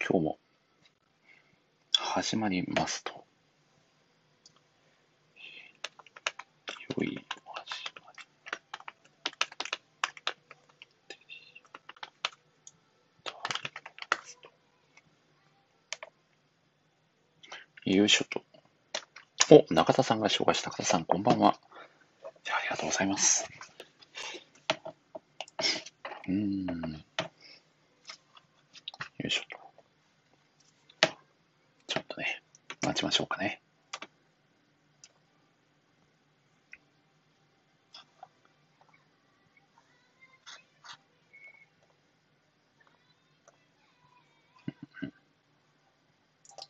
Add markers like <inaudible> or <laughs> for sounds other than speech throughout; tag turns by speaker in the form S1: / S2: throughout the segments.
S1: 今日も始まりますと。良いお始まりよいしょと。お、中田さんが紹介した中田さん、こんばんは。じゃあ、ありがとうございます。うーん。よいしょと。ちょっとね、待ちましょうかね。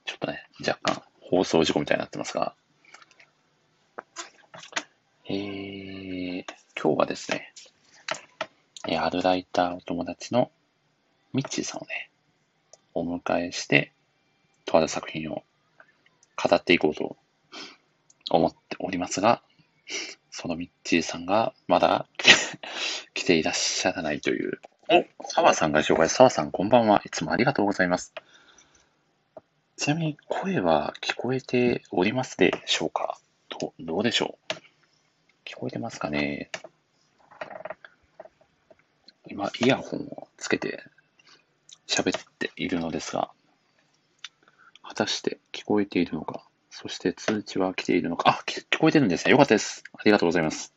S1: ちょっとね、若干放送事故みたいになってますが、えー、今日はですね、えー、アルライターお友達のミッチーさんをね、お迎えして、とある作品を語っていこうと思っておりますが、そのミッチーさんがまだ <laughs> 来ていらっしゃらないという。お、澤さんが紹介。澤さん、こんばんは。いつもありがとうございます。ちなみに声は聞こえておりますでしょうかどどうでしょう聞こえてますかね今、イヤホンをつけて喋っているのですが、果たして聞こえているのかそして通知は来ているのかあ、き聞こえてるんですね。よかったです。ありがとうございます。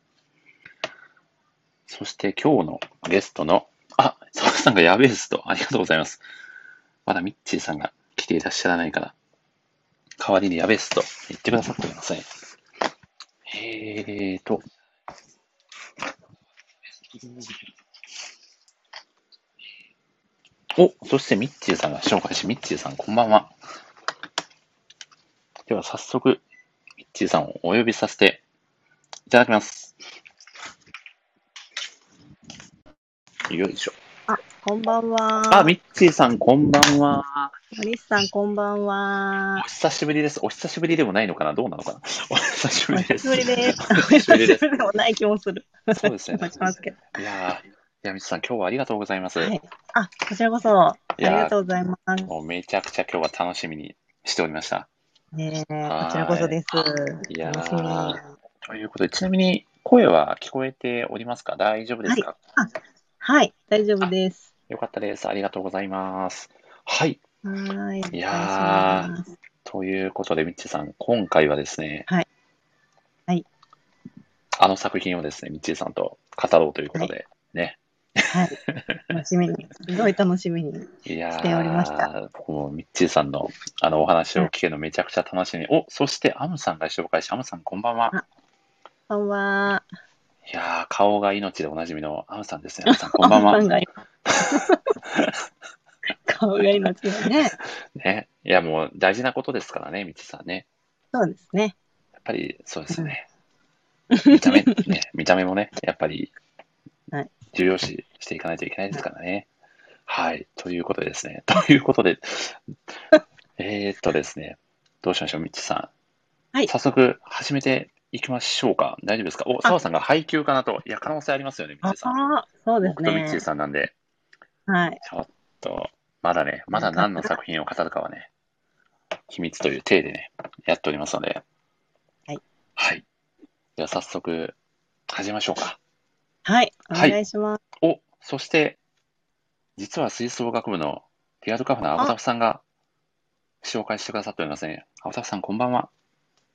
S1: そして今日のゲストの、あ、澤さんがやべえですと。ありがとうございます。まだミッチーさんが来ていらっしゃらないから、代わりにやべえっすと言ってくださってください。えーと。お、そしてミッチーさんが紹介し、ミッチーさんこんばんは。では早速、ミッチーさんをお呼びさせていただきます。よいしょ。
S2: こんばんは。
S1: あ、ミッチーさんこんばんは。
S2: リスさん、こんばん
S1: お。
S2: は
S1: 久しぶりです。お久しぶりでもないのかなどうなのかなお久しぶりです。
S2: お久しぶりです。
S1: お久しぶりです。
S2: <laughs> でもない気もする。
S1: そうですよね。
S2: 待ちますけど。
S1: いやー、山道さん、今日はありがとうございます。
S2: はいあ、こちらこそ、あ
S1: い
S2: り
S1: やー
S2: がとうございます。
S1: もうめちゃくちゃ今日は楽しみにしておりました。
S2: ねえ、
S1: はい
S2: こちらこそです。
S1: いやー
S2: 楽しみ。あ、
S1: ということで、ちなみに声は聞こえておりますか大丈夫ですか、
S2: はい、大丈夫です。
S1: よかったです。ありがとうございます。はい。
S2: はーい。
S1: いやー
S2: お願いします
S1: ということで、ミッチーさん、今回はですね、
S2: はいはい
S1: あの作品をですね、ミッチーさんと語ろうということで、ね。
S2: 楽しみに。すごい楽しみに。
S1: いやー
S2: しておりました
S1: 僕もミッチーさんのあのお話を聞けるのめちゃくちゃ楽しみ。お、そしてアムさんが紹介し、アムさんこんばんは。
S2: こんばんは。
S1: いやー、顔が命でおなじみのアムさんですね。アムさん、こんばんは
S2: <laughs> アン。さ
S1: <laughs>
S2: が今顔が今、ね。
S1: ね、いや、もう大事なことですからね、みちさんね。
S2: そうですね。
S1: やっぱりそうですね。見た目、ね、見た目もね、やっぱり
S2: はい
S1: 重要視していかないといけないですからね。はい、ということでですね。 <laughs> ということで、えーっとですね、どうしましょう、みちさん。
S2: はい
S1: 早速、始めていきましょうか。大丈夫ですかお、澤さんが配給かなと。いや、可能性ありますよね、み
S2: あ
S1: ちさん。
S2: あ、そうで
S1: 僕とみ
S2: す
S1: ち
S2: ね。
S1: さんなんで。
S2: はい。
S1: ちょっと、まだね、まだ何の作品を語るかはね、秘密という体でね、やっておりますので。
S2: はい。
S1: はい。では早速、始めましょうか。
S2: はい。お
S1: はい
S2: 願いします。
S1: お、そして、実は吹奏楽部のリアルカフェの青タフさんが紹介してくださっておりますね。青タフさん、こんばんは。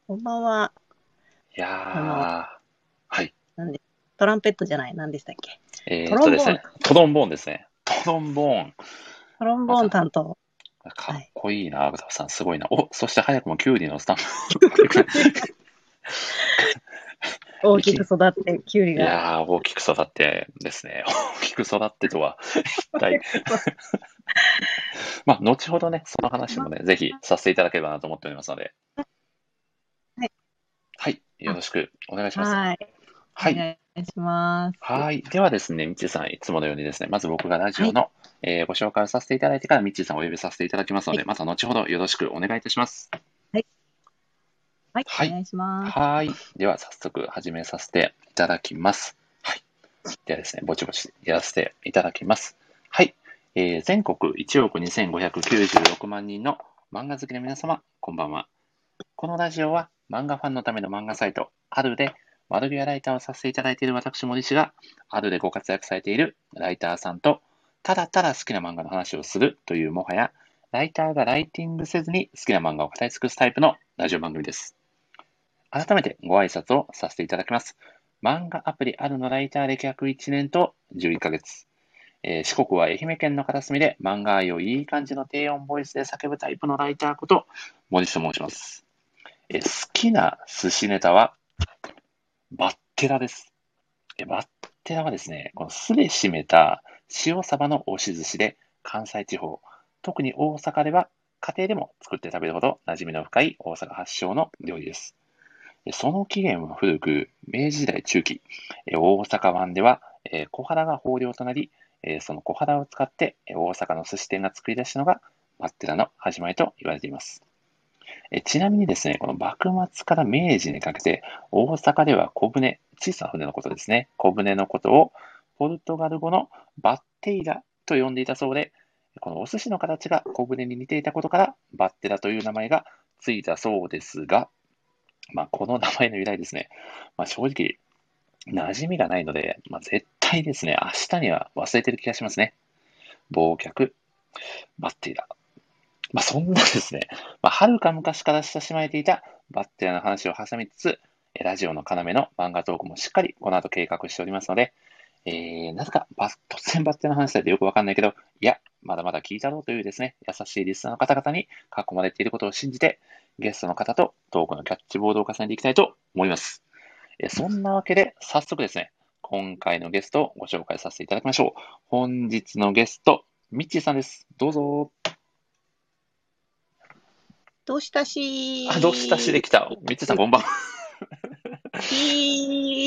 S2: こんばんは。
S1: いやー
S2: あ、
S1: はい。
S2: トランペットじゃない。何でしたっけ
S1: えーっとですね、トロンボーンですね。トロンボーン。
S2: トロンボーン担当。
S1: かっこいいな、アブタフさん、すごいな。お、そして早くもキュウリのスタンプ。
S2: 大きく育って、キュウリ
S1: い
S2: が。
S1: やー、大きく育ってですね。 <laughs> 大きく育ってとは、一体。 <laughs> まあ、後ほどね、その話もね、ぜひさせていただければなと思っておりますので。
S2: はい。
S1: はい、よろしくお願いします。
S2: はい。
S1: は
S2: お
S1: い。
S2: 願いします。
S1: はい。ではですね、みっちーさん、いつものようにですね、まず僕がラジオの、えーご紹介をさせていただいてから、みっちーさんをお呼びさせていただきますので、
S2: は
S1: また後ほどよろしくお願いいたします。
S2: はい。
S1: はい
S2: お願いします。
S1: はい。では、早速始めさせていただきます。はい。ではですね、ぼちぼちやらせていただきます。はい。えー全国1億2596万人の漫画好きの皆様、こんばんは。このラジオは漫画ファンのための漫画サイト、あるで、窓際ライターをさせていただいている私、森氏が、あるでご活躍されているライターさんと、ただただ好きな漫画の話をするという、もはや、ライターがライティングせずに好きな漫画を語り尽くすタイプのラジオ番組です。改めてご挨拶をさせていただきます。漫画アプリあるのライター歴約1年と11ヶ月。えー四国は愛媛県の片隅で漫画愛をいい感じの低音ボイスで叫ぶタイプのライターこと、森下と申します。えー好きな寿司ネタは、バッテラです。えーバッテラはですね、この酢で締めた塩サバの押し寿司で、関西地方、特に大阪では家庭でも作って食べるほど馴染みの深い大阪発祥の料理です。えーその起源は古く、明治時代中期、えー大阪湾ではえー小腹が豊漁となり、えーその小肌を使って、えー大阪の寿司店が作り出したのが、バッテラの始まりと言われています。えーちなみにですね、この幕末から明治にかけて、大阪では小舟、小さな船のことですね、小舟のことを、ポルトガル語のバッテイラと呼んでいたそうで、このお寿司の形が小舟に似ていたことから、バッテラという名前がついたそうですが、まあ、この名前の由来ですね、まあ、正直、馴染みがないので、まあ、絶対ですね、明日には忘れてる気がしますね。忘却、バッテリーだ。まあ、そんなですね、まあ、遥か昔から親しまれていたバッテリーの話を挟みつつ、えラジオの要の漫画トークもしっかりこの後計画しておりますので、えー、なぜかバ突然バッテリーの話だってよくわかんないけど、いや、まだまだ聞いたろうというですね、優しいリスナーの方々に囲まれていることを信じて、ゲストの方とトークのキャッチボードを重ねていきたいと思います。えーそんなわけで、早速ですね、今回のゲストをご紹介させていただきましょう。本日のゲスト、ミッチーさんです。どうぞ。
S2: どうしたし
S1: あ、どうしたしできた。ミッチーさん、こんばんは。
S2: ひ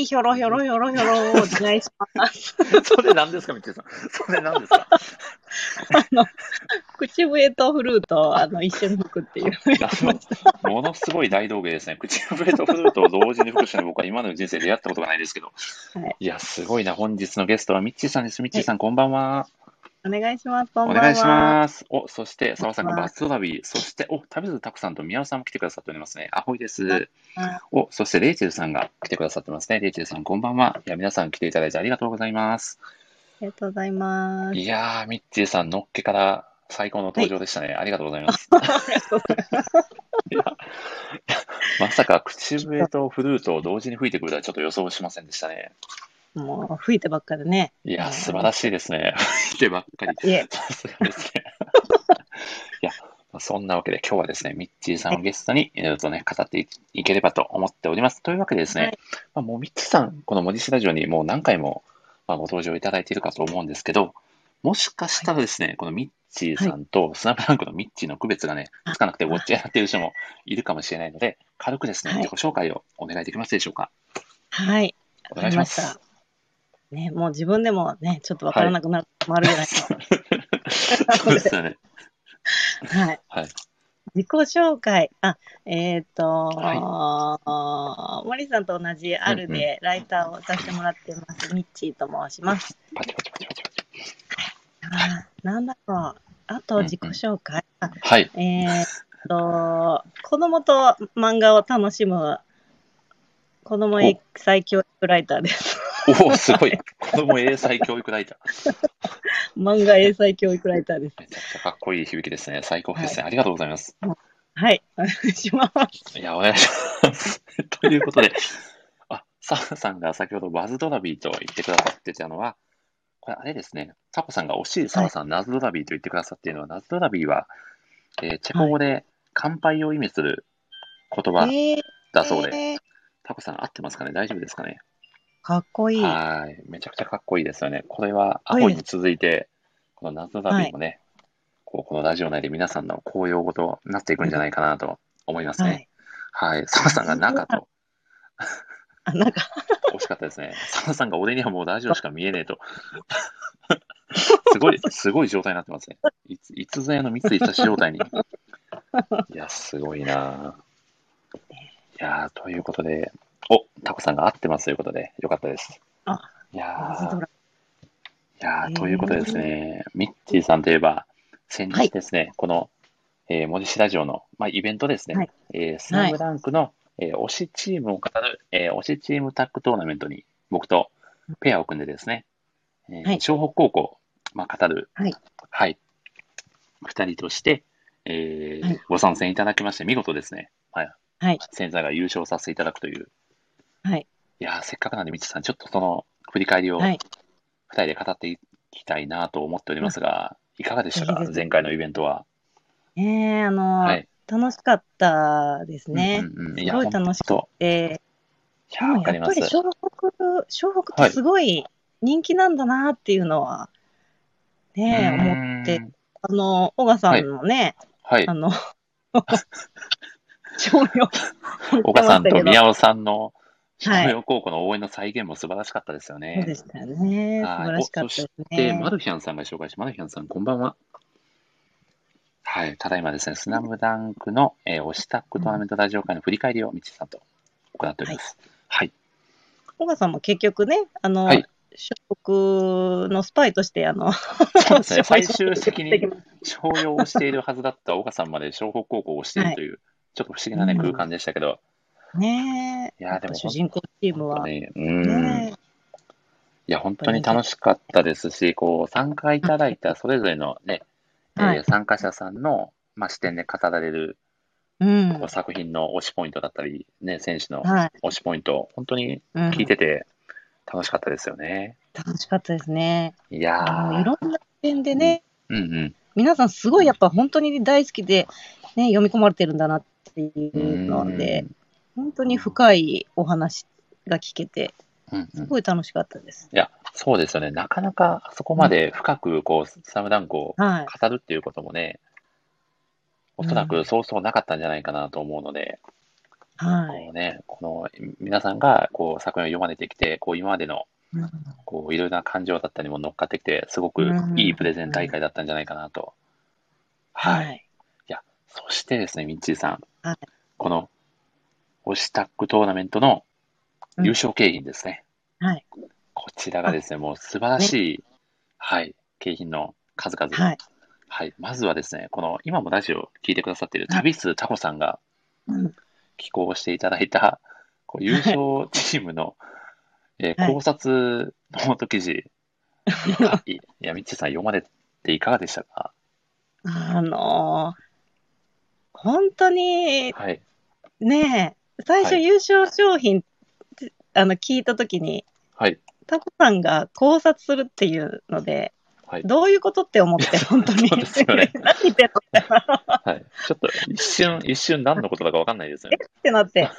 S2: ーひょろひょろひょろひょ <laughs> ろ、お願いします。
S1: <laughs> それ何ですか、ミッチーさん。それ何ですか。
S2: あの、口笛とフルートをあの一緒に吹く <laughs> っていう。
S1: あのものすごい大道芸ですね。口笛とフルートを同時に吹く人に僕は今の人生でやったことがないですけど。
S2: は
S1: い、
S2: い
S1: や、すごいな。本日のゲストはミッチーさんです。ミッチーさん、こんばんは。
S2: お願いします。こん
S1: お
S2: ばんは。
S1: 願いします。お、そして、
S2: こんば
S1: 澤
S2: んは
S1: さんがバス旅、そして、お、旅ずたくさんと宮尾さんも来てくださっておりますね。アホイです
S2: は。
S1: お、そして、レイチェルさんが来てくださってますね。レイチェルさん、こんばんは。いや、皆さん来ていただいてありがとうございます。
S2: ありがとうございます。
S1: いやー、ミッチーさん、のっけから最高の登場でしたね。 <laughs> ありがとうございます。 <laughs> まさか、口笛とフルートを同時に吹いてくるとはちょっと予想しませんでしたね。
S2: もう吹いてばっかでね。
S1: いや、素晴らしいですね。吹いてばっかり。
S2: いえ、
S1: さすがですね。 <laughs> いや、まあそんなわけで今日はですね、ミッチーさんをゲストにいろいろとね、語っていいければと思っております。というわけでですね、
S2: は
S1: ま
S2: い
S1: あ、もうミッチーさん、このモディスラジオにもう何回も、まあ、ご登場いただいているかと思うんですけど、もしかしたらですね、このミッチーさんとスナブランクのミッチーの区別がね、つかなくてごっちゃになっている人もいるかもしれないので、軽くですね、
S2: はい
S1: 自己紹介をお願いできますでしょうか。
S2: はい。
S1: お願いします。
S2: わかりました。ね、もう自分でもね、ちょっとわからなくなる、もあるじゃないですか。
S1: そうですよね。
S2: はい。
S1: はい。
S2: 自己紹介。あ、えっ、と、森さんと同じある
S1: うん
S2: でライターをさせてもらってます。ミッチーと申します。
S1: パチパチパチパチパチ。
S2: あーなんだろう。あ
S1: うん
S2: と
S1: うん
S2: 自己紹介。あ
S1: はい。
S2: えーっと、子供と漫画を楽しむ子供英才教育ライターです。
S1: おお、すご
S2: <laughs>
S1: い。子供英才教育ライター。
S2: 漫画英才教育ライターです。
S1: めちゃくちゃかっこいい響きですね。最高ですね。ありがとうございます。
S2: はい。お願いします。
S1: いや、お願いします。 <laughs> ということで、あ、サンさんが先ほどバズドラビーと言ってくださってたのは、これあれですね、タコさんが惜しいサワさん、ナズドラビーと言ってくださっているのは、ナズドラビーは、えーチェコ語で乾杯を意味する言葉
S2: えー
S1: だそうで、
S2: えー
S1: タコさん合ってますかね大丈夫ですかね
S2: かっこいい。
S1: はーい。めちゃくちゃかっこいいですよね。これは、ア
S2: はい
S1: ホに続いて、この謎ラビーもね、こうこのラジオ内で皆さんの紅葉ごとになっていくんじゃないかなと思います
S2: は
S1: ね。
S2: い。
S1: はい。サマさんが中と、
S2: あ、なんか、
S1: 惜しかったですね。サマさんが俺にはもうラジオしか見えねえ
S2: <laughs>
S1: と。すごい、すごい状態になってますね。いつ、いつぞやの三井久志状態に。いや、すごいなぁいやーということで、お、タコさんが合ってますということで、よかったです。
S2: あ
S1: いやー
S2: バズドラ
S1: いや
S2: え
S1: ー
S2: ー
S1: ということでですね、ミッチーさんといえば、先
S2: はい
S1: 日ですね、この、えー、文字師ラジオの、まあ、イベントですね、
S2: はい
S1: えースラムダンクの、えー推しチームを語る、えー推しチームタッグトーナメントに、僕とペアを組んでですね、えー
S2: はい
S1: 湘北高校、まあ、語る、
S2: はい、
S1: はい、二人として、えー
S2: はい
S1: ご参戦いただきまして、見事ですね、はい、
S2: はい
S1: 先生が優勝させていただくという、
S2: はい。
S1: いやーせっかくなんで、ミッチーさん、ちょっとその振り返りを、
S2: はい。
S1: 二人で語っていきたいなと思っておりますが、いかがでした
S2: いいで
S1: か
S2: す、ね
S1: 前回のイベントは。
S2: ええあのー
S1: はい。
S2: 楽しかったですね。
S1: うんうんうん、
S2: すごい楽しく
S1: と。
S2: て、
S1: い
S2: で
S1: や、わ
S2: も
S1: か
S2: や
S1: り
S2: っ
S1: ま
S2: ぱ
S1: す
S2: り。湘北、湘北ってすごい人気なんだなっていうのは、ねえ、思っ
S1: うー
S2: て、
S1: ん
S2: あの、小賀さんもね、
S1: はい
S2: あ。
S1: <laughs>
S2: の、少量、
S1: 岡さんと
S2: 尾
S1: 宮尾さんの、
S2: はい
S1: 東洋高校の応援の再現も素晴らしかったですよ
S2: そうで
S1: ね。
S2: したね。素
S1: はい
S2: 晴らしかったです
S1: で、
S2: ね
S1: マ。ルヒャンさんが紹介し、マルヒャンさん、こんばんは。はい、ただいまですね、スナムダンクの、えー、推しタックトーナメントラジオ会の振り返りを、みちさんと行っております。はい。
S2: 小賀さんも結局ね、あの、
S1: はい
S2: 諸国のスパイとして、あの、 <laughs>
S1: そうですね、最終的に
S2: に。
S1: 商用をしているはずだった岡さんまで湘北高校をしているという、ちょっと不思議な、ね、
S2: うん
S1: 空間でしたけど、
S2: ねえ。
S1: いやでも
S2: 主人公チームは。ね
S1: ねうん
S2: え
S1: いや本当に楽しかったですし、こう参加いただいたそれぞれの、ね
S2: は
S1: えー
S2: い。
S1: 参加者さんの、まあ、視点で語られる
S2: うん。
S1: こう作品の推しポイントだったり、ね、選手の
S2: はい。
S1: 推しポイント、本当に
S2: うん
S1: 聞いてて楽しかったですよね。
S2: 楽しかったですね。
S1: いや
S2: あのい
S1: ー、
S2: ろんな点でね、
S1: うんうん、
S2: 皆さんすごいやっぱ本当に大好きで、ね、読み込まれてるんだなっていうので、本当に深いお話が聞けて、
S1: うんうん
S2: すごい楽しかったです。
S1: いや、そうですよね。なかなかあそこまで深く、こう、スラムダンクを
S2: はい。
S1: 語るっていうこともね、おそら
S2: う
S1: く
S2: ん
S1: そうそうなかったんじゃないかなと思うので、
S2: はい。
S1: こうね、この皆さんがこう作品を読まれてきて、こう今までの
S2: うん
S1: こういろいろな感情だったりも乗っかってきて、すごく
S2: うん
S1: いいプレゼン大会だったんじゃないかなと。は。
S2: はいい。
S1: そしてですね、ミッチーさん
S2: はい、
S1: この推しタッグトーナメントの優勝景品ですね。
S2: はい。
S1: こちらがですね、もう素晴らしい、はい、景品の数々。
S2: はい。
S1: はい、まずはですね、この今もラジオを聞いてくださっている旅数タコさんが
S2: うん
S1: 寄稿していただいた、こう優勝チームの、えー
S2: はい
S1: 考察ノート記事、いかいいや、みっちーさん読まれていかがでしたか
S2: あのー本当に
S1: はい。
S2: ね、最初
S1: はい
S2: 優勝商品、あの聞いたときに、
S1: はい。
S2: タコさんが考察するっていうので、
S1: はい。
S2: どういうことって思って、本当に。
S1: そうですよね
S2: <laughs> 何言ってんのみたい
S1: <laughs>
S2: な
S1: はい、ちょっと一瞬、一瞬何のことだかわかんないですよ
S2: え
S1: ね。
S2: ってなって。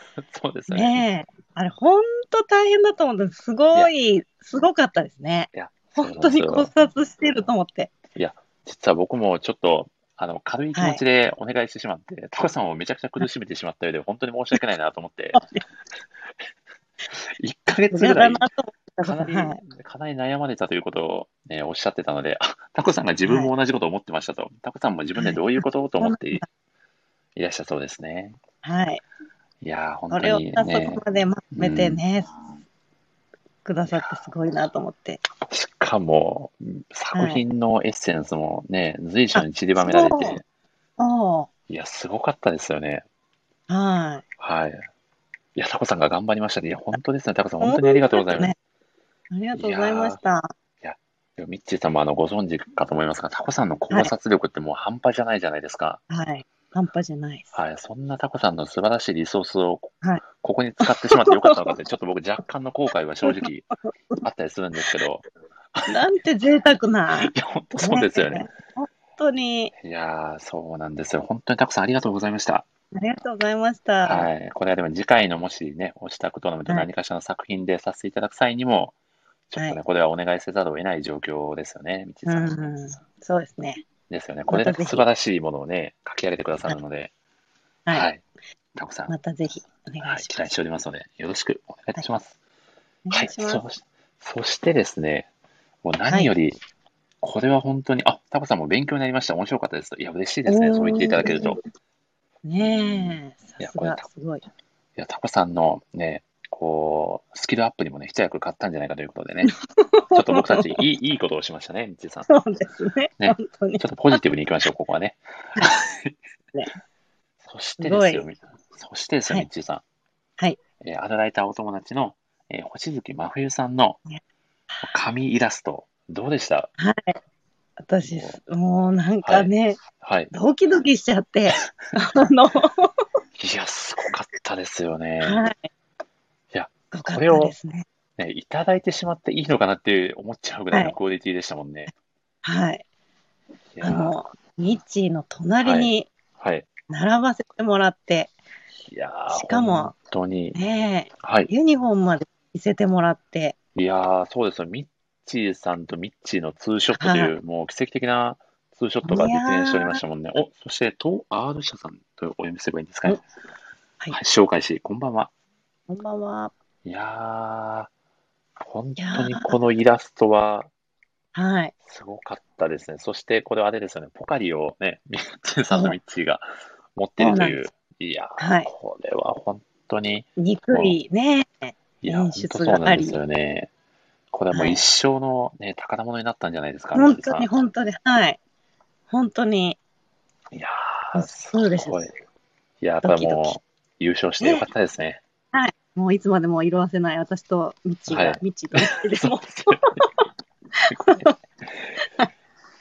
S1: そうですよね。
S2: ねえ。あれ、本当大変だと思うんです。すごい、すごかったですね。
S1: いや
S2: 本当に
S1: そうなん
S2: 考
S1: です
S2: 察してると思って。
S1: 実は僕もちょっと、あの、軽い気持ちでお願いしてしまって、タコさんをめちゃくちゃ苦しめてしまったようで、本当に申し訳ないなと思って、1ヶ月ぐら
S2: 無駄だ
S1: い
S2: なと思
S1: かな
S2: ったけ
S1: り、
S2: ど <laughs> はい。
S1: かなり悩まれたということを、ね、おっしゃってたので、あタコさんが自分も同じことを思ってましたと、タコさんも自分でどういうことをと思ってい <laughs> いらっしゃそうですね。
S2: はい。
S1: いやー、本当
S2: それを
S1: に
S2: あそ
S1: ね
S2: こ、までまとめてね、くださってすごいなと思って。
S1: しかも、作品のエッセンスもね、随所に散りばめられ
S2: あそう
S1: て、
S2: おー
S1: いや、すごかったですよね。
S2: はい。
S1: はい。いや、タコさんが頑張りましたね。いや、本当ですね、タコさん、本当にありがとうございます。
S2: ねありがとうございました。
S1: でもミッチーさんもあのご存知かと思いますが、タコさんの考察力ってもう半端じゃないじゃないですか。
S2: はい。半端じゃないです。
S1: はい、そんなタコさんの素晴らしいリソースをこ
S2: はい
S1: ここに使ってしまってよかったのかって、ちょっと僕、若干の後悔は正
S2: <laughs>
S1: 直あったりするんですけど、
S2: なんて贅沢な。
S1: いや、本当 <laughs> そうですよね。。
S2: 本当に、
S1: いやー、そうなんですよ。本当にタコさんありがとうございました。
S2: ありがとうございました。
S1: はい、これはでも次回のもしね、おしたことなので、
S2: はい
S1: 何かしらの作品でさせていただく際にも、ちょっと
S2: は
S1: ね、これはお願いせざるを得ない状況ですよね、道
S2: う
S1: さ
S2: ん
S1: ん。
S2: うん、そうですね。
S1: ですよね。これだけ素晴らしいものをね、書き上げてくださるので、
S2: はい。
S1: はい、タコさん、
S2: またぜひお願いし
S1: は
S2: ま
S1: い、
S2: す。
S1: 期待しておりますので、よろしくお願いいたします。
S2: お
S1: は
S2: 願
S1: い、
S2: いします。
S1: そしそしてですね、もう何より、これは本当に、あ、タコさんも勉強になりました、面白かったですと。いや、嬉しいですね、そう言っていただけると。い
S2: ね
S1: い
S2: え、
S1: や
S2: さす
S1: これ
S2: が、すごい。
S1: や、タコさんのね、ここう、スキルアップにもね、一役買ったんじゃないかということ
S2: <laughs>
S1: でね、ちょっと僕たちいい、いいことをしましたね、みちさん。ちょ
S2: そうですね。
S1: ね
S2: 本当に
S1: っ。とポジティブにいきま
S2: <laughs>
S1: しょう、ここはね。
S2: ね
S1: そしてですよ、
S2: す
S1: みそしてですよ、
S2: はい
S1: みちさん。
S2: はい。
S1: えー、働いたお友達の、えー星月真冬さんの
S2: ね
S1: 紙イラスト、どうでした
S2: 私、もうなんかね、
S1: はい。
S2: ドキドキしちゃって、あの、
S1: いや、すごかったですよね。
S2: はい。
S1: いや、
S2: よか
S1: こ
S2: った
S1: れを
S2: ですね。
S1: ね、いただいてしまっていいのかなって思っちゃうぐらい
S2: は
S1: の
S2: い
S1: クオリティでしたもんね。
S2: はい。
S1: いや
S2: あの、ミッチーの隣に
S1: はい。
S2: 並ばせてもらって、
S1: いやー
S2: しかも
S1: 本当に。
S2: ねえ、
S1: はい。
S2: ユニフォームまで着せてもらって、
S1: いやーそうですよ。ミッチーさんとミッチーのツーショットという、もう奇跡的なツーショットが実現しておりましたもんね。お、そして、と、R 社さんとお読みすればいいんですかね。
S2: はい
S1: はい、紹介し、こんばんは。
S2: こんばんは。
S1: いやー本当にこのイラストは
S2: はい。
S1: すごかったですね。そして、これあれですよね、ポカリをね、 <laughs> ミッチーさんとミッチーが持ってるという。いやー
S2: はい
S1: これは本当に、
S2: 憎いね。
S1: いや、
S2: 演
S1: 本
S2: 出
S1: 当そう
S2: が
S1: な
S2: あ
S1: んで
S2: り
S1: すよね。これはもう一生のね、宝物になったんじゃないですか、
S2: 本
S1: ミッチー
S2: 当
S1: さん
S2: に、本当に、はい。本当に、
S1: いやー、
S2: そうです
S1: すごい。いやー、やっぱり
S2: ドキド
S1: もう、優勝してよかったですね。
S2: もういつまでも色褪せない私とミッチーが、
S1: はい
S2: ミッチーとミッチーですもん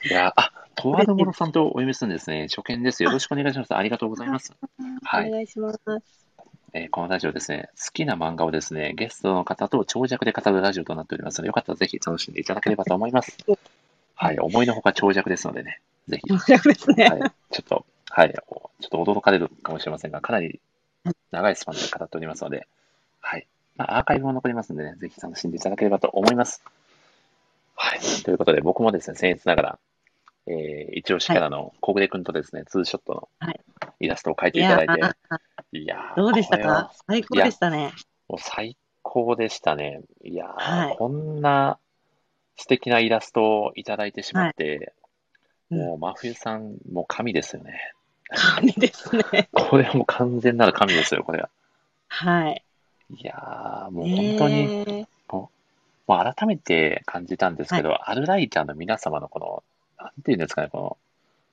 S1: いやー、あ、トワードモロさんとお読みするんですね。初見です。よろしくお願いします。ありがとうございます。 <laughs> はい
S2: お願いします。
S1: えーこのラジオですね、好きな漫画をですね、ゲストの方と長尺で語るラジオとなっておりますので、よかったらぜひ楽しんでいただければと思い
S2: <laughs>
S1: ます。はい、思いのほか長尺ですのでね、ぜひ、
S2: 面
S1: は
S2: 白いですね。
S1: い、ちょっと、はい、おちょっと驚かれるかもしれませんが、かなり長いスパンで語っておりますので、はい、まあ、アーカイブも残りますのでね、ぜひ楽しんでいただければと思います。はい、ということで、僕もですね、僭越ながら、えー、一押しキャラの小暮君とですね、ツーショット
S2: は
S1: の
S2: い
S1: イラストを描い
S2: い
S1: ていただ
S2: や
S1: いて、
S2: ー、
S1: いやー
S2: どうでした
S1: これは
S2: か最高でしたね。
S1: もう最高でしたね。いやー、
S2: はい
S1: こんな素敵なイラストをいただいてしまって、
S2: はいうん
S1: もう真冬さん、もう神ですよね。
S2: 神ですね。
S1: これはもう完全なる神ですよ、これは。
S2: はい。
S1: いやー、もう本当に、
S2: ねえ
S1: もう改めて感じたんですけど、アルライターの皆様のこの、なんていうんですかね、この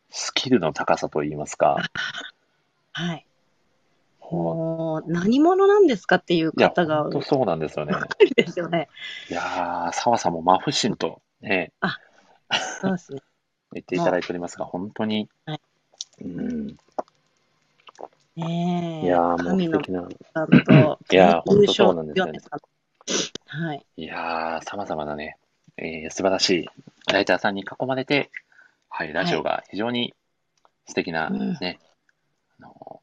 S1: スキルの高さといいますか、
S2: はい。
S1: も
S2: もう、何者なんですかっていう
S1: ういや、
S2: 方が
S1: 本当そうなんですよね。
S2: 多いですよね。
S1: いやー、澤さんも真不審と、ね、
S2: そうですね。
S1: 言っていただいておりますが、本当に、
S2: はい
S1: うん、
S2: ねえ
S1: いやー、もう
S2: 神
S1: 素
S2: の
S1: 敵な、
S2: 方と、
S1: いやー本当そうなんですよね
S2: 優勝の米さんはい。
S1: いやー、さまざまなね、えー素晴らしいライターさんに囲まれて、はい、ラジオが非常に素敵な、
S2: うん
S1: ね、あの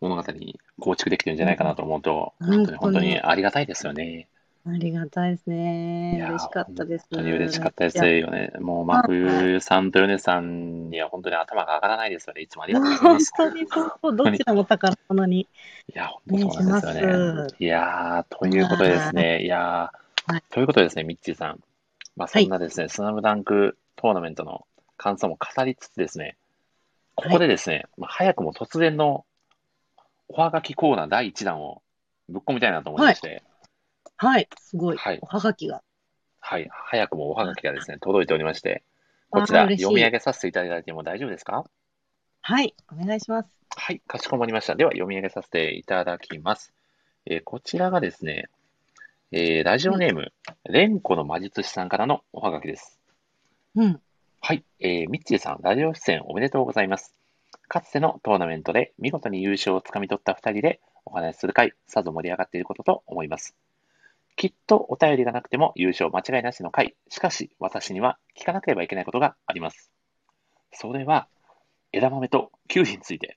S1: 物語に構築できてるんじゃないかなと思うと、
S2: うん
S1: 本当に
S2: 本
S1: 本
S2: 当
S1: 当
S2: に
S1: にありがたいですよね。
S2: ありがたいですね。
S1: いやー
S2: 嬉しかったです。
S1: 本当に嬉しかったです
S2: いや
S1: よね。もう、真冬さんと米さんには本当に頭が上がらないですよね。いつもありがとうござい
S2: <laughs> 本
S1: ます。
S2: 当にそう、どちらも宝物に。
S1: いや、本当そうなんです
S2: お
S1: よ
S2: 願いしま
S1: ね。いやー、ということでですね、いやー
S2: はい
S1: ということでですね、ミッチーさん、まあ、
S2: はい
S1: そんなですね、スラムダンクトーナメントの感想も語りつつですね、ここでですね、まあ、早くも突然のおはがきコーナー第1弾をぶっ込みたいなと思いまして、
S2: はい、すごい。
S1: はい
S2: おはがきが。
S1: はい、早くもおはがきがですね、届いておりまして、こちら
S2: あー嬉しい
S1: 読み上げさせていただいても大丈夫ですか
S2: はい、お願いします。
S1: はい、かしこまりました。では読み上げさせていただきます。えーこちらがですね、えーラジオネーム、レンコの魔術師さんからのおはがきです。
S2: うん。
S1: はい、えーミッチーさん、ラジオ出演おめでとうございます。かつてのトーナメントで見事に優勝をつかみ取った2人でお話しする回、さぞ盛り上がっていることと思います。きっとお便りがなくても優勝間違いなしの回、しかし私には聞かなければいけないことがあります。それは、枝豆とキュウリについて。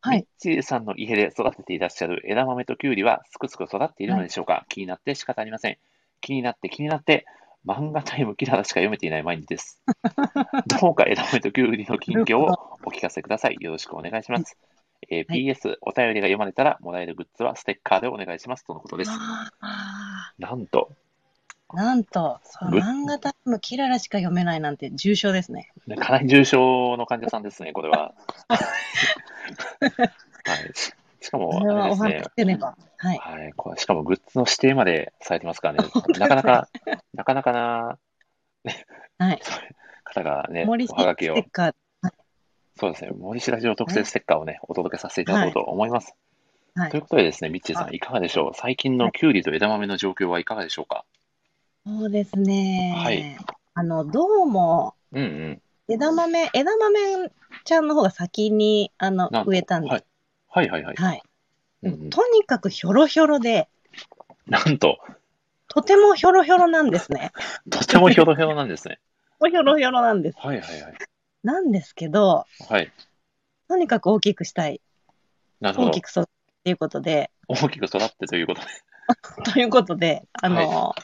S2: は
S1: ミッ
S2: い。
S1: チーさんの家で育てていらっしゃる枝豆とキュウリはすくすく育っているのでしょうか、気になって仕方ありません。気になって気になって、漫画タイムキララしか読めていない毎日
S2: <laughs>
S1: です。どうか枝豆とキュウリの近況をお聞かせください。よろしくお願いします。えー
S2: はい
S1: PS、お便りが読まれたらもらえるグッズはステッカーでお願いしますとのことです。
S2: あ
S1: なんと、
S2: ーなんと、そう
S1: ぶ
S2: 漫画タイムキララしか読めないなんて重症ですね。
S1: ね
S2: <laughs>
S1: かなり重症の患者さんですね、これは。はい、ししかも、
S2: これ
S1: あ
S2: は
S1: れで
S2: お
S1: すね
S2: 話し。てねば。はい。
S1: はい、これしかもグッズの指定までされてます
S2: <laughs>
S1: からね、なかなか、なかなかな
S2: はい。
S1: 方がね、
S2: 森
S1: おはがき
S2: ス
S1: を
S2: テッ、カー。
S1: そうですね、森氏ラジオ特製ステッカーをね、お届けさせていただこうと思います。
S2: は
S1: という
S2: い。
S1: ことでですね、ミッチーさん、いかがでしょう最近のキュウリと枝豆の状況はいかがでしょうか
S2: そうですね。
S1: はい
S2: あの、どうも、
S1: うんうん。
S2: 枝豆、枝豆ちゃんの方が先に、あの
S1: なん、と
S2: 植えたんで
S1: はい
S2: す。
S1: はいはいはい。
S2: はい。
S1: うんうん
S2: とにかくひょろひょろで、
S1: なんと、
S2: とてもひょろひょろなんですね。
S1: とてもひょろひょろなん
S2: <laughs>
S1: ですね。
S2: とてもひょろひょろなんです。
S1: はいはいはい。
S2: なんですけど、
S1: はい。
S2: とにかく大きくしたい。
S1: なるほ
S2: 大
S1: ど
S2: き。く育てっていうことで、
S1: 大きく育ってということで。
S2: ということで、あの、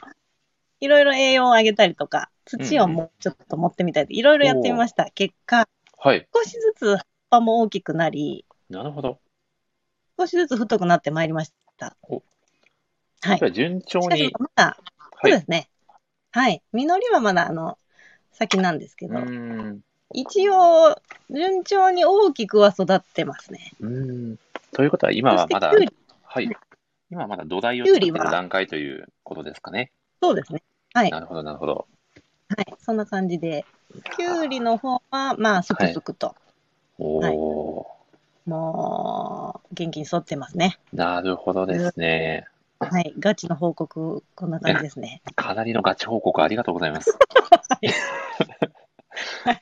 S2: いろいろ栄養をあげたりとか、土をもうちょっと持ってみたいといろいろやってみました。結果、
S1: はい。
S2: 少しずつ葉っぱも大きくなり、
S1: なるほど。
S2: 少しずつ太くなってまいりました。
S1: お
S2: はい。
S1: じゃあ
S2: し
S1: 順調
S2: かし
S1: に。
S2: まだ、そ
S1: は
S2: う
S1: い。
S2: で
S1: う
S2: すね。はい。実りはまだ、あの、先なんですけど、
S1: ーん。
S2: 一応、順調に大きくは育ってますね。
S1: うーん。ということは、今はまだ
S2: そしてキュウリ、
S1: はい。今はまだ土台を
S2: キ
S1: 作
S2: ュウ
S1: ってい
S2: リ
S1: る
S2: は
S1: 段階ということですかね。
S2: そうですね。はい。
S1: なるほど、なるほど。
S2: はい。そんな感じで、きゅうりの方は、まあ、すくすくと、
S1: お
S2: はい
S1: ー、
S2: もう、元気に沿ってますね。
S1: なるほどですね。
S2: はい。ガチの報告、こんな感じですね。
S1: かなりのガチ報告ありがとうございます。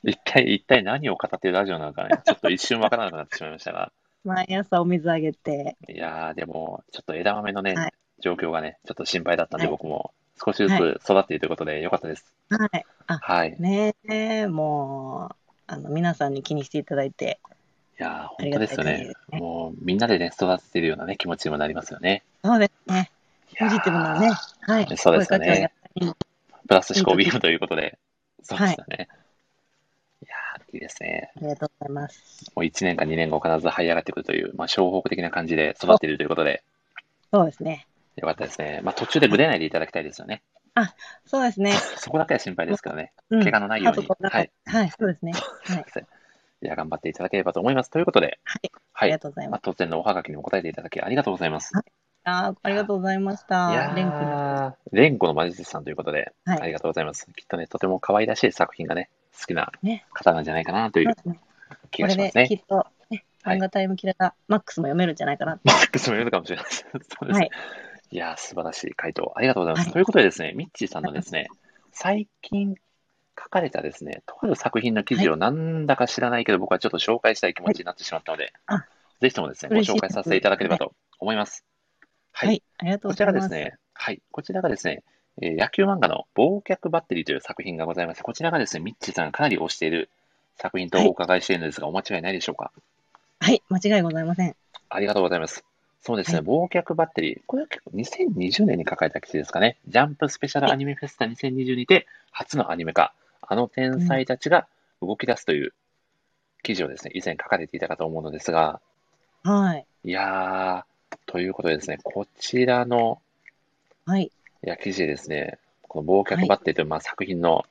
S1: 一体、一体何を語ってるラジオなのかね、ちょっと一瞬わからなくなってしまいましたが、
S2: 毎朝お水あげて、
S1: いやー、でも、ちょっと枝豆のね、
S2: はい
S1: 状況がね、ちょっと心配だったんで、
S2: はい
S1: 僕も少しずつ育
S2: は
S1: っているということで、よかったです。
S2: はい。
S1: はい。い
S2: ねえ、もう、あの、皆さんに気にしていただいて、
S1: やー、
S2: あ
S1: 本
S2: り
S1: 当
S2: がた
S1: で
S2: い
S1: すよ
S2: 限
S1: ね
S2: りで。すね
S1: もう、みんなでね、育ててるようなね、気持ちにもなりますよね。
S2: そうですね。
S1: いや
S2: ポ
S1: ー
S2: ジティブなね、はい。
S1: そうですよね
S2: 声かけをやったり
S1: プラス思考ビームということで、そうで
S2: はい
S1: すよね。いやー、いいですね。
S2: ありがとうございます。
S1: もう1年か2年後必ず這い上がってくるという、まあ、小北的な感じで育っているということで、
S2: そうですね。
S1: よかったですね。まあ、途中でぶれないでいただきたいですよね。
S2: そうですね。
S1: そこだけは心配ですけどね。
S2: うん。
S1: 怪我のないよう
S2: あ
S1: に
S2: とこん。な
S1: はい。
S2: はい、そうです
S1: <laughs>
S2: ね。はい。
S1: いや、頑張っていただければと思います。ということで、
S2: はい。あ
S1: は
S2: り
S1: い
S2: が。とうござい
S1: ま
S2: ま
S1: あ、当然のおはがきにも答えていただきありがとうございます。
S2: す。あーありがとうございました。
S1: いや
S2: レン君は
S1: ー、レンコの魔術師さんということで、
S2: はい
S1: ありがとうございます。きっとね、とても可愛らしい作品がね、好きな
S2: ね
S1: 方なんじゃないかなとい
S2: そううですね
S1: 気
S2: こ
S1: が
S2: れ
S1: しま
S2: です
S1: ね。
S2: きっと、ね、
S1: はい
S2: 漫画タイムキラがマックスも読めるんじゃないかな。
S1: マックスもいるのかもしれないです。そうです
S2: はい。
S1: いやー、素晴らしい回答。ありがとうございます。
S2: はい
S1: ということでですね、ミッチーさんのですね、最近書かれたですね、とある作品の記事をなんだか知らないけど、僕はちょっと紹介したい気持ちになってしまったので、
S2: あ
S1: ぜひともですね、ご
S2: 嬉しい
S1: 紹介させていただければと思います。は。
S2: はいい、ありがと
S1: こ
S2: うご
S1: ち
S2: ざい
S1: ら
S2: ます。
S1: ですね、はい。こちらがですね、えー野球漫画の忘却バッテリーという作品がございます。こちらがですね、ミッチーさんがかなり推している作品とお伺いしているのですが、お間違いないでしょうか
S2: はい、間違いございません。
S1: ありがとうございます。そうですね、
S2: はい
S1: 忘却バッテリー。これは結構2020年に書かれた記事ですかね。ジャンプスペシャルアニメフェスタ2020にて、初のアニメ化。あの天才たちが動き出すという記事をですね、以前書かれていたかと思うのですが、
S2: はい。
S1: いやー、ということでですね、こちらの
S2: はい。
S1: いや記事でですね、この忘却バッテリーという、まあ、作品の、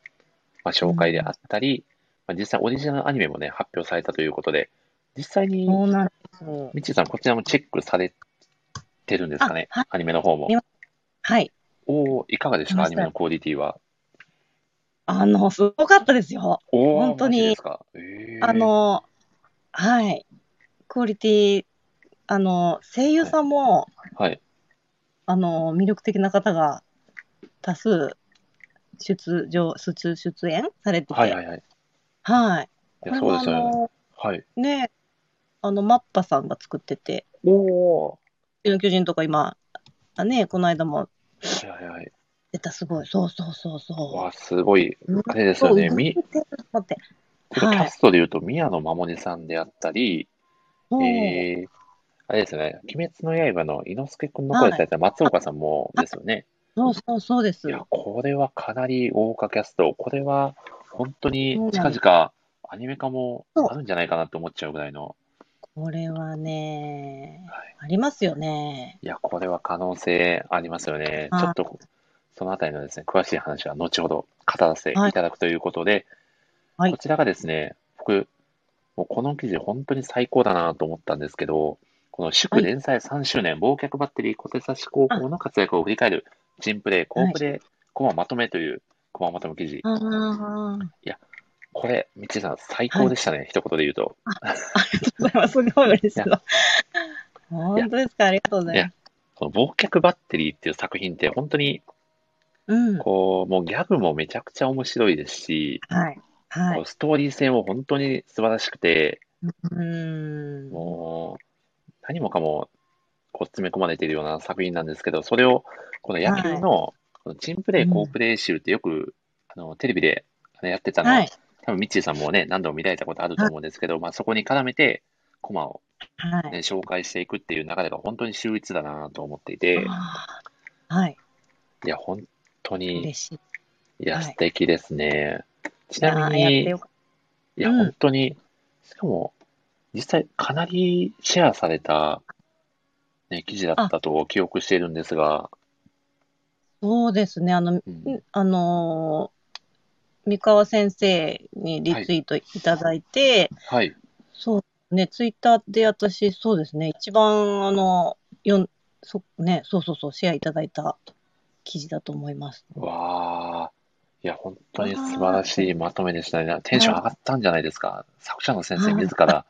S1: まあ、紹介であったり、まあ、実際オリジナルアニメもね、発表されたということで、実際に、
S2: そうなんですよ。
S1: みちさん、こちらもチェックされてるんですかね、
S2: あはい
S1: アニメの方も
S2: 見。はい。
S1: おお、いかがです
S2: 見
S1: か、
S2: ま
S1: ア
S2: した
S1: ニメのクオリティは。
S2: あの、すごかったですよ。
S1: おお、
S2: 本当に
S1: マジですか。えー
S2: あ、の、はい。クオリティ、あの、声優さんも、
S1: はい。
S2: あの、魅力的な方が多数出場、出出演されてて、
S1: はいはいはい。い
S2: はい
S1: や、
S2: こ
S1: そう
S2: れは
S1: ですよね。はい。
S2: あの、ね、あの、マッパさんが作ってて、
S1: おお。
S2: 地球の巨人とか今、あね、この間も
S1: はいはいはい。
S2: 出た、すごい、そうそうそう
S1: わ
S2: そ
S1: あ、すごい。
S2: う。
S1: あれですよね
S2: うん
S1: み
S2: 待って、
S1: これ
S2: はい
S1: キャストで言うと、宮野真守さんであったり、
S2: もう、
S1: えー、あれですよね、鬼滅の刃の伊之助君の声された松岡さんもですよね。
S2: そうそうそうです
S1: い。や、これはかなり豪華キャスト。これは本当に
S2: そうな
S1: 近
S2: んです
S1: 々アニメ化もあるんじゃないかなと思っちゃうぐらいの。
S2: これはね
S1: はい、
S2: ありますよね。
S1: いや、これは可能性ありますよね。
S2: はい
S1: ちょっと、そのあたりのですね、詳しい話は後ほど語らせていただくということで、
S2: はい
S1: こちらがですね、僕、もうこの記事本当に最高だなと思ったんですけど、この祝連載3周年、忘却バッテリー小手差し高校の活躍を振り返る、チンプレー、好プレー、コマまとめという、コマまとめ記事。
S2: ああ、
S1: これ、みちさん、最高でしたね、一言で言うと。
S2: ありがとうござい <laughs> ます。そんなことですよ。本当ですかありがとうございます。
S1: この忘却バッテリーっていう作品って、本当に、
S2: うん。
S1: こう、もうギャグもめちゃくちゃ面白いですし、
S2: はい。は
S1: こ
S2: い。
S1: うストーリー性も本当に素晴らしくて、
S2: うーん。
S1: もう、何もかも、こう、詰め込まれているような作品なんですけど、それを、この野球の、このチンプレ
S2: う
S1: ー、
S2: ん
S1: 好プレー集ってよく、あの、テレビであのやってたの、
S2: はい。
S1: 多分ミッチーさんもね、何度も見られたことあると思うんですけど、まあ、そこに絡めて、コマを
S2: はい。
S1: ね、紹介していくっていう流れが本当に秀逸だなと思っていて、
S2: あーはい。
S1: いや、本当に、い
S2: 嬉しい。
S1: や、
S2: はい
S1: 素敵ですね。ちなみ
S2: あー
S1: に、
S2: やっ
S1: い
S2: てよかっ
S1: や、
S2: うん
S1: 本当に、しかも、実際かなりシェアされた、ね、記事だったと記憶しているんですが、
S2: た。そうですね。あの、
S1: うん
S2: あのー三河先生にリツイートいただいて、
S1: はい。
S2: そうね、ツイッターで私、そうですね、一番、あの、よんそね、そうそうそう、シェアいただいた記事だと思います。
S1: わあ、いや、本当に素晴らしいまとめでしたね。テンション上がったんじゃないですか。作者の先生自
S2: <laughs>
S1: ら、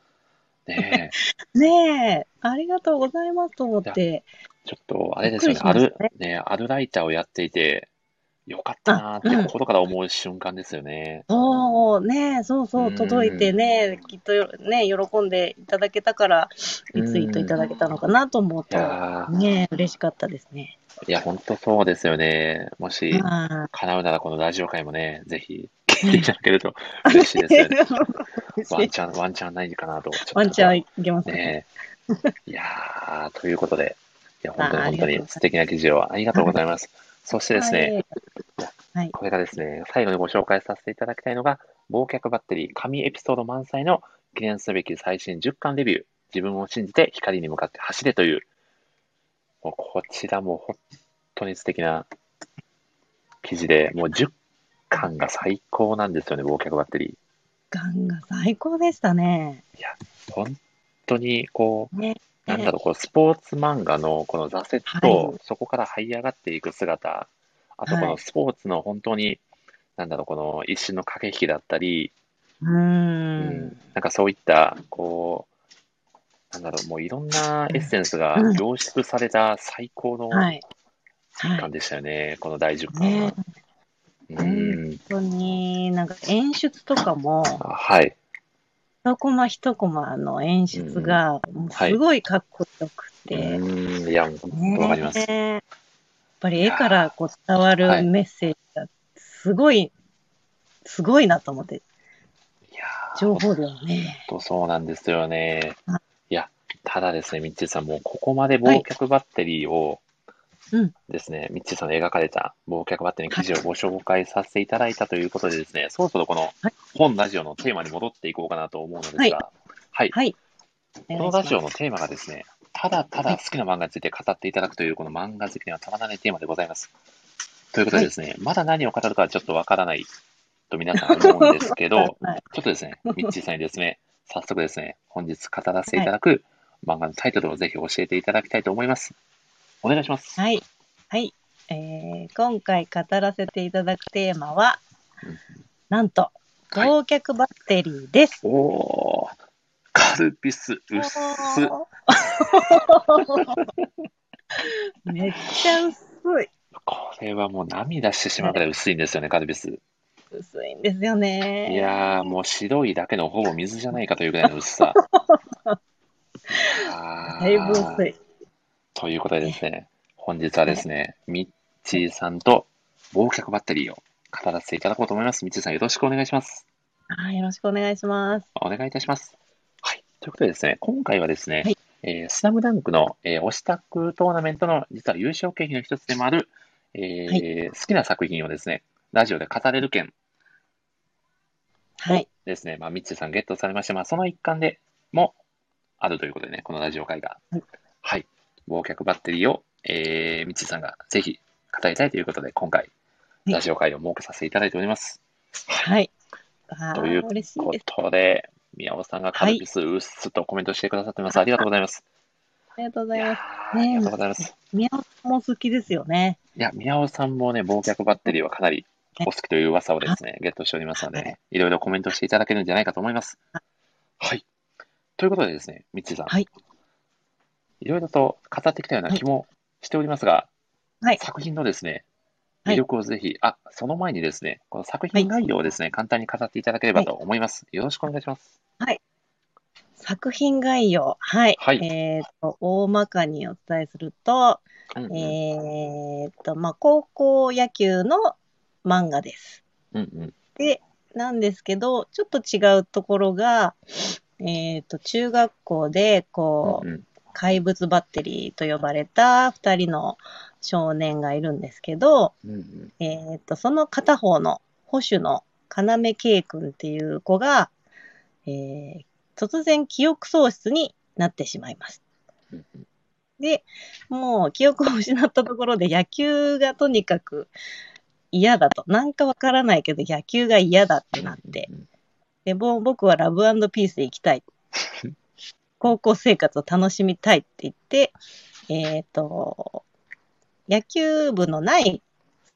S1: ねえ、
S2: ねえ、ありがとうございますと思って、
S1: ちょっと、あれですよ
S2: びっ
S1: ね。
S2: くりしましたね
S1: ある、ね、あるライターをやっていて、よかったなーって心から思う瞬間ですよね。
S2: そう、ねえ、そうそうう、
S1: ん
S2: 届いてね、きっとよね、喜んでいただけたから、リツイートいただけたのかなと思う
S1: い
S2: と、
S1: やー
S2: ねえ、嬉しかったですね。
S1: いや、本当そうですよね。もし、
S2: は
S1: 叶うならこのラジオ会もね、ぜひ聞いていただけると嬉しいですよ
S2: <laughs>
S1: ね。ワンチャン、ワンチャンないかなと。ちょっと
S2: ワンチャンいけますね。
S1: ねえ。いやー、ということで、いや、本当に
S2: あーあ
S1: 本当
S2: りがとうござい
S1: に
S2: ます
S1: 素敵な記事をありがとうございます。そしてですね、これがですね、最後にご紹介させていただきたいのが、忘却バッテリー神エピソード満載の記念すべき最新10巻レビュー、自分を信じて光に向かって走れという、もうこちらも本当に素敵な記事で、もう10巻が最高なんですよね、忘却バッテリ
S2: ガンが最高でしたね。
S1: ー。本当にこう、
S2: ね
S1: なんだろう、こうスポーツ漫画のこの挫折と、
S2: は
S1: そこから這い上がっていく姿、あと
S2: はい
S1: このスポーツの本当に、なんだろう、この一瞬の駆け引きだったり、
S2: うーん。
S1: なんかそういった、こう、なんだろう、もういろんなエッセンスが
S2: うん
S1: 凝縮された最高の
S2: はい。はい。
S1: 感でしたよね、この第10巻は
S2: ね。
S1: う
S2: うん
S1: ん、
S2: 本当に、なんか演出とかも、
S1: あはい、
S2: 一コマ一コマの演出が、もうすごいかっこよくて、
S1: うん、いや、もう本当わ
S2: ね
S1: かります。
S2: やっぱり絵からこう伝わ
S1: は
S2: る
S1: い
S2: メッセージが、すごい、すごいなと思って、
S1: いやー
S2: 情報量ね。
S1: 本当そうなんですよね
S2: は
S1: い
S2: い。
S1: や、ただですね、ミッチーさん、もうここまで
S2: はい
S1: 忘却バッテリーを
S2: うん
S1: ですね、ミッチーさんの描かれた忘却バッテリーの記事をご紹介させていただいたということでですね、そろそろこの
S2: はい
S1: 本ラジオのテーマに戻っていこうかなと思うのです
S2: はい
S1: が、はい、
S2: はい。
S1: このラジオのテーマがですね、ただただ好きな漫画について語っていただくという、この漫画好きにはたまらないテーマでございます。ということでですね、まだ何を語るかはちょっとわからないと皆さん思うんですけど、
S2: はい、
S1: ちょっとですね、ミッチーさんにですね、早速ですね、本日語らせていただく漫画のタイトルをぜひ教えていただきたいと思います。お願いします。
S2: はい。はい。えー今回語らせていただくテーマは
S1: うん、
S2: なんと、
S1: はい
S2: 忘却バッテリーです。
S1: おー、カルピス、うっす。
S2: <laughs> めっちゃ薄い。
S1: これはもう涙してしまうくらい薄いんですよね、カルピス。
S2: 薄いんですよね。
S1: いやー、もう白いだけのほぼ水じゃないかというぐらいの薄さ。あー
S2: だいぶ薄い。
S1: ということでですね、本日はですね、ミッチーさんと忘却バッテリーを語らせていただこうと思います。ミッチーさんよろしくお願いします。
S2: はい、よろしくお願いします。
S1: お願いいたします。はい。ということでですね、今回はですね、
S2: はい
S1: えースナムダンクの、えー、推したくトーナメントの実は優勝経費の一つでもある、えー
S2: は
S1: 好きな作品をですね、ラジオで語れる件
S2: はい。
S1: ですね、まあ、ミッチーさんゲットされまして、まあ、その一環でもあるということでね、このラジオ会が。
S2: はい
S1: はい。忘却バッテリーを、えー、ミッチーさんがぜひ語りたいということで、今回、
S2: い
S1: ラジオ会を設けさせていただいております。
S2: はい。あ
S1: という
S2: ー嬉しい
S1: とい
S2: で
S1: うことで、宮尾さんがカルピスうっすとコメントしてくださってます。ありがとうございます。
S2: りがとうござ
S1: い
S2: い
S1: や
S2: ます。
S1: ーあ
S2: ね
S1: りがとうございます。
S2: 宮尾さんも好きですよね。
S1: いや、宮尾さんもね、忘却バッテリーはかなりお好きという噂をですね、ゲットしておりますので、ね、いろいろコメントしていただけるんじゃないかと思います。はい。ということでですね、ミッチーさん。
S2: はい。
S1: いろいろと語ってきたような気もしておりますが、
S2: はい
S1: 作品のですね、
S2: は
S1: 魅
S2: い
S1: 力をぜひ、あ、その前にですね、この作品概要をですね、簡単に語っていただければと思います。よろしくお願いします。
S2: 作品概要。はい。
S1: はい
S2: えっ、と、大まかにお伝えすると、
S1: うんうん
S2: えっ、と、まあ、高校野球の漫画です。
S1: うんうん
S2: で、なんですけど、ちょっと違うところが、えっ、と、中学校で、こう、
S1: うんうん
S2: 怪物バッテリーと呼ばれた2人の少年がいるんですけど、
S1: うんうん
S2: えー、とその片方の保守の要圭君っていう子が、えー突然記憶喪失になってしまいます。
S1: うん
S2: でもう記憶を失ったところで野球がとにかく嫌だとなんかわからないけど野球が嫌だってなって
S1: うんうん
S2: でもう僕はラブピースで行き
S1: <laughs>
S2: たい高校生活を楽しみたいって言ってえっ、と野球部のない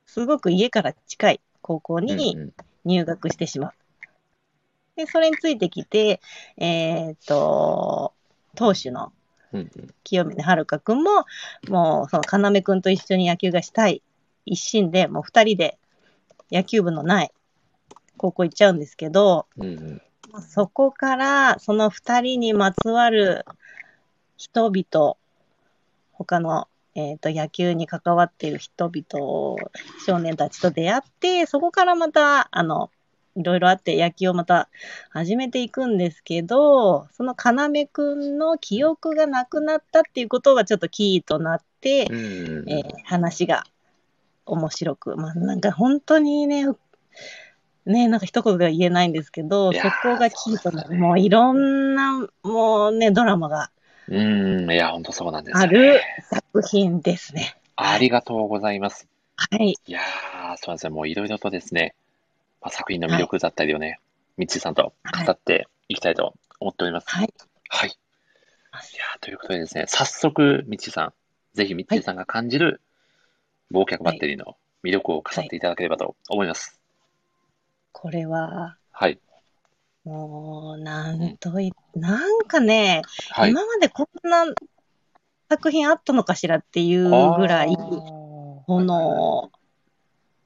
S2: すごく家から近い高校
S1: うん
S2: に
S1: うん
S2: 入学してしまう。でそれについてきてえっ、と当主の
S1: うんうん
S2: 清峰遥くんももうその要くんと一緒に野球がしたい一心でもう2人で野球部のない高校行っちゃうんですけど、
S1: うんうん
S2: まあそこからその2人にまつわる人々他の、えー、と野球に関わっている人々少年たちと出会ってそこからまたあのいろいろあって野球をまた始めていくんですけどその要くんの記憶がなくなったっていうことがちょっとキーとなって、
S1: うんうん
S2: えー話が面白く、まあ、なんか本当にね、ね、なんか一言では言えないんですけど、
S1: い
S2: そ
S1: や
S2: こ
S1: ー
S2: がキー
S1: そ
S2: とな
S1: うだ
S2: る、
S1: ね
S2: もういろんな、もうね、ドラマが
S1: うん、いや、本当そうなんです
S2: あ
S1: よ
S2: る
S1: ね。
S2: 作品ですね。
S1: ありがとうございます。
S2: はい、
S1: いやー、そうなんですよ。もういろいろとですね、まあ、作品の魅力だったりをね、みっちーさんと語っていきたいと思っております。
S2: はい。
S1: はい。いやーということでですね、早速、みっちーさん、ぜひみっちーさんが感じる、忘却バッテリーの魅力を語っていただければと思います。
S2: これは、
S1: はい。
S2: もう、なんとい、なんかね、
S1: はい。
S2: 今までこんな作品あったのかしらっていうぐらい、
S1: あー
S2: こ、の、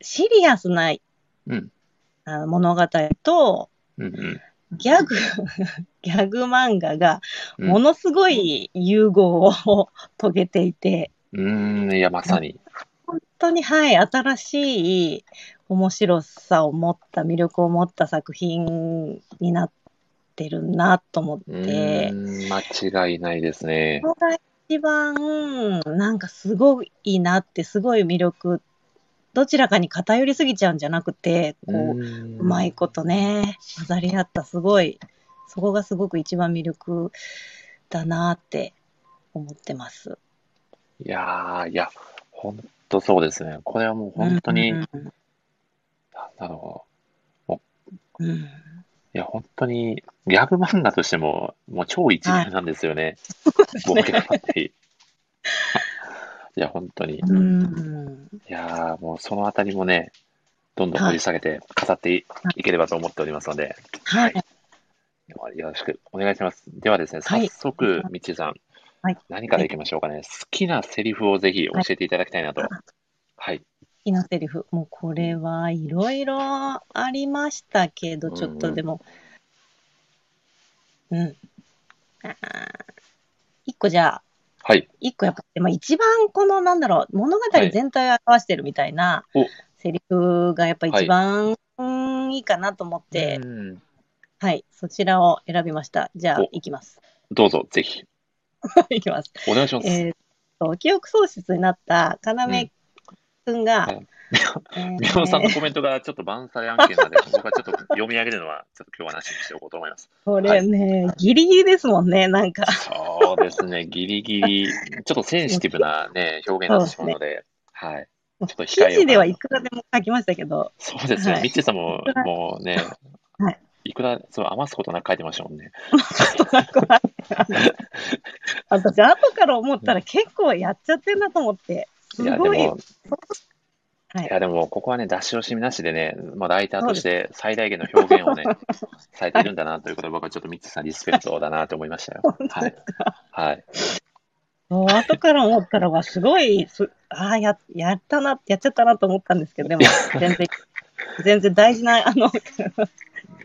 S2: シリアスな
S1: うん、
S2: あの物語と、
S1: うん、うん
S2: ギャグ、 <laughs> ギャグ漫画が
S1: うん
S2: ものすごい融合を遂げていて、。
S1: うーん、いや、まさに。
S2: 本当に、はい、新しい面白さを持った、魅力を持った作品になってるなと思っ
S1: う
S2: て、
S1: ーん、間違いないですね。
S2: これが一番、なんかすごいいいなって、すごい魅力、どちらかに偏りすぎちゃうんじゃなくて、こう、う
S1: う
S2: まいことね、混ざり合った、すごい、そこがすごく一番魅力だなって思ってます。
S1: いやー、いや、ほんとそうですね。これはもう本当に、
S2: う
S1: なん
S2: ん
S1: だろ
S2: うんうん
S1: う。いや、本当に、ギャグ漫画としても、もう超一流なんですよね。ボケがあ
S2: <laughs>
S1: っていい。いや、本当に。い
S2: うん
S1: やー、もうそのあたりもね、どんどん掘り下げて語っていいければと思っておりますので、
S2: はい。
S1: ではよろしくお願いします。ではですね、
S2: はい
S1: 早速、みっちーさん
S2: はい、
S1: 何からいきましょうかね。好きなセリフをぜひ教えていただきたいなと。
S2: はい
S1: はい。
S2: 好きなセリフ、もうこれはいろいろありましたけど、ちょっとでも、うん。あー一個じゃあ、
S1: はい。
S2: 一個やっぱ、まあ、一番このなんだろう物語全体を表してるみたいな
S1: はいお
S2: セリフがやっぱ一番、うんいいかなと思って、
S1: うん
S2: はいそちらを選びましたじゃあ
S1: お
S2: いきます <laughs>
S1: どうぞ、ぜひ、
S2: いきます
S1: お願いします。
S2: えーっと記憶喪失になった要くんが、
S1: うん
S2: えー
S1: <laughs> 宮尾さんのコメントがちょっとバンされ案件な
S2: <laughs>
S1: ので、僕はちょっと読み上げるのは、ちょっと今日はなしにしておこうと思います。
S2: これね、ギリギリですもんねなんか
S1: そうですね、ギリギリ、ちょっとセンシティブな、ね、表現になってしまうので、はい。ちょっと控えようかな
S2: 記事ではいくらでも書きましたけど <laughs>
S1: そうですね、
S2: はい
S1: ミッチーさんも、もうね
S2: はい、
S1: いくら、そう、余すことなく書いてましたもんね。
S2: ちょっとなんか
S1: <laughs>
S2: 私、後から思ったら結構やっちゃってんなと思って。す
S1: いや、で
S2: ごい。
S1: も、
S2: はい
S1: いや、でも、ここはね、出し惜しみなしでね、まあ、ライターとして最大限の表現を
S2: <laughs>
S1: ね、されているんだなということで、僕はちょっとミッチーさん、リスペクトだなと思いま
S2: <laughs>
S1: したよ。はい。はい。
S2: そう後から思ったら、わ、すごい、すああ、や、やったな、やっちゃったなと思ったんですけど、でも、全然、全然大事な、あの、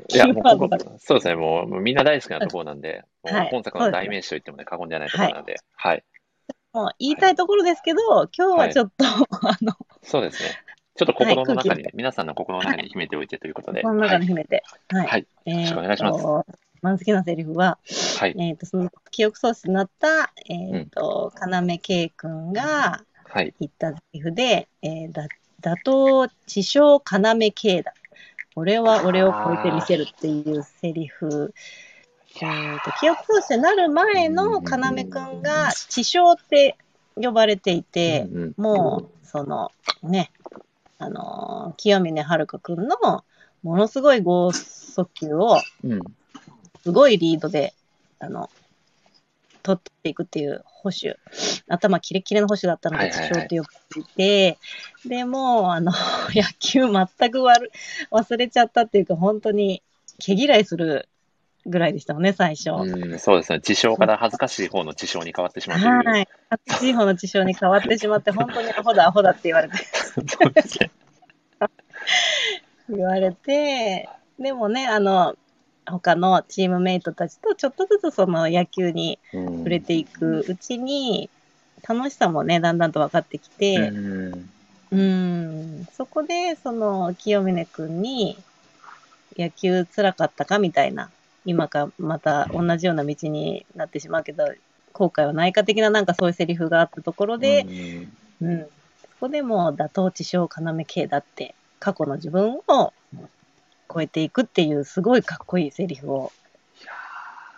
S1: いや、もうここ、そうですね、もう、もうみんな大好きなところなんで、もう
S2: はい
S1: 本作の代名詞と言ってもね、過言ではないところなんで、はい。
S2: もう言いたいところですけど、今日はちょっと、あの、
S1: そうですね。ちょっと心の
S2: はい空気
S1: 中にね、皆さんの心の中に秘めておいてということで、
S2: この中に秘めて、はい。
S1: はい
S2: え
S1: よろしくお願いします
S2: す。満好きなセリフは、
S1: はい。はい。
S2: えっ、と、その記憶喪失になった、えっ、と、要圭君が
S1: はい。
S2: 言ったセリフで、えー、だ、打倒、地小要圭だ。俺は俺を超えてみせるっていうセリフ。えー、と記憶喪失になる前の要くんが地小って呼ばれていて、
S1: うんうん
S2: もう、そのね、あのー清峰遥くんのものすごい剛速球を、
S1: うん。
S2: すごいリードで、あの、取っていくっていう保守、頭キレッキレの保守だったの
S1: はい
S2: で、
S1: はいはい
S2: 地表と呼ばれていて、でもう、あの、 <laughs> 野球全く悪忘れちゃったっていうか、本当に毛嫌いするぐらいでしたもんね、最初。
S1: うん、そうですね。自称から恥ずかしい方の自称に変わってしまうという。
S2: はい。初地方の地象に変わってしまって、本当にアホだ、アホだって言われて
S1: そうですね。
S2: <laughs> 言われて、でもね、あの、他のチームメイトたちとちょっとずつその野球に
S1: うん
S2: 触れていくうちに、楽しさもね、だんだんと分かってきて、
S1: うん
S2: うん、そこで、その、清峰くんに、野球辛かったかみたいな、今かまた同じような道になってしまうけど、後悔はないか的ななんかそういうセリフがあったところで、うん、そこでもう打倒地小要系だって過去の自分を超えていくっていうすごいかっこいいセリフを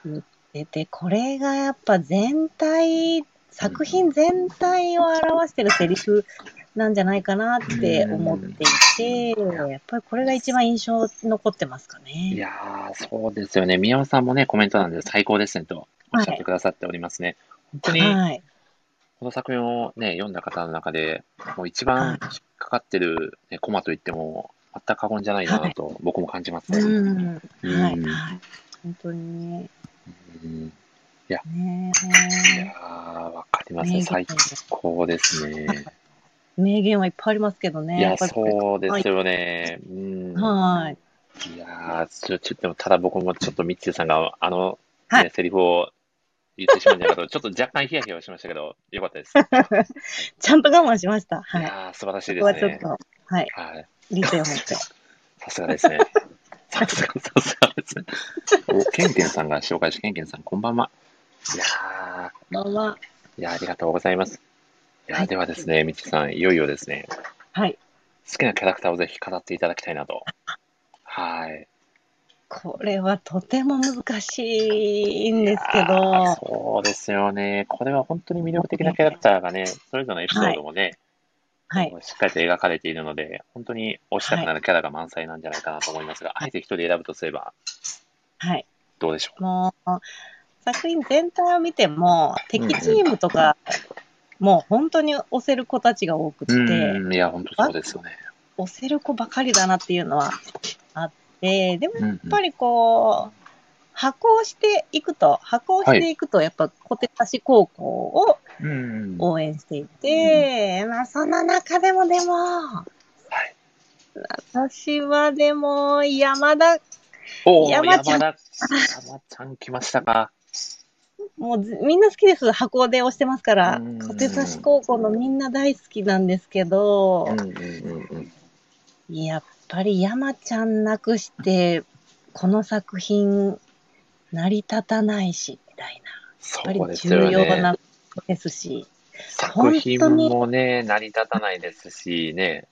S2: 言っててこれがやっぱ全体作品全体を表してるセリフなんじゃないかなって思っていてやっぱりこれが一番印象に残ってますか
S1: い
S2: ね。
S1: やー、そうですよね。宮尾さんもね、コメントなんで最高ですねとおっしゃってくださっておりますね。本当に
S2: はい、
S1: この作品をね、読んだ方の中で、もう一番引っかかってる、ね、コマといっても、全く過言じゃないなと僕も感じますね。
S2: うんは
S1: う
S2: い、
S1: ん
S2: はい、本当に
S1: うん
S2: ね
S1: いや
S2: ね
S1: ー、わかりますね。最高ですね。
S2: 名言はいっぱいありますけどね。
S1: い
S2: や
S1: や、
S2: っぱり
S1: そうですよね。うん。
S2: はい。
S1: いやー、ちょ、ちょっと、ただ僕もちょっとミッチーさんが、あの、ね、
S2: はい
S1: セリフを言ってしまうんじゃないか <laughs> と、ちょっと若干ヒヤヒヤしましたけど、よかったです。い
S2: ちゃんと我慢しました。はい。
S1: やー、素晴らしい
S2: こ
S1: で
S2: こは
S1: す
S2: ちょっ
S1: ね。
S2: と、はい。
S1: はい。
S2: 理性を持
S1: <laughs>
S2: って。
S1: さすがです
S2: <laughs>
S1: ね。さすが、さすがですね。お、ケンケンさんが紹介し、ケンケンさん、こんばんは。いやー、
S2: まあまあ、
S1: いやーありがとうございます。いやー、
S2: はい
S1: ではですね、ミッチーさん、いよいよですね、
S2: はい。
S1: 好きなキャラクターをぜひ語っていただきたいなと。はい。
S2: これはとても難しいんですけ
S1: いやー
S2: ど、
S1: そうですよね。これは本当に魅力的なキャラクターがね、それぞれのエピソードもね、
S2: はい。
S1: しっかりと描かれているので、本当に推したくなるキャラが満載なんじゃないかなと思いますが、あえて一人選ぶとすれば
S2: はい。
S1: どうでしょ
S2: もう、作品全体を見ても、敵チームとか、もう本当に押せる子たちが多く
S1: う。
S2: て、
S1: うん、いや、本当そうですよね。
S2: 押せる子ばかりだなっていうのはあって、でも
S1: やっ
S2: やっぱりこう、箱をしていくと、箱をしていくと、やっぱ小手橋高校を
S1: り、うん、
S2: 応援していて、まあその中でもでも、私はでも山田、
S1: おー山田、
S2: 山ちゃん
S1: 山ちゃん来ましたか。
S2: もうずみんな好きです。箱で押してますから
S1: うん、
S2: 小手差し高校のみんな大好きなんですけど、
S1: うんうんうんうん。
S2: やっぱり山ちゃんなくして、この作品成り立たないし、みたいな。
S1: そ
S2: やっぱ
S1: う
S2: り
S1: です
S2: 重
S1: よ
S2: 要
S1: ね
S2: な。ですし、
S1: 作品もね、成り立たないですしね、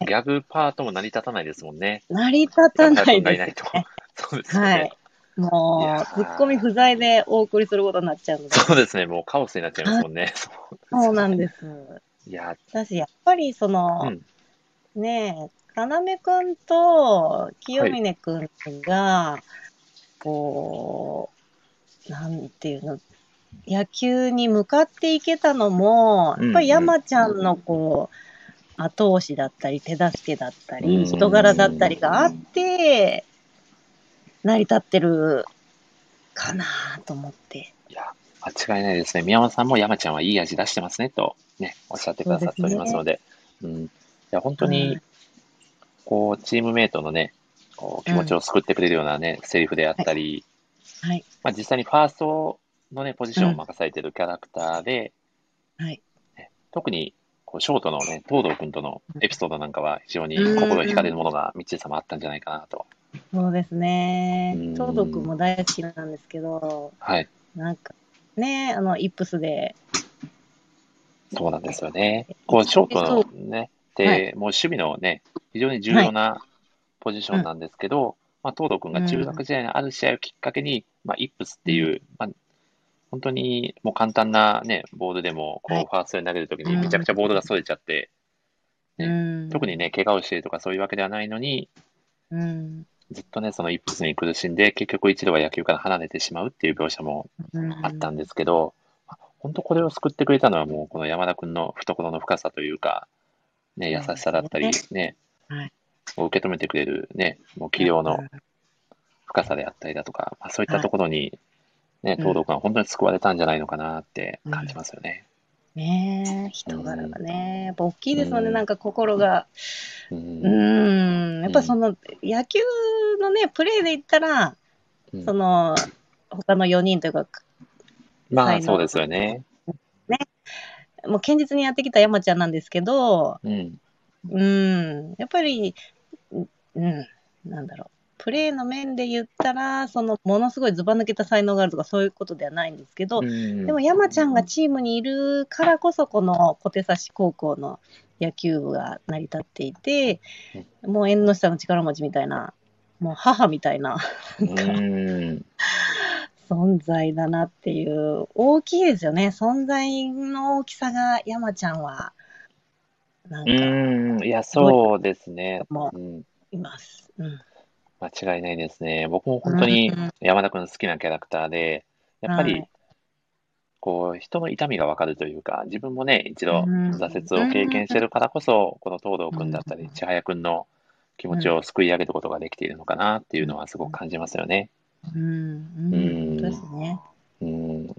S1: ギャグパートも成り立たないですもんね。
S2: 成り立たない
S1: がい
S2: で <laughs>
S1: ないと
S2: すね。。
S1: そうですよね。
S2: はい。も
S1: いや
S2: う、
S1: ー
S2: ツッコミ不在でお送りすることになっちゃうので。
S1: そうですね、もうカオスになっちゃいますもんね。
S2: そうなん
S1: で
S2: です。
S1: す。いや、
S2: だし、やっぱりその、
S1: うん、
S2: ねえ、かなめくんと清峰くんが、こう、なんていうの、野球に向かっていけたのも、やっぱり山ちゃんのこう、後押しだったり、手助けだった
S1: う
S2: り、
S1: ん
S2: 人柄だったりがあって、成り立ってるかなと思って。
S1: いや、間違いないですね。宮本さんも山ちゃんはいい味出してますねと、ね、おっしゃってくださっておりますので、うん。いや、本当
S2: う
S1: に
S2: ん、
S1: こう、チームメイトのね、こう気持ちを救ってくれるようなね、セリフであったり、
S2: はい。
S1: まあ、実際にファーストのね、ポジションを任されてるキャラクターで、
S2: はい。
S1: 特に、こう、ショートのね、東堂くんとのエピソードなんかは非常に心惹かれるものが、道枝様あったんじゃないかなと。
S2: そうですね
S1: うん。
S2: 東堂君も大好きなんですけど、
S1: はい。
S2: なんか、ね、あの、イップスで、
S1: そうなんですよね。こう、ショートのね、
S2: は
S1: で、もう守備のね、非常に重要なポジションなんですけど、まあ、東堂君が中学時代のある試合をきっかけに、まあ、イップスっていう、まあ、本当にもう簡単なね、ボールでも、こ
S2: は
S1: う、
S2: い
S1: ファーストに投げるときにめちゃくちゃボールが逸れちゃって、ね
S2: うん。
S1: 特にね、怪我をしてるとかそういうわけではないのに、
S2: うん。
S1: ずっとね、そのイップスに苦しんで、結局一度は野球から離れてしまうっていう描写も
S2: うん。
S1: あったんですけど、本当これを救ってくれたのはもうこの山田君の懐の深さというか、ね、優しさだったり、ね、
S2: はい
S1: を受け止めてくれるね、もう器量の深さであったりだとか、まあ、そういったところに、ね、
S2: うん
S1: 東堂君は本当に救われたんじゃないのかなって感じますよね。
S2: ねえ、人柄がね、やっぱ大きいですよ
S1: う
S2: ね、
S1: ん
S2: なんか心が。
S1: うん
S2: うーん、やっぱその野球のね、プレーで言ったら、
S1: うん
S2: その、他の4人というか、
S1: ま
S2: 才
S1: あ
S2: 能
S1: そうですよね。
S2: もう堅実にやってきた山ちゃんなんですけど、
S1: うん。
S2: うーん、やっぱり、うんうん、なんだろう。プレーの面で言ったら、その、ものすごいずば抜けた才能があるとか、そういうことではないんですけど、で
S1: で
S2: も山ちゃんがチームにいるからこそこの小手差し高校の野球部が成り立っていて、もう縁の下の力持ちみたいな、もう母みたいな <laughs>
S1: うん。
S2: 存在だなっていう、大きいですよね。存在の大きさが山ちゃんは、なん
S1: う
S2: か、
S1: ん。いや、そうですね。
S2: も
S1: うん
S2: います。うん。
S1: 間違いないですね。僕も本当に
S2: うん
S1: 山田君好きなキャラクターで、やっぱ
S2: は
S1: り
S2: い、
S1: こう、人の痛みがわかるというか、自分もね、一度
S2: うん
S1: 挫折を経験してるからこそ、この東堂君だった
S2: う
S1: り
S2: ん、
S1: 千早君の気持ちをすくい上げることができているのかなっていうのはすごく感じますよね。
S2: うん。うん。
S1: うん
S2: そうですね。
S1: うん。ま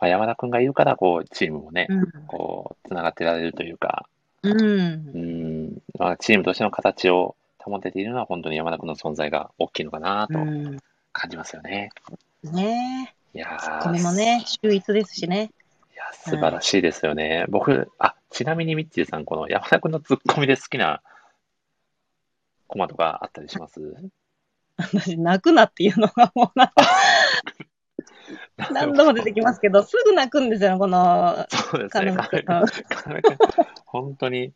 S1: あ、山田君がいるから、こう、チームもね、
S2: うん。
S1: こう、つながってられるというか、
S2: うん
S1: う。ん。まあ、チームとしての形を保てているのは、本当に山田君の存在が大きいのかなと
S2: うん。
S1: 感じますよね。
S2: ね
S1: いや
S2: え。ツッ
S1: ー
S2: コミもね、秀逸ですしね。
S1: いや、素晴らしいですよね。僕、あ、ちなみにミッチーさん、この山田君のツッコミで好きなコマとかあったりします。
S2: 私、泣くなっていうのがもうなんか何度も出てきますすけど、すぐ泣くんですよ、この、
S1: そう <laughs> です
S2: 彼
S1: ね。
S2: 女
S1: 彼
S2: さん。
S1: 女君本当に、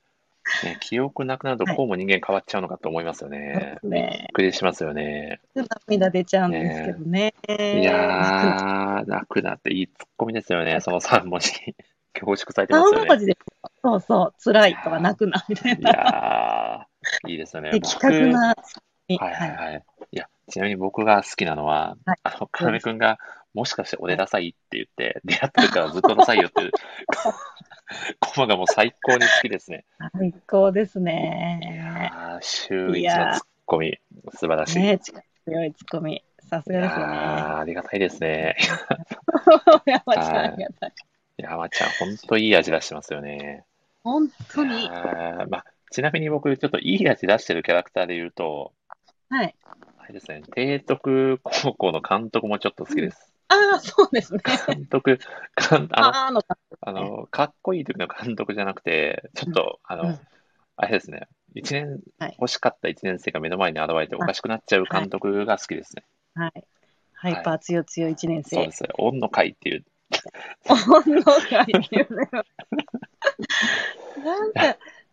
S1: ね、記憶なくなると、こうも人間変わっちゃうのかと思いますよね。
S2: そうですね
S1: びっくりしますよね。
S2: すぐ涙出ちゃうんですけどね。
S1: いやー、なくなっていいツッコミですよね。その3文字 <laughs> に凝縮されてま
S2: 三
S1: すよ
S2: 文
S1: ね。
S2: 字です。そうそう、辛いとか泣くな、みたい
S1: い
S2: な。
S1: やー、いいですよね。
S2: 的確
S1: 僕
S2: な。
S1: はいはい
S2: はい
S1: はい。いや、ちなみに僕が好きなのは、
S2: はい
S1: あの、かなめくんが、もしかして俺ダサいって言って、出会ってるからずっとダサいよっていう、 <laughs> コマがもう最高に好きですね。
S2: 最高です
S1: い
S2: ね。
S1: やー、週
S2: い
S1: 一
S2: や
S1: の
S2: ー
S1: ツッコミ、素晴らしい。
S2: ね力強いツッコミ。さす
S1: い
S2: が
S1: や
S2: ですよね。
S1: ー、ありがたいですね。
S2: 山ちゃん、ありがたい。
S1: 山ちゃん、ほんといい味出してますよね。
S2: 本
S1: い
S2: 当に。
S1: やーまあ、ちなみに僕、ちょっといい味出してるキャラクターで言うと、
S2: はい。
S1: あれですね、提督高校の監督もちょっと好きです。
S2: ああ、そうですね。
S1: 監督、かんあの、
S2: ああの、
S1: あの、かっこいい時の監督じゃなくて、ちょっと、あ
S2: う
S1: の
S2: ん、
S1: あれですね、一年
S2: はい、
S1: 欲しかった一年生が目の前に現れておかしくなっちゃう監督が好きですね。
S2: はい。ハイパー強強一年
S1: そう
S2: 生
S1: で。す。オンの会っていう。
S2: 本能がいるよね。なんか、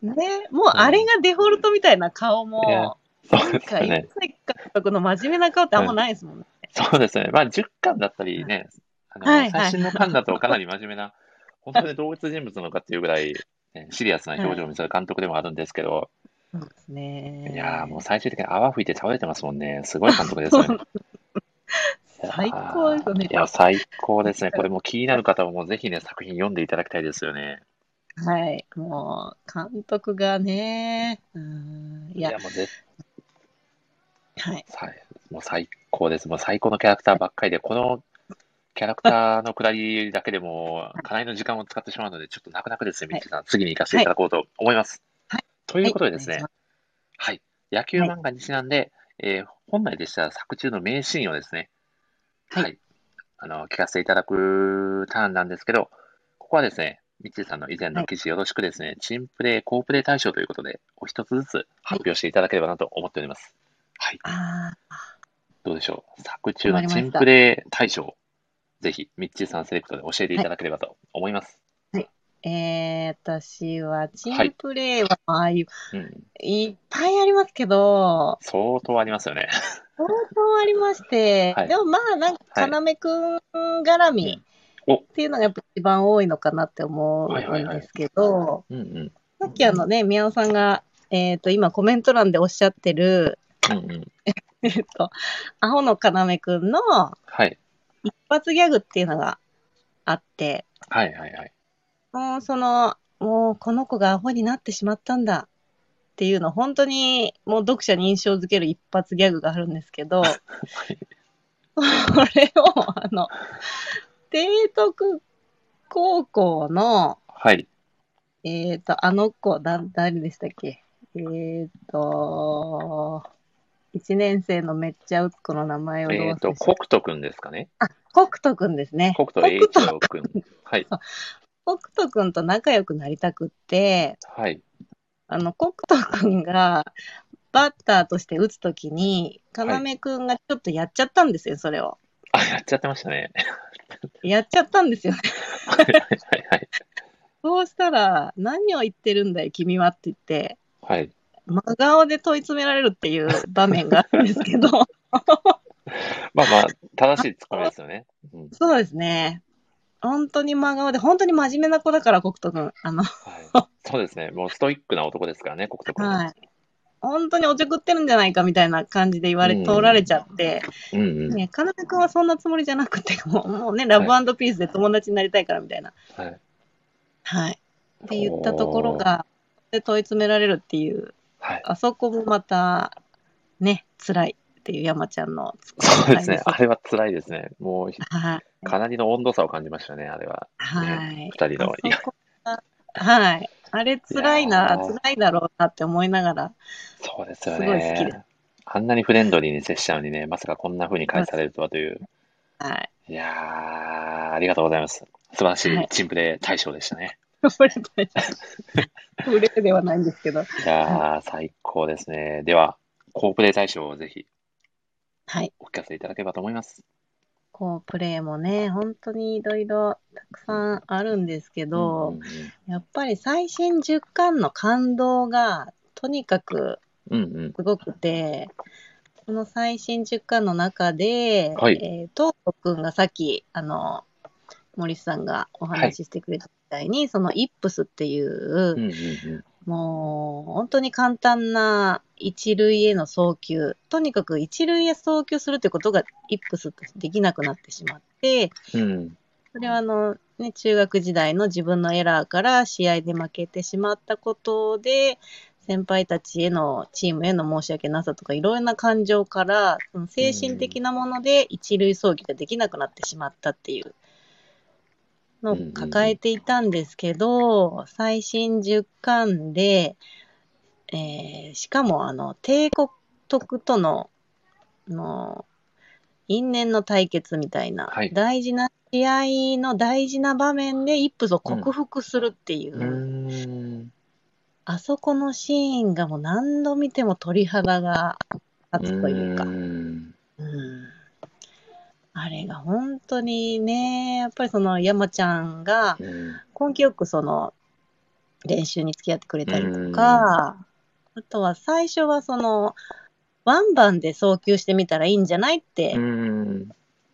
S2: ね、もうあれがデフォルトみたいな顔
S1: いや
S2: も、
S1: そうです
S2: なんか、一
S1: ね。
S2: 切監督の真面目な顔ってあんまないですもんね。
S1: そうですね。まあ、10巻だったりね、あの、
S2: はいはい
S1: 最新の巻だとかなり真面目な、本当に同一人物なのかっていうぐらい、ねシリアスな表情を見せる監督でもあるんですけど、
S2: そうですね。
S1: い
S2: <laughs>
S1: やーもう最終的に泡吹いて倒れてますもんね。すごい監督ですよね。
S2: 最高ですよね
S1: いや、最高です
S2: <laughs>
S1: ね。これもう気になる方はもうぜひね、作品読んでいただきたいですよね。
S2: はい、もう、監督がね、うん、い
S1: い
S2: や、
S1: や、もう絶
S2: はい、
S1: 対、もう最高です。もう最高のキャラクターばっかりで、このキャラクターのくだりだけで
S2: <laughs>
S1: も、かなりの時間を使ってしまうので、ちょっと泣く泣くですね、
S2: は
S1: ミ
S2: い
S1: ッチーさん。次に行かせていただこうと思います。
S2: はい
S1: ということでですね、
S2: はい
S1: はい。野球漫画にちなんで、えー本来でしたら作中の名シーンをですね、
S2: はい
S1: あの、聞かせていただくターンなんですけど、ここはですね、ミッチーさんの以前の記事よろしくですね、チンプレイ、コープレイ対象ということで、お一つずつ発表していただければなと思っております。はい。
S2: ああ、
S1: どうでしょう作中の
S2: わかりま
S1: チ
S2: した
S1: ンプレイ対象、ぜひ、ミッチーさんセレクトで教えていただければと思います。
S2: えー、私は、チ
S1: は
S2: ー
S1: い
S2: ムプレーは、ああいう、
S1: うん。
S2: いっぱいありますけど、
S1: 相当ありますよね。
S2: 相当ありまして、
S1: はい
S2: でもまあ、なんか、
S1: はい
S2: 要くん絡み
S1: うんお
S2: っていうのがやっぱ一番多いのかなって思うん
S1: はいはいはい
S2: ですけど、
S1: うんうん。
S2: さっきあのね、宮尾さんが、えっと、今コメント欄でおっしゃってる、
S1: うんうん。
S2: えっと、アホの要くんの
S1: はい。
S2: 一発ギャグっていうのがあって、
S1: はいはいはい。
S2: もうその、もうこの子がアホになってしまったんだっていうの、本当にもう読者に印象づける一発ギャグがあるんですけど、
S1: はい
S2: これを、あの、提督高校の、
S1: はい。
S2: えっ、と、あの子、だ、誰でしたっけえっ、と、一年生のめっちゃうっ子の名前をどう
S1: えっ、
S2: す
S1: と、
S2: る
S1: コクトくんですかね。
S2: コクトくんですね。
S1: コクト
S2: 北
S1: 栄一郎くん。はい。
S2: コクトくんと仲良くなりたくって、
S1: はい。
S2: あの、コクトくんがバッターとして打つときに、要
S1: は
S2: くんがちょっとやっちゃったんですよ、それを。
S1: あ、やっちゃってましたね。
S2: やっちゃったんですよね。 <laughs>
S1: はいはいはい。
S2: そうしたら、何を言ってるんだよ、君はって言って、
S1: はい。
S2: 真顔で問い詰められるっていう <laughs> 場面があるんです
S1: <laughs>
S2: けど、
S1: まあまあ、正しいツッコミですよね。うん。
S2: そうですね。本当に真顔で、本当に真面目な子だから、国斗くん。あ
S1: <laughs>
S2: の、
S1: はい、そうですね。もうストイックな男ですからね、コクトくんは。
S2: はい。本当におちょくってるんじゃないかみたいな感じで言われ、
S1: うん
S2: 通られちゃって、
S1: うんうん。
S2: ね、かなめくんはそんなつもりじゃなくて、もうもうね、ラブピースで友達になりたいからみたいな。
S1: はい。
S2: はい。って言ったところが、で問い詰められるっていう、
S1: はい。
S2: あそこもまた、ね、辛いっていう山ちゃんのツッ
S1: そう
S2: コミ
S1: ですね。あれは辛いですね。もう、
S2: はい。
S1: かなりの温度差を感じましたね、あれは。
S2: は
S1: 二
S2: い。
S1: 人の。い
S2: あ
S1: や
S2: そこがはい。あれ辛いな、
S1: いやー
S2: 辛いだろうなって思いながら、 <laughs>
S1: そうですよ
S2: すごい好きで
S1: ね。あんなにフレンドリーに接したのにね、まさかこんな風に返されるとはという。
S2: は
S1: い
S2: い。
S1: やー、ありがとうございます。素晴らし
S2: はいい
S1: チンプレー大賞でしたね。
S2: プレゼントプレゼではないんですけど。
S1: いやー、最高ですね。では、コープレイ大賞をぜひ
S2: はい。
S1: お聞かせいただければと思います。
S2: こう、プレーもね、本当にいろいろたくさんあるんですけ
S1: う
S2: ど、
S1: ん
S2: やっぱり最新10巻の感動が、とにかく
S1: うんうん。うんうん
S2: すごくて、この最新10巻の中で、
S1: はい
S2: えー、東子くんがさっき、あの、森さんがお話ししてくれたみたいに、そのイップスっていう、
S1: うんうん
S2: もう本当に簡単な一塁への送球、とにかく一塁へ送球するということがイップスとできなくなってしまって、
S1: うん
S2: それはあの、ね、中学時代の自分のエラーから試合で負けてしまったことで、先輩たちへの、チームへの申し訳なさとか、いろんな感情から、その精神的なもので一塁送球ができなくなってしまったっていうのを抱えていたんですけど、最新10巻で、えーしかもあの、帝国徳との、あの因縁の対決みたいな、
S1: はい
S2: 大事な試合の大事な場面でイップスを克服するっていう、
S1: うんうん
S2: あそこのシーンがもう何度見ても鳥肌が立つというか、
S1: ん
S2: うんあれが本当にね、やっぱりその山ちゃんが
S1: うん
S2: 根気よくその練習に付き合ってくれたりとか、あとは最初はそのワンバンで送球してみたらいいんじゃないって
S1: うん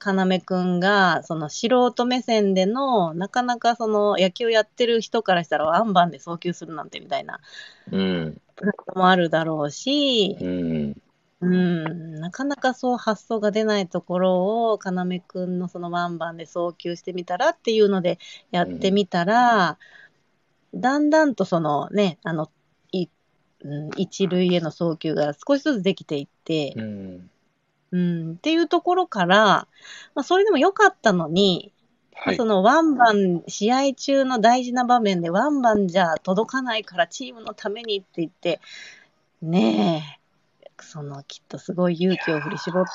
S2: 要くんが、その素人目線での、なかなかその野球やってる人からしたら、ワンバンで送球するなんてみたいな
S1: うん
S2: のもあるだろうし、
S1: うん
S2: うん、なかなかそう発想が出ないところを、要くんのそのワンバンで送球してみたらっていうのでやってみたら、だんだんとそのね、あの、い、うん、一塁への送球が少しずつできていって、
S1: うん。
S2: うん、っていうところから、まあ、それでも良かったのに、
S1: はい
S2: そ。のワンバン、試合中の大事な場面でワンバンじゃ届かないからチームのためにって言って、ねえ、そのきっとすごい勇気を振り絞っ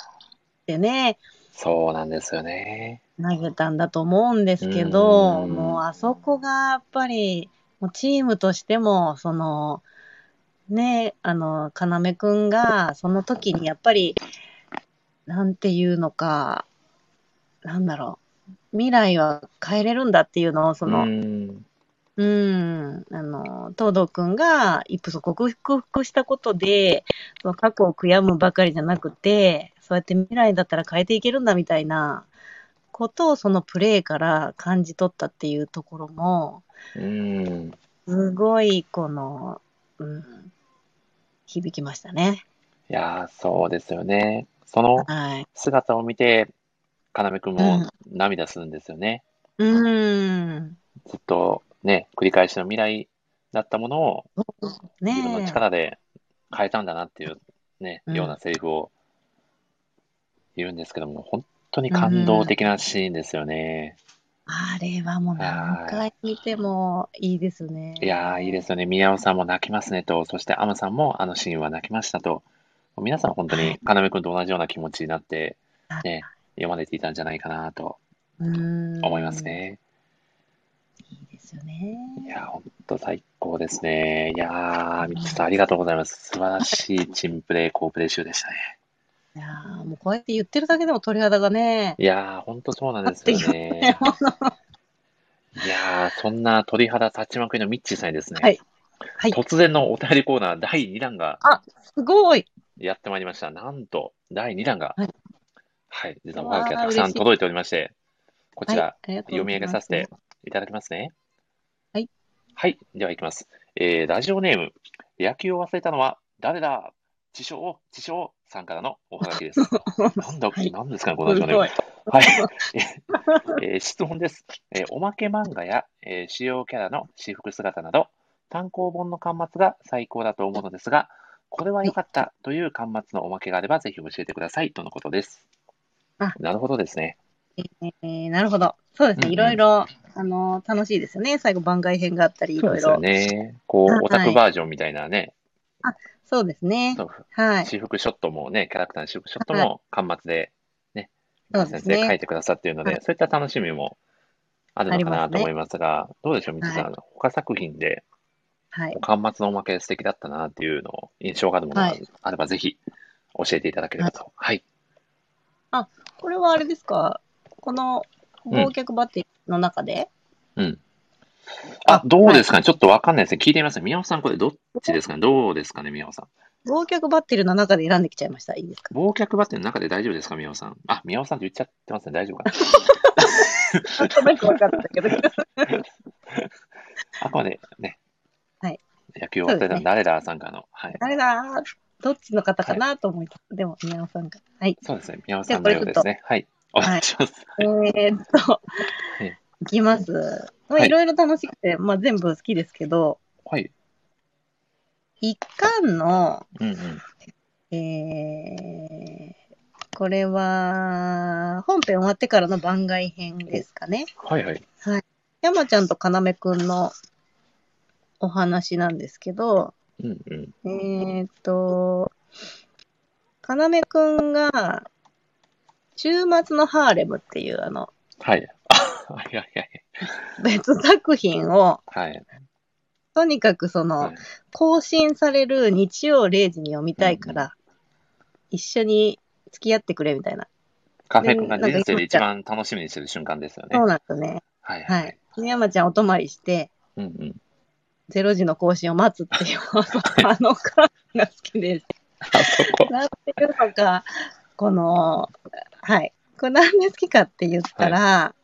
S2: てね、
S1: そうなんですよね。
S2: 投げたんだと思うんですけど、
S1: うん
S2: もうあそこがやっぱり、もうチームとしても、その、ねえ、あの、要くんが、その時にやっぱり、なんていうのか、なんだろう、未来は変えれるんだっていうのを、その、
S1: うん。
S2: うん、あの、東堂くんが一夫そ克服したことで、その過去を悔やむばかりじゃなくて、そうやって未来だったら変えていけるんだみたいなことをそのプレーから感じ取ったっていうところも、
S1: うん。
S2: すごいこの、うん、響きましたね。
S1: いやー、そうですよね。その
S2: はい。
S1: 姿を見て、要くん
S2: う
S1: も
S2: ん
S1: 涙するんですよね。
S2: うん。
S1: ずっとね、繰り返しの未来だったものを
S2: ね
S1: 自分の力で変えたんだなっていうね、
S2: うん
S1: ようなセリフを言うんですけども、本当に感動的なシーンですよね。
S2: あれはもう何回見てもいいですね。
S1: いやー、いいですよね。宮尾さんも泣きますねと、そしてアムさんもあのシーンは泣きましたと、もう皆さん本当に要くんと同じような気持ちになって、ね、読まれていたんじゃないかなと
S2: うん。
S1: 思います。ね。
S2: いいですよね。
S1: いやー、本当最高ですね。いやー、ミッチさんありがとうございます。素晴らしいチームプレー、好プレー集でしたね。
S2: いやーもうこうやって言ってるだけでも鳥肌がね、
S1: いやー、ほんとそうなんですよ
S2: <laughs>
S1: ね。いやー、そんな鳥肌立ちまくりのミッチーさんにですね、
S2: はいはい
S1: 突然のお便りコーナー第2弾が
S2: すごい
S1: やってまいりました。なんと、第2弾が、
S2: はい
S1: はい、実はお
S2: わー
S1: はがきがたくさん届いておりまして、こちら、
S2: はい、
S1: 読み上げさせていただきますね。
S2: はい。
S1: はい、では行きます。えー、ラジオネーム、野球を忘れたのは誰だ自称、自称さんからのおはが
S2: <laughs>
S1: きです。なんだ、
S2: はい
S1: なんですかね、こ
S2: あ
S1: のラジ
S2: りが
S1: オ
S2: と
S1: ネー
S2: う
S1: ム
S2: ございます。
S1: はい。 <laughs> えー質問です。えーおまけ漫画や、えー主要キャラの私服姿など、単行本の巻末が最高だと思うのですが、これは良かったという巻末のおまけがあれば、ぜひ教えてくださいとのことです
S2: あ。
S1: なるほどですね。
S2: すごい。えー、なるほど。そうです
S1: うんう
S2: ね。
S1: ん
S2: いろいろ、あのー楽しいですよね。最後番外編があったり、い
S1: そう
S2: ろ
S1: で
S2: い
S1: すよ
S2: ろ。
S1: ね。こ、
S2: はいう
S1: オタクバージョンみたいなね、
S2: そうですね。
S1: そう
S2: はい。
S1: 私服ショットもね、キャラクターの私服ショットも巻末で、ね、
S2: そうで
S1: 先
S2: すね
S1: 生書いてくださっているの
S2: は
S1: で、そういった楽しみもあるのかなと思いますが、どうでしょう、みちさん。他作品で、
S2: はい。
S1: 巻末のおまけ素敵だったなっていうのを印象があるものが
S2: はい
S1: あれば、ぜひ教えていただければと。はい。
S2: これはあれですかこの、忘却バッテリーの中で、
S1: うん。
S2: あ
S1: あ、どうですかね、ちょっとわかんないですね。聞いてみますね。宮尾さん、これどっちですかねどうですかね宮尾さ
S2: 忘却バッテリーの中で選んできちゃいました。いいです
S1: <laughs>
S2: か
S1: ん。忘却バッテンの中で大丈夫ですか宮尾さん。あ、宮尾さんって言っちゃってますね。大丈夫か
S2: <laughs>
S1: な
S2: なんとなく分かったけど。 <laughs>
S1: あくまでね。
S2: はい。
S1: 野球をやってた誰ださんからの。はい。
S2: 誰だどっちの方かなと思いつつ、でも、宮尾さんが。はい。
S1: そうですね。宮尾さんのようですね。はい。お願いします。
S2: えーっと
S1: い、
S2: いきます。ま
S1: は
S2: あ、
S1: い
S2: いろいろ楽しくて、まあ、全部好きですけど、
S1: はい。
S2: 一巻の、
S1: うんうん。
S2: えー、これは、本編終わってからの番外編ですかね。
S1: はいはい。
S2: 山ちゃんと要くんのお話なんですけど、
S1: うんうん。
S2: えーっと、要くんが、週末のハーレムっていう、あの、 <laughs>
S1: はい。あ、はいはいはい。
S2: 別作品を、
S1: はい。
S2: とにかくその、
S1: はい
S2: 更新される日曜0時に読みたいから、
S1: う
S2: 一緒に付き合ってくれみたいな。
S1: カフェ君が
S2: でなんか
S1: 人生で一番楽しみにしてる瞬間ですよね
S2: そ。うなんですね。
S1: はいは
S2: はいい。。で山ちゃんお泊まりして、
S1: うんうん。
S2: 0時の更新を待つっていう、あの感じが好きです。
S1: あそこ。
S2: なんていうのか、この、はい。これなんで好きかって言ったら、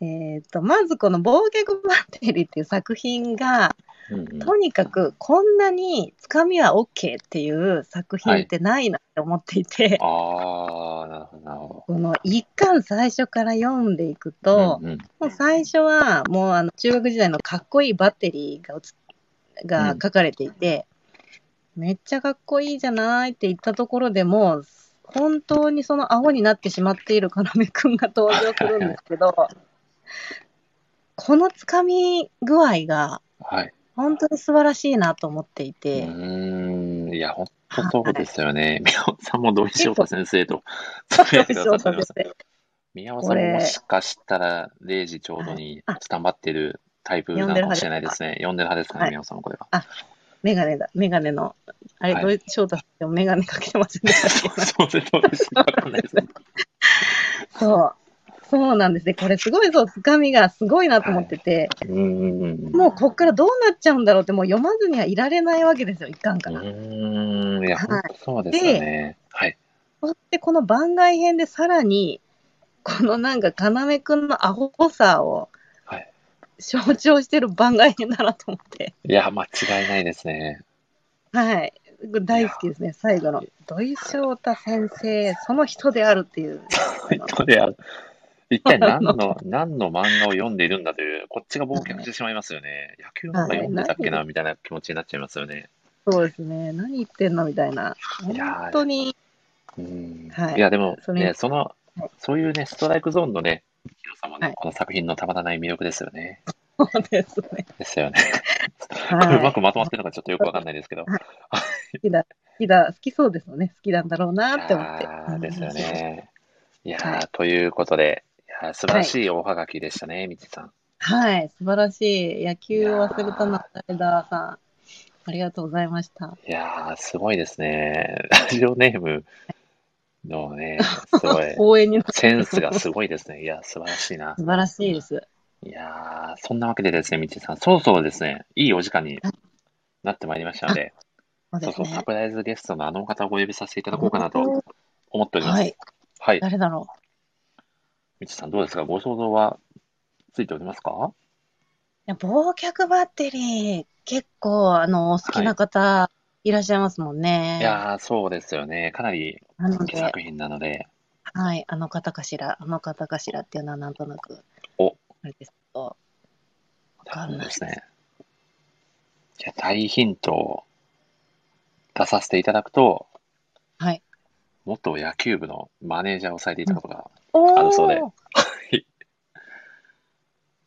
S2: えっ、と、まずこの「忘却バッテリー」っていう作品が、
S1: うんうん
S2: とにかくこんなにつかみは OK っていう作品ってないなって思っていて、
S1: ああ、なるほど、なるほ
S2: この一巻最初から読んでいく
S1: ど。
S2: と、
S1: うんうん
S2: もう最初はもうあの中学時代のかっこいいバッテリーがうつが書かれていて、めっちゃかっこいいじゃないって言ったところでもう本当にその青になってしまっている要くんが登場するんで
S1: <laughs>
S2: すけどこのつかみ具合が
S1: はい。
S2: 本当に素晴らしいなと思っていうて、
S1: ーん、いや、本当そうですよね。宮尾さんも土井翔太先生と、
S2: <laughs> そう
S1: つぶやいてくださっております <laughs> 宮尾さんも
S2: これ
S1: もしかしたら0時ちょうどに
S2: はいあ
S1: スタンバってるタイプなのかもしれないですね。読んでる派ですか
S2: は
S1: ね、
S2: い
S1: 宮尾さんもこれは。
S2: メガネだ、メガネの、あれ、
S1: はい
S2: どういう翔太さんってメガネかけてませんでしたっけ
S1: そうです、そうです。わかん
S2: <laughs>
S1: ないですね。
S2: そう。そうなんですね。これすごいそう、つかみがすごいなと思ってて、
S1: うんうんうんうん。
S2: もうこっからどうなっちゃうんだろうって、もう読まずにはいられないわけですよ、一巻か
S1: う
S2: ら。
S1: ーん、いや、
S2: はい
S1: 本当そうですよね。はい。
S2: そしてこの番外編でさらに、このなんか、要くんのアホさを
S1: はい
S2: 象徴してる番外編だなと思って、
S1: いや、間違いないですね。
S2: はい。大好きですね、最後の。土井翔太先生、その人であるっ
S1: <laughs>
S2: ていう。
S1: これは一体何の、何の漫画を読んでいるんだという、こっちが冒険してしまいますよね。野球漫画読んでたっけな、みたいな気持ちになっちゃいますよね。
S2: そうですね。何言ってんのみたいな。
S1: いやー
S2: 本当に。
S1: うん
S2: はい
S1: いや、でも
S2: それ
S1: ね、その、そういうね、ストライクゾーンのね、広さも
S2: は
S1: ね
S2: い、
S1: この作品のたまらない魅力ですよね。
S2: そうですね。
S1: ですよね。こ
S2: は
S1: れ
S2: い。
S1: <laughs> うまく
S2: 好
S1: まとまってるのかちょっとよくわかんないですけど。
S2: きだ、好きだ、好きそうですよね。好きなんだろうなって思っ
S1: い
S2: て
S1: や。ーですよ
S2: うん。
S1: ね。いや
S2: は
S1: ーということで、いやー素晴らしいおはがきでしたね、みちさん。
S2: はい。素晴らしい。野球を忘れたな、ライダーさん。ありがとうございました。
S1: いやーすごいですね。ラジオネームのね、すご
S2: <laughs>
S1: い、
S2: 応援になって
S1: センスがすごいですね。いやー素晴らしいな。
S2: 素晴らしいです。
S1: いやーそんなわけでですね、みちさん、そろそろですね、いいお時間になってまいりましたので、
S2: そ
S1: そ
S2: うで
S1: う
S2: す
S1: そう、サ
S2: ね。
S1: プライズゲストのあのお方をお呼びさせていただこうかなと思っております。
S2: は
S1: はい
S2: い。。誰だろう。
S1: みちさん、どうですかご想像はついておりますか
S2: いや、忘却バッテリー、結構、あの、お好きな方、いらっしゃいますもんね。
S1: いやーそうですよね。かなり
S2: なの
S1: 人気
S2: で、
S1: 作品なので、
S2: はい、あの方かしら、あの方かしらっていうのはなんとなく、
S1: お
S2: あれですけど、わか
S1: そ
S2: ん
S1: う
S2: ない
S1: で。すね。じゃあ、大ヒントを出させていただくと、
S2: はい。
S1: 元野球部のマネージャーをされていたことが、
S2: お
S1: あのそうでい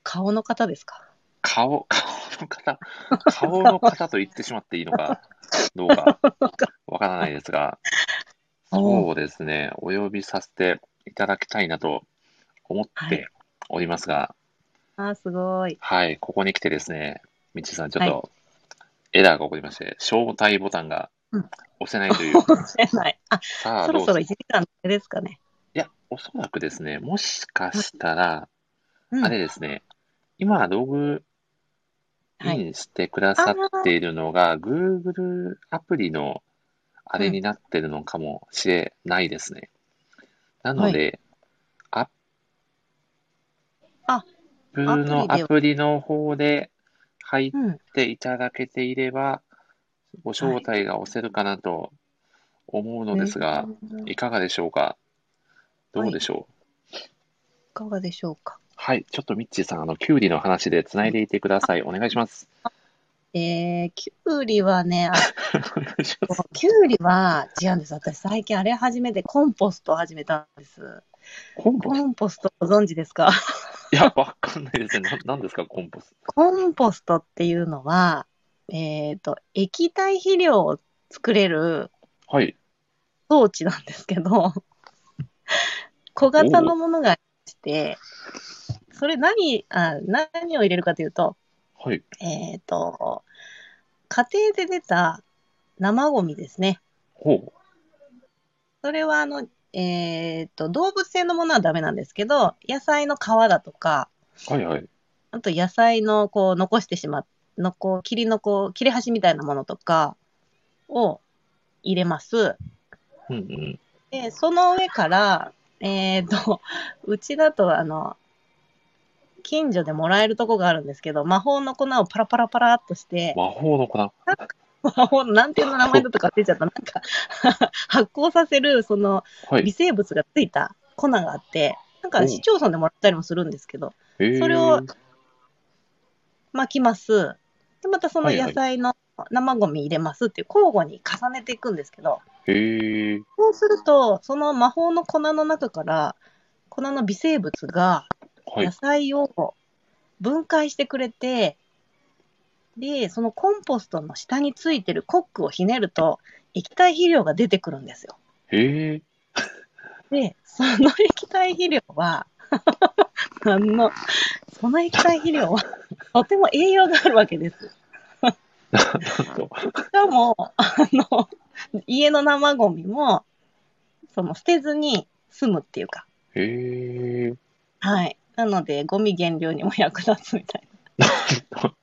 S2: 顔の方ですか
S1: 顔、顔の方、顔の方と言ってしまっていいの
S2: <laughs>
S1: か、どうか、わからないですが、そうですね、お呼びさせていただきたいなと思っておりますが、
S2: あー、すごい。
S1: はい、ここに来てですね、みちさん、ちょっとエラーが起こりまして、招待ボタンが
S2: うん
S1: 押せないという、
S2: <laughs> かもしれない。あ、
S1: さあ、
S2: そろ
S1: どう
S2: そ
S1: ぞ
S2: ろ1時間ですかね。
S1: いや、おそらくですね、もしかしたら、
S2: うん、
S1: あれですね、今、ログ
S2: は
S1: イ
S2: い。
S1: ンしてくださっているのが、Google アプリのあれになってるのかもしれないですね。なので、アッ
S2: あ
S1: プルの
S2: アプリ
S1: ア
S2: で
S1: プリの方で入っ
S2: うん。
S1: ていただけていれば、ご招待が押せるかなと思うのですが、
S2: うんい
S1: いかがでしょうかどうでしょう
S2: かがでしょうか。
S1: はい、ちょっとミッチーさん、あの、キュウリの話でつないでいてください。お願いします。
S2: えー、きゅうり
S1: <laughs>
S2: はね、あ、
S1: お願いします。
S2: きゅうりは違うんです。私、最近あれ始めて、コンポストを始めたんです。
S1: コンポ
S2: コ
S1: ス
S2: ンポストご存知ですか <laughs>
S1: いや、わかんないですね。な、なんですか、コンポス
S2: コンポストっていうのは、えっ、と、液体肥料を作れる
S1: はい。
S2: 装置なんですけど、 <laughs> 小型のものがありまして、それ何あ、何を入れるかというと、
S1: はい。
S2: えっ、と、家庭で出た生ゴミですね。
S1: ほ
S2: それはあの、えっ、と、動物性のものはダメなんですけど、野菜の皮だとか、
S1: う。はいはい。
S2: あと野菜のこう残してしまっのこう切りのこう切れ端みたいなものとかを入れます。
S1: うんうん。
S2: で、 <laughs> その上から、えっ、と、うちだとあの、近所でもらえるとこがあるんですけど、魔法の粉をパラパラパラっとして、
S1: 魔法の粉。
S2: 魔法のなんていうの名前だとか出ちゃった。なんか、 <laughs> 発酵させる、その、
S1: は
S2: 微
S1: い。
S2: 生物がついた粉があって、なん
S1: う
S2: か
S1: ん
S2: 市町村でもらったりもするんですけど、
S1: えー、
S2: それを巻きます。で、またその
S1: はいはい
S2: 野菜の生ゴミ入れますっていう交互に重ねていくんですけど、
S1: えー、
S2: そうすると、その魔法の粉の中から、粉の微生物が
S1: はい
S2: 野。菜を分解してくれて、で、そのコンポストの下についてるコックをひねると、液体肥料が出てくるんですよ。
S1: えー、
S2: で、その液体肥料は、 <laughs> あの、その液体肥料は、 <laughs> とても栄養があるわ
S1: <laughs>
S2: けです。
S1: なんと。
S2: しかも、あの、家の生ゴミも、その、捨てずに済むっていうか、
S1: えー、
S2: はい。なので、ゴミ減量にも役立つみたい
S1: <laughs>
S2: な。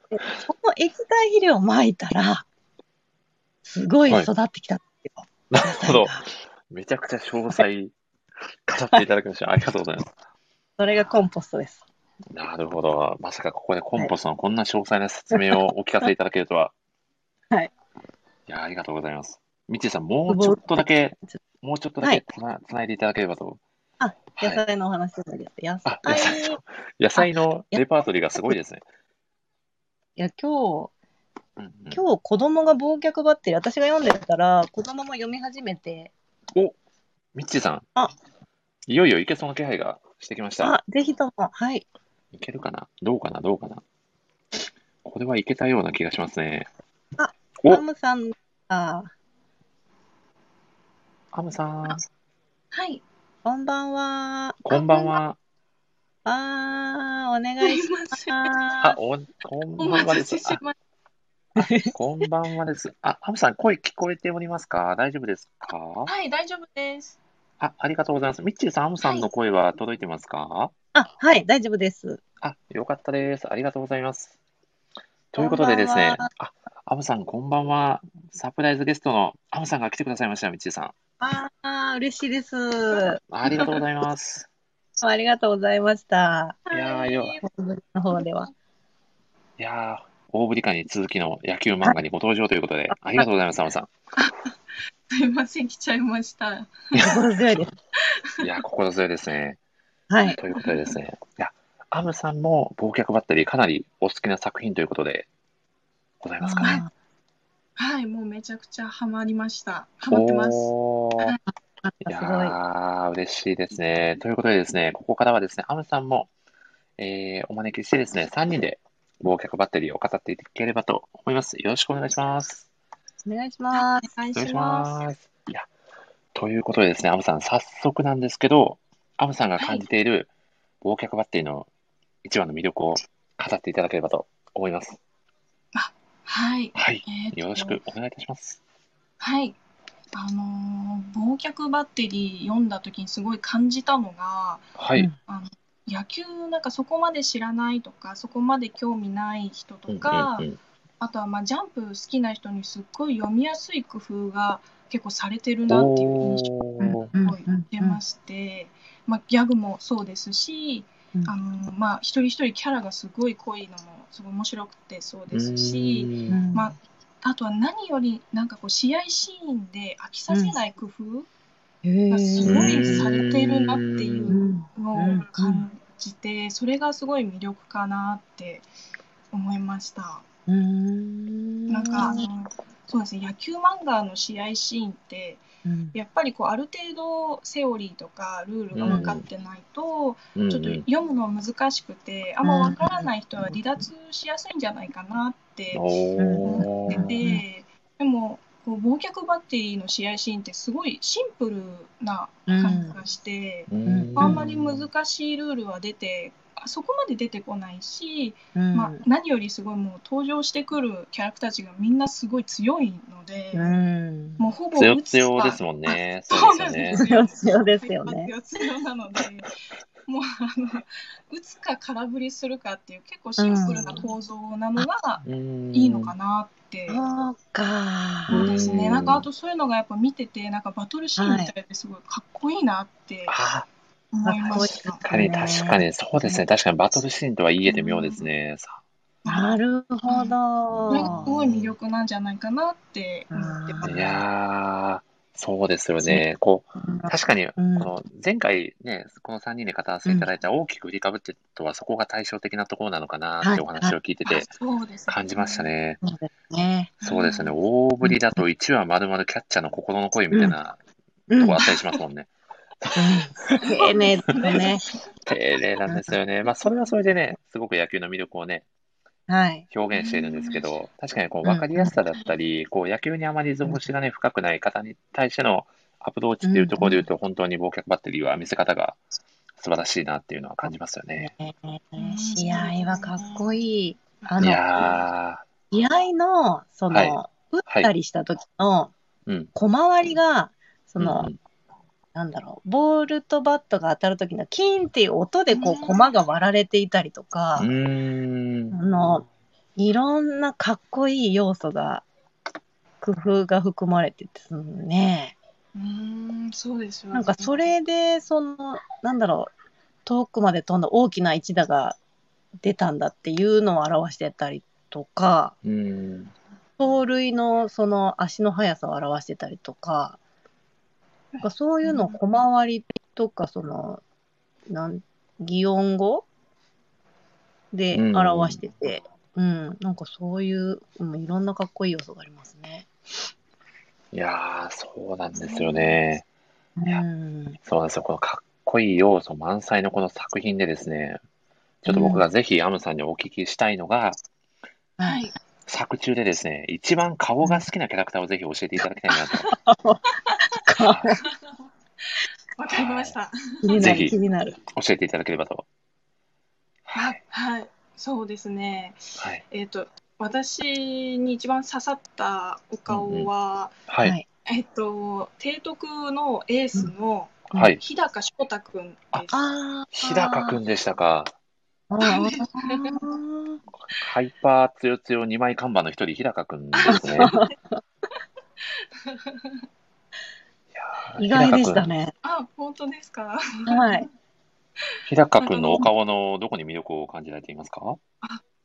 S2: でその液体肥料をまいたら、すごい育ってきたんですよ。
S1: なる
S2: 野
S1: ほ
S2: 菜
S1: ど
S2: が。
S1: めちゃくちゃ詳細、語っていただきました。ありがとうございます。
S2: それがコンポストです。
S1: なるほど。まさかここでコンポストのこんな詳細な説明
S2: <laughs>
S1: をお聞かせいただけるとは。
S2: はい。
S1: いや、ありがとうございます。みちさん、もうちょっとだけ、もうちょっとだけつな、つないでいただければと。
S2: あ、
S1: は
S2: 野
S1: い。
S2: 菜のお話です。野
S1: あ野菜
S2: 菜
S1: 野菜のレパートリーがすごいですね。
S2: いや、今日、
S1: うんうん
S2: 今日子供が忘却バッテリー、私が読んでたら、子供も読み始めて、
S1: ミッチーさん
S2: あ、
S1: いよいよいけそうな気配がしてきました。
S2: あ、ぜひとも、はい。
S1: いけるかなどうかなどうかなこれはいけたような気がしますね。
S2: あ
S1: お
S2: マ、ムさん、あ、
S1: アムさん、
S3: はい、
S2: こんばんは。
S1: こんばんは。
S2: あー、お願
S3: す
S2: い
S3: い
S2: し
S3: ませ
S1: <laughs>
S3: ん。
S1: あ
S2: ま、
S1: お、こんば
S3: <laughs> お
S1: んはで
S3: 待
S1: す
S3: たせ。しまし
S2: す。
S1: あ <laughs> こんばんはです。あ、アムさん、声聞こえておりますか大丈夫ですか
S3: た。はい、大丈夫です。
S1: あ、ありがとうございます。ミッチーさん、アムさんの声は届いてますか
S2: あ、はい、大丈夫です。
S1: あ、よかったです。ありがとうございます。ということでです
S2: こ
S1: ね
S2: んばん、
S1: あ、アムさん、こんばんは。サプライズゲストのアムさんが来てくださいました、ミッチーさん。
S2: あー、嬉しいです。ど
S1: ありがとうござい
S2: <laughs>
S1: ます。
S2: うもありがとうございました。
S1: いやー
S3: はい
S1: よ
S2: の方
S1: <laughs>
S2: では。
S1: いやー、大振り会に続きの野球漫画にご登場ということで、ありがとうございます、アムさ
S3: すいません、来ちゃいました。
S2: 心強いです。
S1: ん。いやー、心強いですね。
S2: はい。
S1: ということでですね、いや、アムさんも、忘却バッテリー、かなりお好きな作品ということで、ございますかね。
S2: あ
S3: はい、もうめちゃくちゃハマりました。ハマってます。
S1: おー。
S2: ー
S1: いや
S2: すごい。
S1: ー、嬉しいですね。ということでですね、ここからはですね、アムさんも、えーお招きしてですね、3人で忘却バッテリーを語っていければと思います。よろしくお願いします。
S2: お願いします。
S3: お願い
S1: お願い
S3: し
S1: し
S3: ます。
S1: ます。いや、ということでですね、アムさん、早速なんですけど、アムさんが感じている忘却バッテリーの一番の魅力を語っていただければと思います。
S3: はい、
S1: はい。
S3: えーと
S1: よろしくお願いいたします。
S3: はい。あのー忘却バッテリー読んだ時にすごい感じたのが、
S1: は
S2: う
S1: い
S2: ん。
S3: あの野球なんかそこまで知らないとか、そこまで興味ない人
S1: うん
S3: と
S1: うん
S3: か、
S1: うん
S3: あとはまあジャンプ好きな人にすっごい読みやすい工夫が結構されてるなっていう印象
S1: おー
S2: うん
S3: を言ってまして、まあ、ギャグもそうですし、
S2: うん
S3: あのまあ、一人一人キャラがすごい濃いのもすごい面白くてそうですし、
S1: う
S2: うんん
S3: まあとは何よりなんかこう試合シーンで飽きさせない工夫
S2: へー
S3: がすご
S1: うん
S3: いされてるなっていううんのを感じてそれがすごい魅力かなって思いました。
S2: うん
S3: なんかあのそうですね野球漫画の試合シーンって
S2: うん
S3: やっぱりこうある程度セオリーとかルールが分かってないと、
S1: うん
S3: ちょっと
S1: うん
S3: 読むの難しくて、あんま分からない人は離脱しやすいんじゃないかなって
S1: お
S3: 思って
S1: ー
S3: て、でもこう忘却バッテリーの試合シーンってすごいシンプルな感じがして、
S1: うん
S3: あんまり難しいルールは出てあそこまで出てこないし、
S2: うん
S3: まあ、何よりすごいもう登場してくるキャラクターたちがみんなすごい強いので。
S2: うん
S3: もうほぼ
S1: 強
S3: 打つ
S1: 強
S3: か
S1: ですもんね。
S3: そう
S1: で
S3: なん
S1: すよね
S3: で。すよ。
S2: 強ですよね
S3: 強強なので、もうあの打つか空振りするかっていう結構シンプルな構造なのがいいのかなって。
S2: そうか
S3: そうですね。
S1: うん
S3: なんかあとそういうのがやっぱ見ててなんかバトルシーンみたいですごいかっこいいなって
S1: あ
S3: 思いまし
S2: あか
S3: た
S1: 確か
S2: っ。
S1: に、確かに、そうですね。確かにバトルシーンとは言えて妙ですね。さ
S2: なるほ
S3: これがすご
S2: ど
S3: い。魅力なんじゃないかなって思ってます
S2: う
S1: い
S2: ん。
S1: やー、そうですよね。こう、確かに、こ
S2: うん
S1: の前回ね、この3人で語らせていただいた大きく振りかぶってるとは、そこが対照的なところなのかなってお話を聞いてて
S3: そうですね
S1: 感じました。ね。
S2: そうですね。
S1: そうですね。大振りだと1話丸々キャッチャーの心の声みたいな
S2: う
S1: と
S2: ん
S1: こあったりしますもんね。
S2: 丁寧だね。
S1: 丁寧なんですよね。まあ、それはそれでね、すごく野球の魅力をね、
S2: はい。
S1: 表現しているんですけど、確かにこう
S2: うん
S1: 分かりやすさだったり、こう野球にあまり図星がね、深くない方に対してのアプローチっていうところで言うと、本当に忘却バッテリーは見せ方が素晴らしいなっていうのは感じますよね。
S2: ね試合はかっこいい。あ
S1: い
S2: の、
S1: や
S2: 試合の、その、
S1: はい
S2: 打ったりした時の
S1: ー、うん。
S2: 小回りが、その、
S1: うん
S2: なんだろう、ボールとバットが当たる時のキーンっていう音で、こう、駒が割られていたりとか、
S1: うん、うーん
S2: あの、いろんなかっこいい要素が、工夫が含まれてて、そのね、
S3: うーん、そうですよね。
S2: なんかそれで、その、なんだろう、遠くまで飛んだ大きな一打が出たんだっていうのを表してたりとか、
S1: うん
S2: 盗塁のその足の速さを表してたりとか、なんかそういうの小回りとか、その、なん、擬音語で表してて、うん、なんかそういう、うん、いろんなかっこいい要素がありますね。
S1: いやー、そうなんですよね。
S2: う
S1: や
S2: ん。
S1: そうなんですよ。このかっこいい要素満載のこの作品でですね、ちょっと僕がぜひアムさんにお聞きしたいのが、<laughs>
S3: は
S2: はいい。。
S1: 作中でですね、一番顔が好きなキャラクターをぜひ教えていただきたい
S2: <laughs>
S1: なと。
S3: わかりました。
S2: 気に
S1: ぜ
S2: な
S1: ひ
S2: る、気になる。
S1: 教えていただければと。は。
S3: はいはい。そうですね。
S1: はい。
S3: えっ、と、私に一番刺さったお顔は、
S1: はい。はい。
S3: えっ、と、提督のエースの
S1: はい
S3: 日高翔太くんです。
S2: ああ。
S1: 日高くんでしたか。
S2: あー。
S1: ハイパーつよつよ2枚看板の一人、日高くんですね。いやー
S2: 意外でした。ね。
S3: あ、本当ですか。 <laughs>
S2: はい。
S1: 日高くんのお顔のどこに魅力を感じられていますか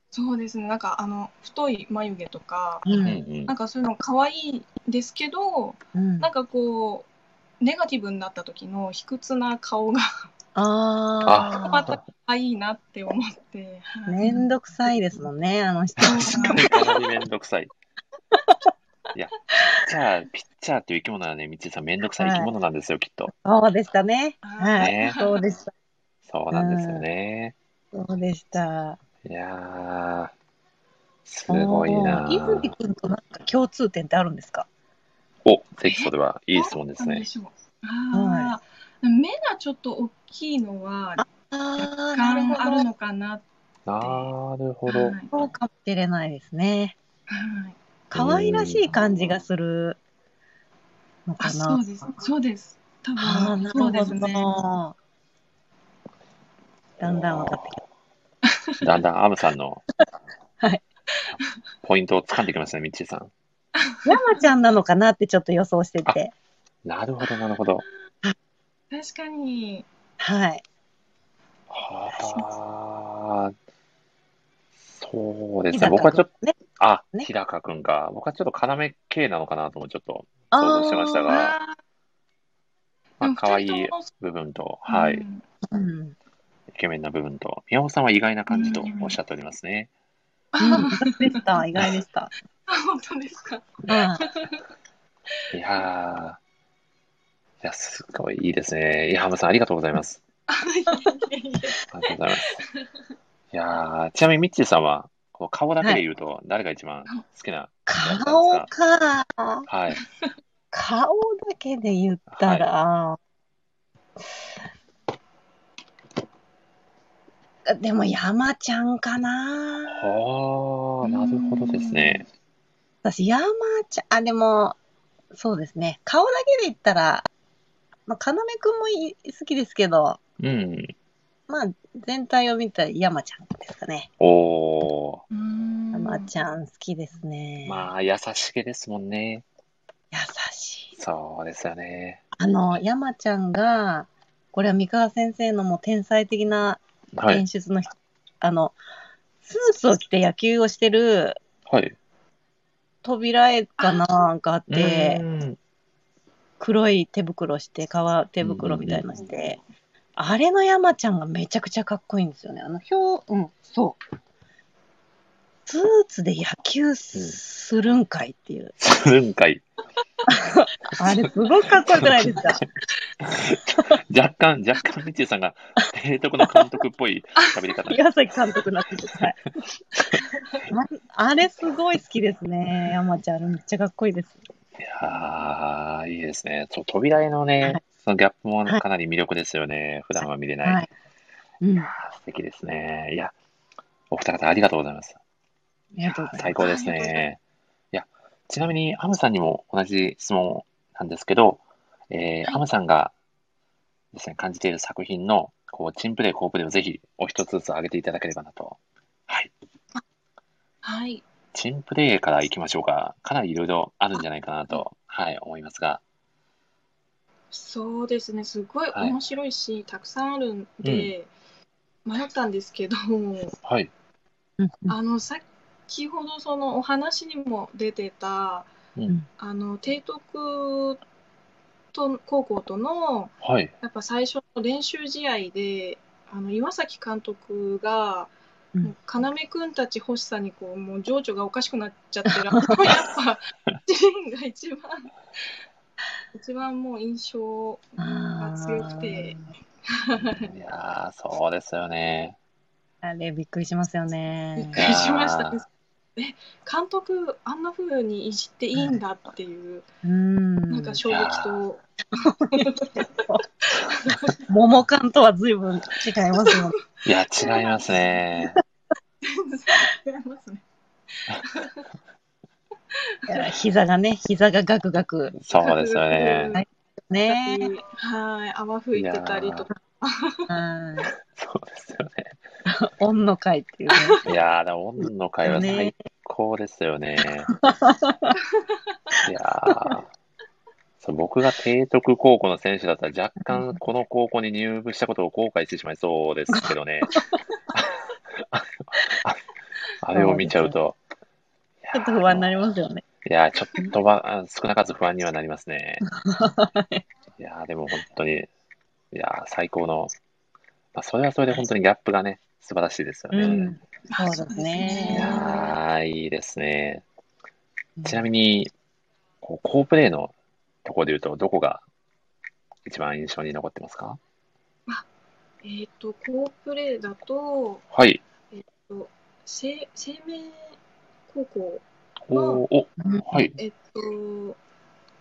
S3: そうですね。なんか、あの、太い眉毛とか、
S2: う。
S1: うんん
S3: なんかそういうの可愛いですけど、
S2: うん、
S3: な
S2: あ
S3: んかこう、ネガティブになった時の卑屈な顔が <laughs>
S2: あー。
S3: またあいいなって思って、はい
S2: めんどくさいですもんね、あの人。
S1: 確かにかなりめんどくさい。いや、じゃあ、ピッチャーっていう生き物はね、みっちーさんめんどくさい生き物なんですよ、きっと。
S2: そうでしたね。
S3: はい
S2: はい。
S1: ね
S2: そうでした。
S1: そうなんですよね。
S2: そうでした。
S1: いやー、すごいな
S2: おー泉くんとなんか共通点ってあるんですか
S1: お、ぜひそれはいい質問です
S3: そうな
S1: ね
S3: んで。しょうあー目がちょっと大きいのは
S2: あ
S3: がんある。のかな
S1: なるほど
S3: は。い
S2: そうかもしれないですね。
S3: はい
S2: 可愛らしい感じがするの
S3: あ
S2: か
S3: そ
S2: な
S3: う。ですそうです多
S2: ああ、
S3: 分
S2: な
S3: そう
S2: る
S3: で
S2: ほ
S3: す
S2: ど。
S3: ね
S2: だんだん分かってき、
S1: てだんだんアムさんの
S2: はい
S1: ポイントを掴んできましたね、みっちーさん。
S2: た。山ちゃんなのかなってちょっと予想してて。
S1: なるほど、なるほど。
S3: 確かに
S2: はい。
S1: はあ、そうです
S2: 日
S1: ね。
S2: 高
S1: 僕はちょっと、
S2: 君ね。
S1: あ、
S2: ね
S1: 日高くんか。僕はちょっと要系なのかなともちょっと
S2: あ
S1: 想像してました
S2: ー
S1: が、
S3: あ
S1: まあ、
S3: でも
S1: 可愛い
S3: 二人とも
S1: 部分と、
S3: ー
S1: は
S3: う
S1: い、
S3: ん
S2: うん。
S1: イケメンな部分と、宮尾さんは意外な感じと
S3: うん
S1: おっしゃっておりますね。
S3: あ
S2: うん
S3: ー
S2: 意外でした、意外でした。
S3: <laughs> 本当です
S2: <laughs>
S3: か
S2: はい
S1: やー、いや、すごいいいですね。いや、ハムさん、ありがとうございます。
S3: いえいえ
S1: ありがとうございます。いやー、ちなみにミッチーさんは、こう顔だけで言うと、誰が一番好きなキャラクター
S2: 顔
S1: です
S2: か。
S1: かはい。
S2: 顔だけで言ったら、あでも山ちゃんかな。
S1: はあ、なるほどですね。
S2: 私、山ちゃん、あ、でも、そうですね。顔だけで言ったら、まあ、かなめくんもい好きですけど、
S1: うん。
S2: まあ、全体を見たら山ちゃんですかね。
S1: おー。
S3: うーん
S2: 山ちゃん好きですね。
S1: まあ、優しげですもんね。
S2: 優しい。
S1: そうですよね。
S2: あの、山ちゃんが、これは三河先生のもう天才的な
S1: はい
S2: 演。出の人、あの、スーツを着て野球をしてる
S1: はい。
S2: 扉絵かなんかあって、
S4: うん
S2: 黒い手袋して、革手袋みたいのして、あれの山ちゃんがめちゃくちゃかっこいいんですよね。あの、ひょう、うん、そう。スーツで野球するんかいっていう。
S1: するんかい。
S2: あれ、すごくかっこよくないですか
S1: 若干、若干、みちさんが、提督の監督っぽい喋り方。
S2: 岩崎監督になってる。はい。ああれ、すごい好きですね。山ちゃん、あれめっちゃかっこいいです。
S1: いやーいいですね。そう、扉絵のね、
S2: はい
S1: そのギャップもかなり魅力ですよね。普段は見れない。
S2: はい。うん。
S1: いやー素敵ですね。いや、お二方ありがとうございます。
S2: ありがとうござい
S1: 最高です
S3: ありがとうござ
S1: ね。いや、ちなみに、ハムさんにも同じ質問なんですけど、えーハムさんがですね、感じている作品の、こう、チンプレイ、コープレイをぜひ、お一つずつ挙げていただければなと。はい。
S3: はい。
S1: チンプレイからいきましょうか。かなりいろいろあるんじゃないかなと、はい、思いますが。
S3: そうですね。すごい
S1: はい
S3: 面白いし、たくさんあるんで、迷ったんですけど、
S1: はい。
S2: ます。うん
S3: あの、先ほどそのお話にも出てた、
S1: うん
S3: あの、提督と高校との、
S1: はい。
S3: やっぱ最初の練習試合で、あの岩崎監督が、
S2: うん
S3: もう要くんたち欲しさにこうもう情緒がおかしくなっちゃってる、あのやっぱシーンが一番一番もう印象が強くて、
S1: いやーそうですよね。
S2: あれ、びっくりしますよ
S3: びっ
S2: ね
S3: く。りしました
S1: いやー
S3: ね。え監督あんな風にいじっていいんだっていう、
S2: うん。
S3: なんか衝撃と
S2: 桃缶とは随分違います
S3: <laughs>
S2: もんね。
S1: いや、違いますね。
S3: 全然違いますね。
S2: いや膝がね、膝がガクガク。
S1: そうですよ <laughs> ね。
S2: ね
S3: だしはい、泡吹いてたりとか、
S2: うん。
S1: そうですよね。
S2: オンの会っていう
S3: <laughs>
S2: ね。
S1: いやー、でも、オンの会は最高ですよね。いやーそう僕が提督高校の選手だったら、若干この高校に入部したことを後悔してしまいそうですけどね。
S2: <laughs>
S1: あれを見ちゃうと。
S2: ちょっと不安になりますよね。
S1: いやー、ちょっとは少なからず不安にはなりますね。いやー、でも本当に、いやー、最高の、まあ、それはそれで本当にギャップがね、素晴らしいですよね。
S2: うん。そうですね
S1: いやー、いいですね。ちなみ
S2: に。
S1: に、こう好プレーのところで言うと、どこが一番印象に残ってますか
S3: えっ、と、好プレーだと、
S1: はい。
S3: 生生命高校、
S1: おーお、
S2: うん
S1: はい。
S3: えっと、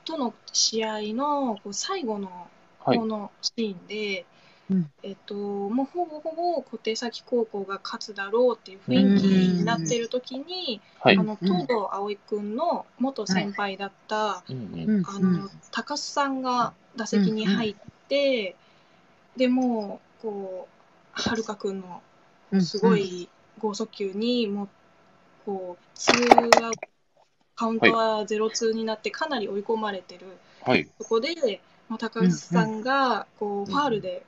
S3: との試合のこう最後の
S1: はい
S3: こ。のシーンで、
S2: うん
S3: えっと、もうほぼほぼ小手先高校が勝つだろうっていう雰囲気になってる時に、
S1: はい
S3: あ。の東堂葵君の元先輩だった、
S1: うん
S2: うん
S3: あ
S2: うん
S3: の高須さんが打席に入って、でもうこうはるかくんの
S2: うん
S3: すご。い剛速球にもうこうツーアウトカウントはゼロツーになってかなり追い込まれてる、
S1: はい。
S3: そこで、まあ、高橋さんがこうファールで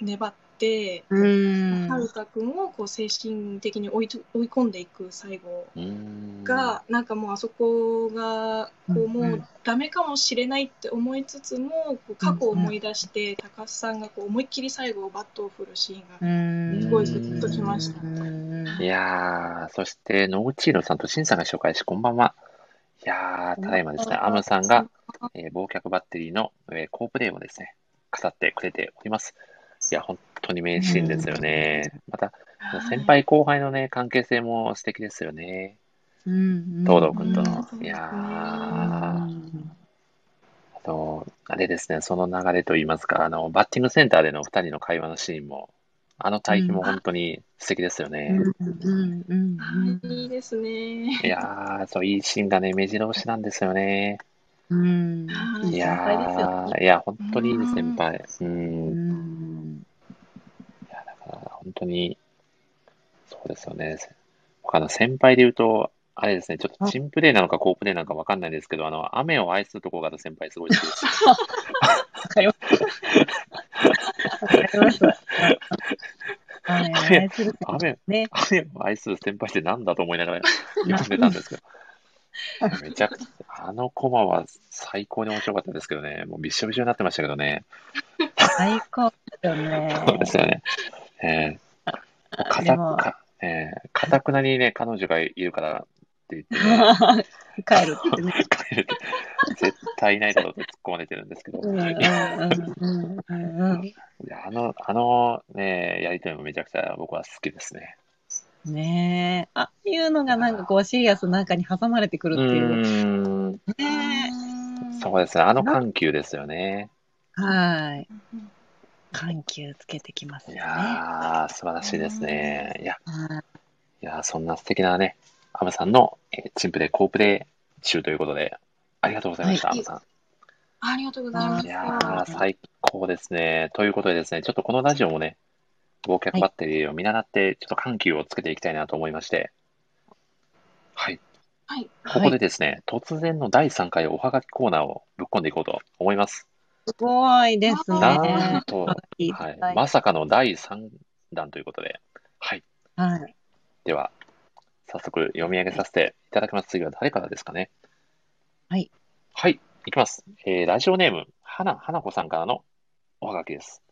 S3: 粘って、
S2: うん。
S3: はるか君をこう精神的に追いと追い込んでいく最後
S1: うーん。
S3: が、なんかもうあそこがこ
S2: う
S3: うんもうダメかもしれないって思いつつもこう過去を思い出して高須さんがこう思いっきり最後バットを振るシーンが
S2: うん。
S3: すごいグッときました
S2: うん
S1: いやー、そして、ノーチーロさんとシンさんが紹介し、こんばんは。いやー、ただいまですね、アムさんが、えー、忘却バッテリーの、えー、好プレーもですね、語ってくれております。いや、本当に名シーンですよね。また、先輩後輩のね、関係性も素敵ですよね。
S2: うん。
S1: 東堂君と
S3: うん
S1: の
S3: そうです。ね
S1: いや
S2: う
S1: ー、
S2: ん
S1: あと、あれですね、その流れといいますか、あの、バッティングセンターでの2人の会話のシーンも、あの対比も本当に素敵ですよね。
S2: うん。うん。
S3: はいいいですね。
S1: いやー、そう、いいシーンがね、目白押しなんですよね。
S2: うん。
S1: いや
S2: 先輩ですよね
S1: ー、いや、本当にいいです、
S3: う
S1: 先
S3: ん
S1: 輩。う。
S2: うん
S1: い
S2: ん。
S1: や、だから、本当に、そうですよね。他の先輩で言うと、あれですね、ちょっとチンプレーなのかコープレーなのかわかんないですけど、あの、雨を愛するとこが先輩すごい好きです。
S2: わかります。わかります。はい、愛する人
S1: 雨、
S2: ね。
S1: 雨を愛する先輩ってなんだと思いながら読んでたん
S2: <laughs>
S1: ですけど。めちゃくちゃ、あのコマは最高に面白かったですけどね。もうびっしょびしょになってましたけどね。
S2: 最高ですよね。
S1: そうですよね。えー、か
S2: で
S1: た
S2: も
S1: か、えー、かたくなにね、彼女がいるからって言って、
S2: <laughs>
S1: ね、
S2: 帰るってね。
S1: 帰るって絶対いないだろうって突っ込まれてるんですけど、
S2: うんうんうんうんうん
S1: いやあの、あのね、やりとりもめちゃくちゃ僕は好きですね。
S2: うん。ねえ。ああいうのがなんかこうシリアスなんかに挟まれてくる
S1: う
S2: っていう。
S1: ーん、
S2: ね
S1: そうですね。あの緩急ですよね。
S2: え。はい。緩急つけてきます
S1: い
S2: よね。は
S1: やー、素晴らしいですね。いや、
S2: い
S1: いやーそんな素敵なね、アムさんの、えーチンプレイ、コープレイ集ということで、ありがとうございました、
S3: は
S1: ア
S3: い
S1: ムさん。
S3: ありがとうございま
S2: あ
S1: い
S3: す。
S1: やー、最高ですね。ということでですね、ちょっとこのラジオもね、忘却バッテリーを見習って、ちょっと緩急をつけていきたいなと思いまして、はい。
S3: はい。
S1: ここでですね、突然の第3回おはがきコーナーをぶっ込んでいこうと思います。
S2: すごいですね。
S1: なんと、
S2: <laughs> いい
S1: はい
S2: はい
S1: まさかの第3弾ということで、はい。
S2: はい。
S1: では、早速読み上げさせていただきます。次は誰からですかね。
S2: はい。
S1: はい、いきます。えーラジオネーム、はな、はなこさんからのおはがきです。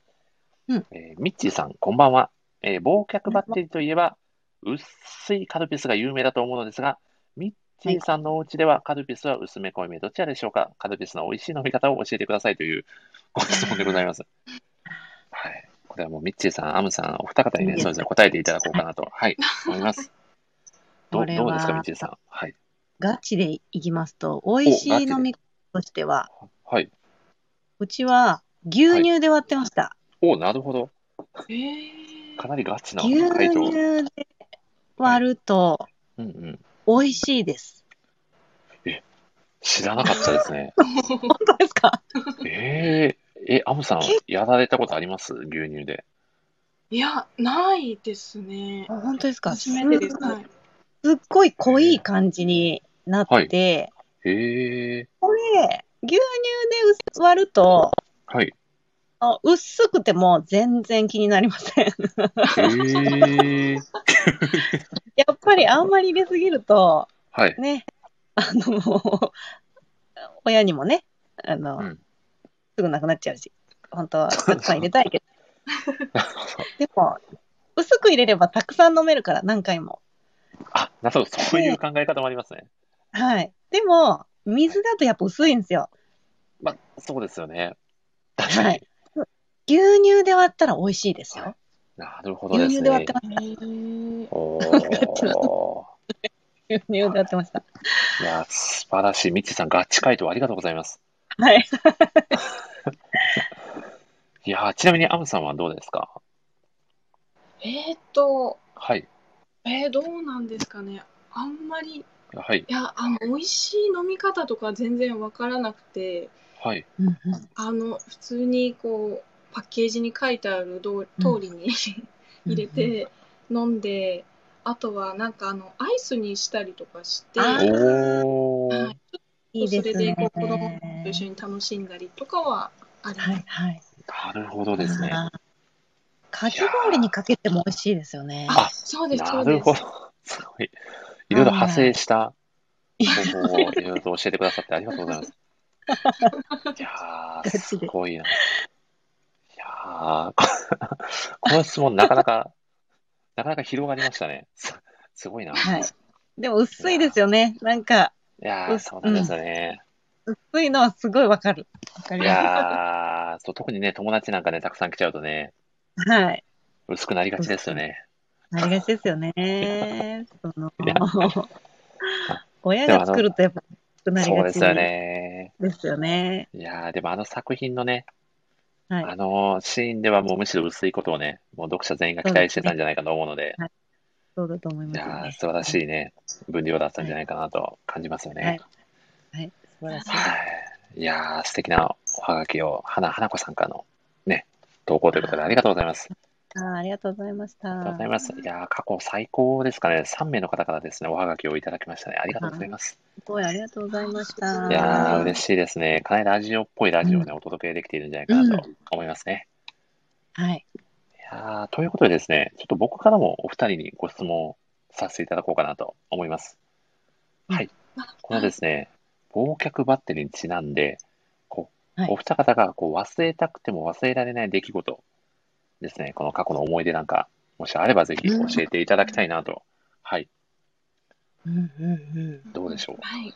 S2: うん
S1: えーミッチーさん、こんばんは。えー忘却バッテリーといえば、薄いカルピスが有名だと思うのですが、ミッチーさんのお家ではカルピスは薄め濃いめどちらでしょうかカルピスの美味しい飲み方を教えてくださいというご質問でござい
S2: <laughs>
S1: ます。はい。これはもうミッチーさん、アムさん、お二方に
S2: いい
S1: ね、
S2: です
S1: それぞれ答えていただこうかなと、はい、思い
S2: <laughs>
S1: ます。ど
S2: こ
S1: う
S2: れは
S1: どうですか、ミッチーさん。はい。
S2: ガチでいきますと、美味しい飲み方としては、
S1: はい。
S2: うちは牛乳で割ってました。
S1: おなるほど。
S3: えー
S1: かなりガチな
S2: 牛
S1: 回答。
S2: 乳
S1: うん
S2: で割ると
S1: うん。
S2: 美味しいです。
S1: 知らなかったです
S2: <laughs>
S1: ね。
S2: 本当ですか
S1: えー、え、アムさん
S2: 結、
S1: やられたことあります牛乳で。
S3: いや、ないですね。
S2: 本当ですか
S3: 初めてです。はい
S2: すっごい濃い感じになって、
S1: えー、
S2: これ、牛乳で薄割ると、
S1: はい。
S2: あ薄くても全然気になりません。
S1: え
S2: <laughs>
S1: ー、
S2: やっぱりあんまり入れすぎると、
S1: はい。 <laughs>
S2: ね、あの、親にもね、あの、
S1: うん
S2: すぐなくなっちゃうし、本当はたくさん入れたいけど、でも、薄く入れればたくさん飲めるから、何回も。
S1: あ、なるほど。そういう考え方もありますね。
S2: はい。でも、水だとやっぱ薄いんですよ。
S1: まあ、そうですよね。確かに。
S2: はい。牛乳で割ったら美味しいですよ。
S1: なるほどで
S2: 牛
S1: す
S2: 乳で割
S1: ね
S2: って。ました。
S3: えー
S1: お
S2: <laughs>
S1: ー。
S2: 牛乳で割ってました。
S1: いや、素晴らしい。ミッチーさん、ガチ回答ありがとうございます。
S2: はい。
S1: いや、ちなみにアムさんはどうですか
S3: えーっと、
S1: はい。
S3: えー、どうなんですかね。あんまり、い
S1: はい。
S3: や、あの、美味しい飲み方とか全然わからなくて、
S1: はい。
S3: あの、普通にこう、パッケージに書いてあるどう通りに入れて飲んで、あとはなんかあの、アイスにしたりとかして、
S2: あー
S1: お
S3: は
S1: ー
S3: い。
S2: いい
S3: そ
S2: で
S3: れ
S2: す
S3: で
S2: ね。
S3: こう子供と一緒に楽しんだりとかはあります。
S2: はいはい。
S1: なるほどですね。
S2: あーかき氷にかけても美味しいですよね。
S1: あ
S3: そうです、そ
S1: な
S3: う
S1: る
S3: で
S1: ほ
S3: す。
S1: ど。すごい。いろいろ派生した方法をいろいろと教えてくださってありがとうございます。いやー、すごいな。いやー、 <laughs> この質問なかなか、なかなか広がりましたね。すすごいな。
S2: はい。でも薄いですよね。なんか、
S1: いやー、そうなんですよね。
S2: 薄いのはすごいわかる。わかり
S1: い
S2: ま
S1: やーそう、特にね、友達なんかね、たくさん来ちゃうとね、
S2: す。はい。
S1: 薄くなりがちですよね。
S2: ありがちですよね。その
S1: いや、
S2: 親が作るとやっぱ、少なり
S1: そう
S2: が
S1: で
S2: ち
S1: すよね。
S2: ですよね。
S1: いやーでもあの作品のね、
S2: はい。
S1: あのーシーンではもうむしろ薄いことをね、もう読者全員が期待してたんじゃないかと思うので、
S2: そうだと思い
S1: い
S2: ますよ
S1: やー
S2: ね。
S1: 素晴らしいね、分量だったんじゃないかなと感じますよね。
S2: はい。素晴らしい。
S1: はい。いやー素敵なおはがきを、花、花子さんからのね、投稿ということでありがとうございます。
S2: した。ありがとうございました。
S1: ありがとうございます。いやー、過去最高ですかね。3名の方からですね、おはがきをいただきましたね。ありがとうございます。
S2: すごい、ありがとうございました。
S1: いやー、
S3: あー
S1: 嬉しいですね。かなりラジオっぽいラジオをね、お届けできているんじゃないかなと思いますね。
S2: はい。
S1: いやーということでですね、ちょっと僕からもお二人にご質問させていただこうかなと思います。はい。このですね、忘却バッテリーにちなんで、こう
S2: はい
S1: お二方がこう忘れたくても忘れられない出来事ですね、この過去の思い出なんか、もしあればぜひ教えていただきたいなと。はい。
S2: うんうんうん。
S1: どうでしょう
S3: はい。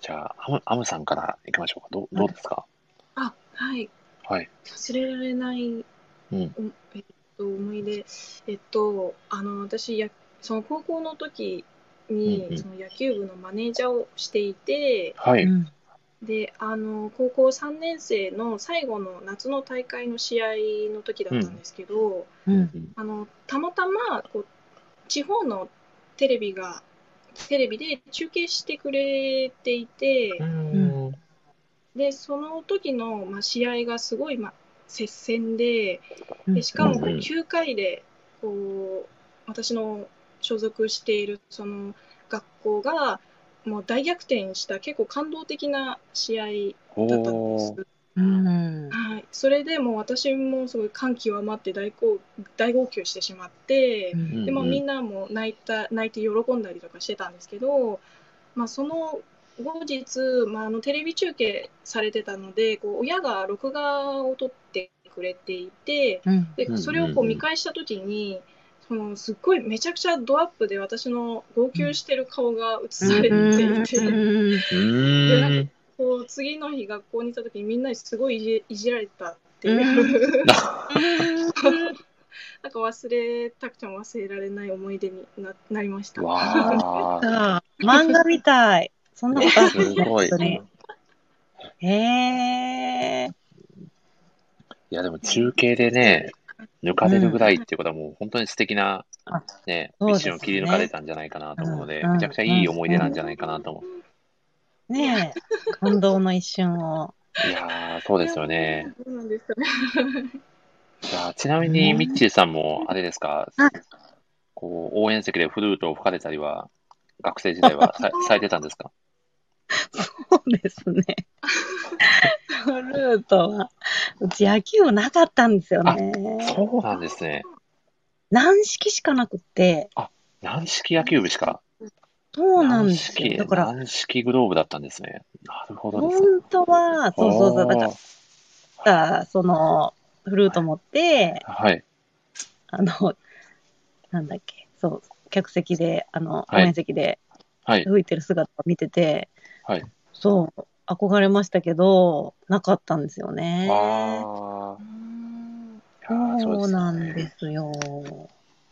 S1: じゃあ、アムアムさんからいきましょうか。どうどうですか
S3: あ、はい。
S1: はい。
S3: 忘れられない、
S1: うん
S3: おえっと、思い出。えっと、あの、私、や、その高校の時に、
S1: うんうん
S3: その野球部のマネージャーをしていて、
S1: は
S2: う
S1: い。
S2: ん
S3: で、あの、高校3年生の最後の夏の大会の試合の時だったんですけど、
S2: うん
S1: うん
S3: あのたまたまこう地方のテレビがテレビで中継してくれていて、
S1: うん
S3: でその時の、まあ、試合がすごい、まあ、接戦で
S2: うん
S3: でしかもこう
S1: うんうん
S3: 9回でこう私の所属しているその学校がもう大逆転した結構感動的な試合だったんです
S1: おー。
S2: うん
S3: はい、それでもう私もすごい感極まって大号大号泣してしまって、
S1: うん
S3: でも
S1: うん
S3: みんなも泣いた泣いて喜んだりとかしてたんですけど、まあ、その後日、まあ、あのテレビ中継されてたのでこう親が録画を撮ってくれていて
S2: うん
S1: うんうんう
S3: で
S1: ん
S3: それをこう見返した時にそのすっごいめちゃくちゃドアップで私の号泣してる顔が映されていて。
S2: うん
S1: うーん。
S3: こう次の日学校に行った時にみんなにすごいいじいじられたっていう、なんか忘れたくても忘れられない思い出にななりました。
S1: わー。
S2: あ漫画みたい。そんなことあ
S1: すごい。
S2: 本当に
S1: い
S2: る。へえ。
S1: や、でも中継でね、抜かれるぐらいっていうことはもう本当に素敵な
S2: あ、
S1: ね、
S2: そう
S1: 道
S2: ですね
S1: を切り抜かれたんじゃないかなと思うので、
S2: うん
S1: めちゃくちゃいい思い出なんじゃないかなと思
S2: ねえ。感動の一瞬を。
S1: う。いやー、そうですよね。。
S3: そうなんですよね。
S1: じゃあ、ちなみに、ミッチーさんも、あれですか
S2: はい、
S1: こう、応援席でフルートを吹かれたりは、学生時代はさされてたんですか
S2: そうですね。ルートは。うち野球部なかったんですよね。
S1: そうなんですね。
S2: 軟式しかなくて。
S1: 軟式野球部しか。
S2: そうなんです
S1: 軟
S2: よ。
S1: 式
S2: だから、
S1: 軟式グローブだったんですね。なるほどですね。
S2: 本当は、そうそうそう。だから
S1: あー
S2: ったその、フルート持って、
S1: はい。
S2: あの、なんだっけ、そう、客席で、あの、応
S1: はい
S2: 援席で
S1: はい。
S2: 吹いてる姿を見てて、
S1: はい
S2: そう、憧れましたけど、なかったんですよね。
S1: ああ、いやー
S2: そうなん
S1: す
S2: で
S1: ね。
S2: すよ。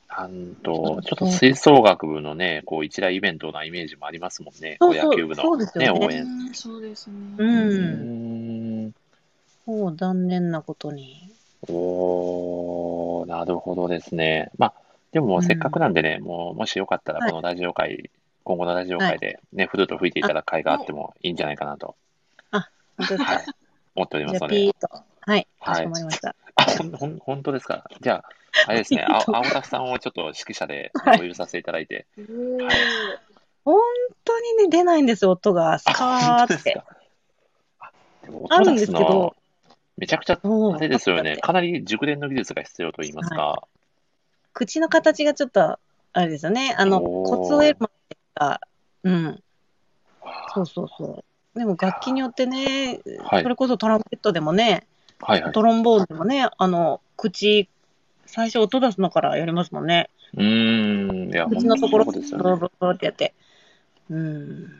S1: なんと、ちょっと吹奏楽部のね、こう一大イベントなイメージもありますもんね。こ
S2: そう
S1: う
S2: そう
S1: 野球部
S2: そ
S1: の
S2: うですよね
S1: 応援。
S3: そうですね。
S2: う。
S1: うんーん。
S2: そう、残念なことに。
S1: おー、なるほどですね。まあ、でももうせっかくなんでね、もうもしよかったら
S2: はい
S1: このラジオ会、今後のラジオ会でね、フルート吹いていただく会があってもいいんじゃないかなと、
S2: 本当です
S1: はい
S2: か。
S1: 思っており
S2: じ
S1: ま
S2: ゃ
S1: す
S2: あ、
S1: の
S2: ピー
S1: で
S2: ッ。と。はい、
S1: はい
S2: かしこまりました。
S1: あ、ほん、ほん、本当ですか。じゃあ、あれ
S2: <laughs>
S1: ですね、あ、青田さんをちょっと指揮者で共有させていただいて。
S3: おー
S2: 本当にね、出ないんですよ、音が。ス
S1: 本当
S2: カー
S1: で
S2: っ
S1: す
S2: て。
S1: か。あ、でも
S2: あ
S1: 音
S2: るん
S1: 出
S2: ですすけ
S1: の
S2: ど
S1: めちゃくちゃ、
S2: そう
S1: あれですよ
S2: だっ
S1: ね。
S2: て
S1: かなり熟練の技術が必要と言いますか。
S2: 口の形がちょっと、あれですよね。あの、
S1: おー
S2: コツを得るまでが、うん、
S1: わあ
S2: そうそうそう。でも楽器によってね、
S1: はい
S2: それこそトランペットでもね、
S1: はいはい。
S2: トロンボーンでもね、あの、口、最初音出すのからやりますもんね。
S1: うーん、いや、
S2: 口のところ、
S1: 本当に
S2: ブ
S1: そうです
S2: ロ
S1: よね。
S2: ブロブロってやって。うん。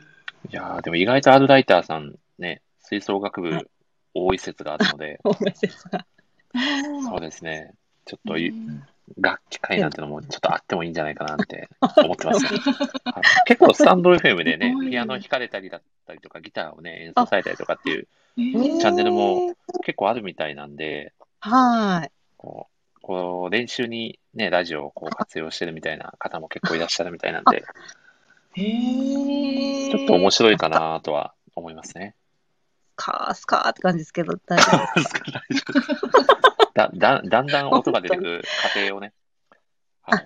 S1: いやーでも意外とアルライターさんね、吹奏楽
S2: は
S1: 部多い説があるので、
S2: ごめんなさい
S1: そうですね。ちょっと
S3: う
S1: い
S3: ん
S1: 楽器会なんてのもちょっとあってもいいんじゃないかな
S2: <laughs>
S1: って思ってますね。はい結構スタンド FM で
S2: <laughs>
S1: ね
S3: すご、い
S1: ピアノ弾かれたりだったりとか、ギターをね、演奏されたりとかっていう、
S3: ね
S1: チャンネルも。結構あるみたいなんで、
S2: はい。
S1: こう、こう練習にね、ラジオをこう活用してるみたいな方も結構いらっしゃるみたいなんで、
S2: へ
S1: ちょっと面
S2: 白い。
S1: 白いかなとは思いますね。 <laughs>
S2: カースカーって感じですけど、大丈夫ですか
S1: 大丈夫ですだだだんだん音が出てくる過程をね、はい、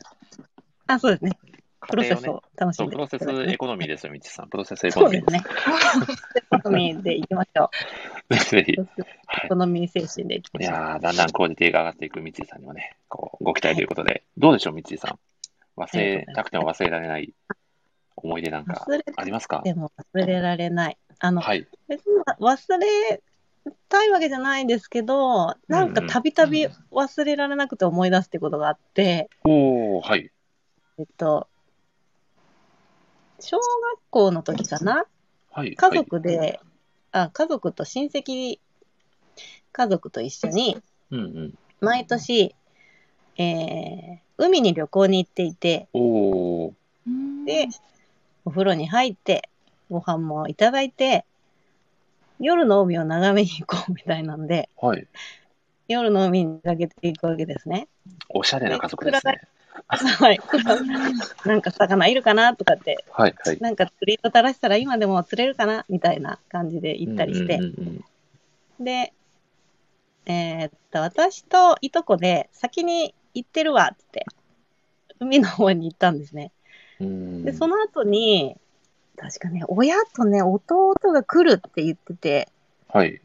S2: あ、そうですね。
S1: 過
S2: プロ
S1: 程を
S2: セス
S1: ね
S2: を楽し
S1: そ
S2: ん
S1: う、
S2: で
S1: プ
S2: いた
S1: ロセス
S2: だきたいね
S1: エコノミーですよ、みちさん。プロセスエコノ
S2: そう
S1: ミ
S2: で
S1: ー
S2: すね。エコノミーでいきましょ
S1: <laughs>
S2: う。
S1: です。ぜひ、
S2: プロセス
S1: は
S2: エコノミー精神でいきま
S1: い、い
S2: しょう。
S1: やーだんだんクオリティが上がっていくみちさんにもね、こうご期待ということで、どうでしょう、みちさん。忘れたくても忘れられない思い出なんか
S2: 忘れ
S1: ありますか
S2: ても忘れられない。あの、
S1: はい。
S2: 別に忘れたいわけじゃないんですけど、なんかたびたび忘れられなくて思い出すってことがあって、
S1: おー、はい。
S2: えっと、小学校の時かな
S1: はい。
S2: 家族で、あ、家族と親戚、家族と一緒に、
S1: はい。うんうん。
S2: 毎年、えー海に旅行に行っていて、
S1: おー、
S2: で、お風呂に入って、ご飯もいただいて、夜の海を眺めに行こうみたいなんで、
S1: はい。
S2: 夜の海に出かけていくわけですね。
S1: おしゃれな家族ですね。
S2: はい。なんか魚いるかなとかって、
S1: はい、はい。
S2: なんか釣り糸垂らしたら今でも釣れるかなみたいな感じで行ったりして。
S1: うんうんうん
S2: で、えーっと、私といとこで先に行ってるわっつって、海の方に行ったんですね。
S1: うん。
S2: で、その後に、確かね、親とね、弟が来るって言ってて、
S1: はい。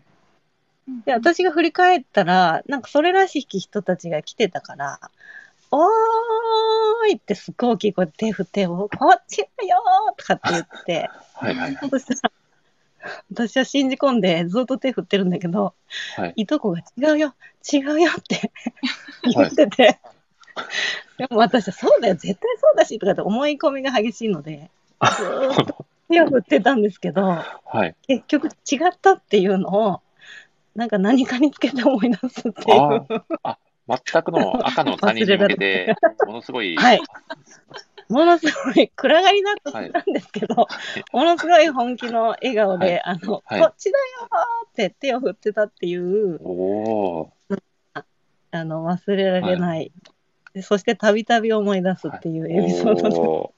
S2: で、私が振り返ったら、なんかそれらしき人たちが来てたから、おーいってすっごい大きい声で手振って、おこっちだよーとかって言って、
S1: はい、はい。
S2: そしたら、私は信じ込んでずっと手振ってるんだけど、
S1: はい
S2: いとこが違うよ、違うよって言
S1: は
S2: <laughs> っ
S1: い
S2: てて、でも私はそうだよ、絶対そうだしとかって思い込みが激しいので、ずーっと手を振ってたんですけど、
S1: はい。
S2: 結局違ったっていうのを、なんか何かにつけて思い出すってい
S1: あ
S2: う。
S1: ーあ、全くの赤の他人に向けて、ものすごい、
S2: はい。ものすごい暗がりだった
S1: はい
S2: んですけど、ものすごい本気の笑顔で、
S1: はい
S2: あの、
S1: はい
S2: こっちだよーって手を振ってたっていう、
S1: おー、
S2: あの、忘れられない。でそしてたびたび思い出すっていうエピソードで
S1: お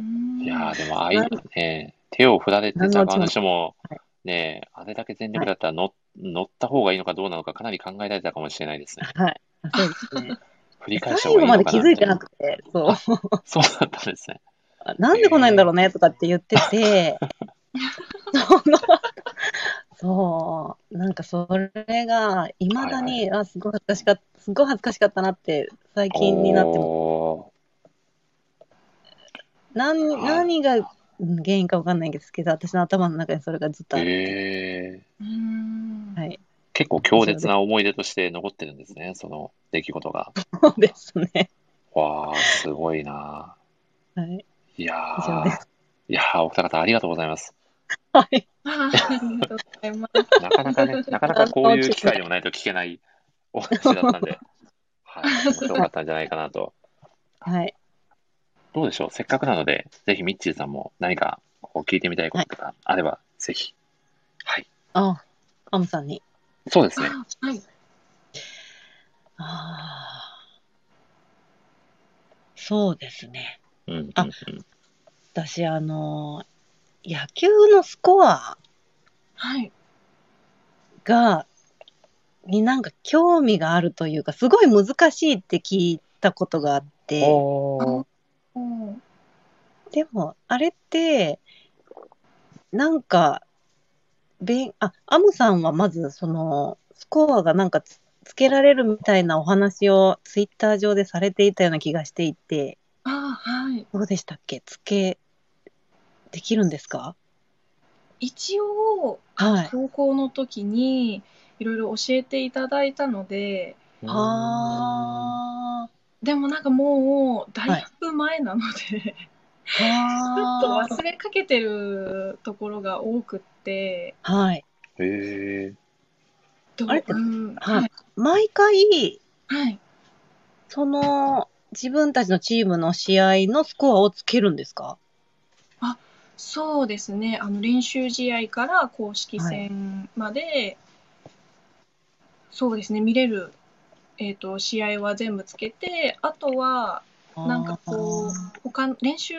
S1: ーいやーでもああいうね、手を振られてた側の人も
S2: は、
S1: ね、あれだけ全力だったら乗乗った方がいいのかどうなのか、かなり考えられたかもしれないですね。
S2: はい。そうですね。
S1: 振り返した
S2: 最
S1: 方がいい
S2: 後
S1: の
S2: ま
S1: か
S2: で
S1: な
S2: 気づいてなくて、そう。
S1: そうだったんですね。
S2: あなんで来ないんだろうねとかって言って
S1: <laughs>
S2: て、そのそう、なんかそれが、いまだに、あ、すごい恥ずかしかった、すごい恥ずかしかったなって、最近になっても、
S1: お
S2: 何
S1: はい
S2: 何がうん原因かわかんないんですけど、私の頭の中にそれがずっと
S1: ー
S2: ある。
S1: えー
S2: は、
S3: はい
S1: 結構強烈な思い出として残ってるんですね、その出来事が。
S2: そうですね。
S1: わー、すごいな
S2: はい、
S1: いや
S2: 以上で
S1: ー
S2: す。
S1: いやーお二方ありがとうございます。
S2: はい、
S3: ありがとうございます。
S1: なかなか
S2: <laughs>
S1: ね、なかなかこういう機会でもないと聞けないお話だったんで、はい、面白かったんじゃないかなと。
S2: はい、
S1: どうでしょうせっかくなので、ぜひミッチーさんも何かこう聞いてみたいことがあれば、ぜひ。はい。
S2: あ、アムさんに。
S1: そうですね。
S3: はい。
S2: ああ、そうですね。
S1: うんうん
S2: あ私、あの、野球のスコア
S3: はい。
S2: が、になんか興味があるというか、すごい難しいって聞いたことがあっ
S1: う
S2: て
S1: ん。、おー
S3: お
S2: でも、あれって、なんか、べん、あ、アムさんはまず、その、スコアがなんかつ、つけられるみたいなお話をツイッター上でされていたような気がしていて、
S3: あはい。
S2: どうでしたっけつけ、できるんですか
S3: 一応、
S2: はい。
S3: 高校の時にいろいろ教えていただいたので、
S2: あ
S3: でもなんかもう
S2: は
S3: 大
S2: い
S3: 学前なので、
S2: ー。ち
S3: ちょっ
S2: ょ
S3: と忘れかけてるところが多くって、
S2: はい。
S1: へえ。
S3: どう
S2: あれって
S3: うん、
S2: は
S3: はい
S2: い。毎回、
S3: はい。
S2: その、自分たちのチームの試合のスコアをつけるんですか
S3: そうですね。あの練習試合から公式戦まで、そうですね。見れる、えっ、と試合は全部つけて、あとはなんかこう他練習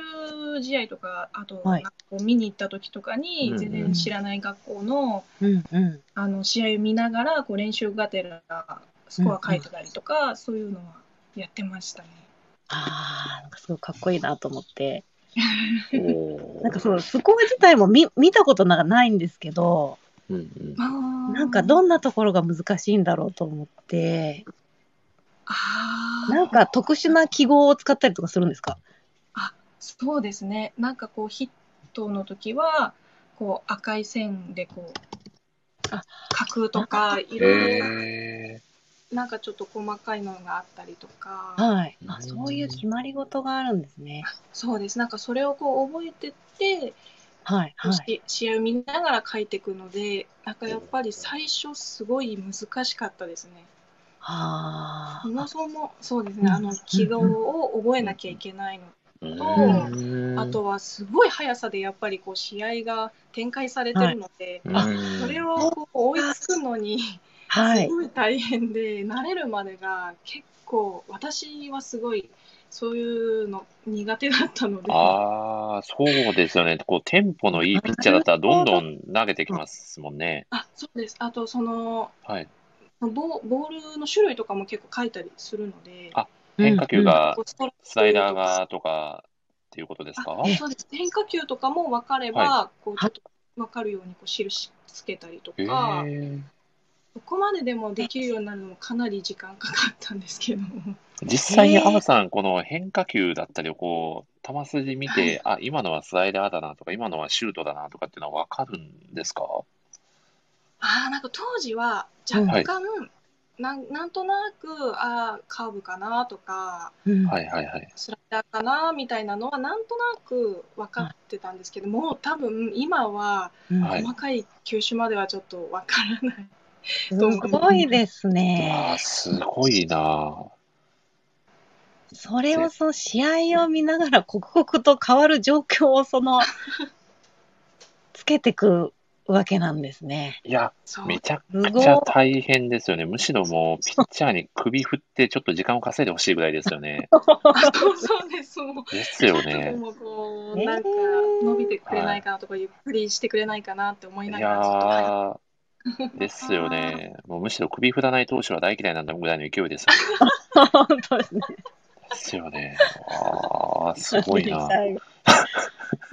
S3: 試合とか、あと、
S2: はい
S3: こう見に行った時とかに
S1: うん
S3: 全然知らない学校の、
S2: う。うんうん。
S3: あの試合を見ながらこう練習がてらスコア書いてたりとか、そういうのはやってましたね。
S2: ああ、なんかすごいかっこいいなと思って。
S1: おー
S2: なんかそのスコア自体も見見たことなんかないんですけど、
S1: うんうん。
S2: な
S3: なん
S2: かどんなところが難しいんだろうと思って、
S3: あー
S2: なんか特殊な記号を使ったりとかするんですか
S3: そうですね。なんかこうヒットの時はこう赤い線でこう
S2: あ
S3: 書くとかいろいろ
S1: へ
S3: なんかちょっと細かいのがあったりとか、
S2: はい。
S1: う
S2: あ、
S1: ん
S2: そういう決まり事があるんですね。
S3: そうです。なんかそれをこう覚えてって、
S2: はい、はい。
S3: し試合を見ながら書いていくので、なんかやっぱり最初すごい難しかったですね。
S2: あ
S3: そも
S2: あ。
S3: そもそうです
S2: うん
S3: ね。あの記号を覚えなきゃいけないの
S1: ーう
S3: と
S1: ん
S3: あとはすごい速さでやっぱりこう試合が展開されてるので、
S2: あ
S1: うん
S3: それをこう追いつくのにす
S2: はい。
S3: ごい大変で、慣れるまでが結構私はすごいそういうの苦手だったので、
S1: ああ、そうですよね。こう、テンポのいいピッチャーだったら、どんどん投げてきますもんね。
S3: あそうです。あとその
S1: はい。
S3: ボボールの種類とかも結構書いたりするので、
S1: あ変化球が
S3: こうストライク
S1: スライダーがとかっていうことですか
S2: え
S3: そうです変化球とかも分かれば、
S1: は
S3: こうちょっと分かるようにこう印つけたりと
S1: へ
S3: か、
S1: ー
S3: ここまででもできるようになるのもかなり時間かかったんですけども、
S1: 実際に
S2: へー
S1: アマさん、この変化球だったりをこう、球筋見て、あ、今のはスライダーだなとか、今のはシュートだなとかっていうのは分かるんですか
S3: あーなんか当時は
S2: うん
S3: 若干、なんなんとなくあーカーブかなとか
S2: うん
S1: はいはいはい。
S3: スライダーかなみたいなのはなんとなく分かってたんですけどもう多分今は
S2: うん
S1: はい
S3: 細かい球種まではちょっと分からない。
S2: すごいです
S1: あ
S2: ね
S1: あ、。すごいな。
S2: それをその試合を見ながら刻々と変わる状況を
S1: <laughs>
S2: そのつけてくわけなんですね。
S1: いや、
S3: そう
S1: めちゃ
S2: す
S1: く
S2: ごい
S1: ちゃ大変ですよね。むしろもう、ピッチャーに首振って、ちょっと時間を稼いでほしいぐらいですよね。
S3: <laughs> そうそうです。もう
S1: ですよ
S3: ちょっと
S1: <laughs> ね。
S3: もうこう、
S2: ね
S3: なんか伸びてくれないかなとか、ゆっくりしてくれないかなって思い
S1: い
S3: なが
S1: や
S3: らずっと入っ
S1: ー、ですよね。もうむしろ首振らない投手は大嫌いなんだぐらいの勢いです。
S2: 本当ですね。
S1: ですよね。ああ、すごいな。
S2: ね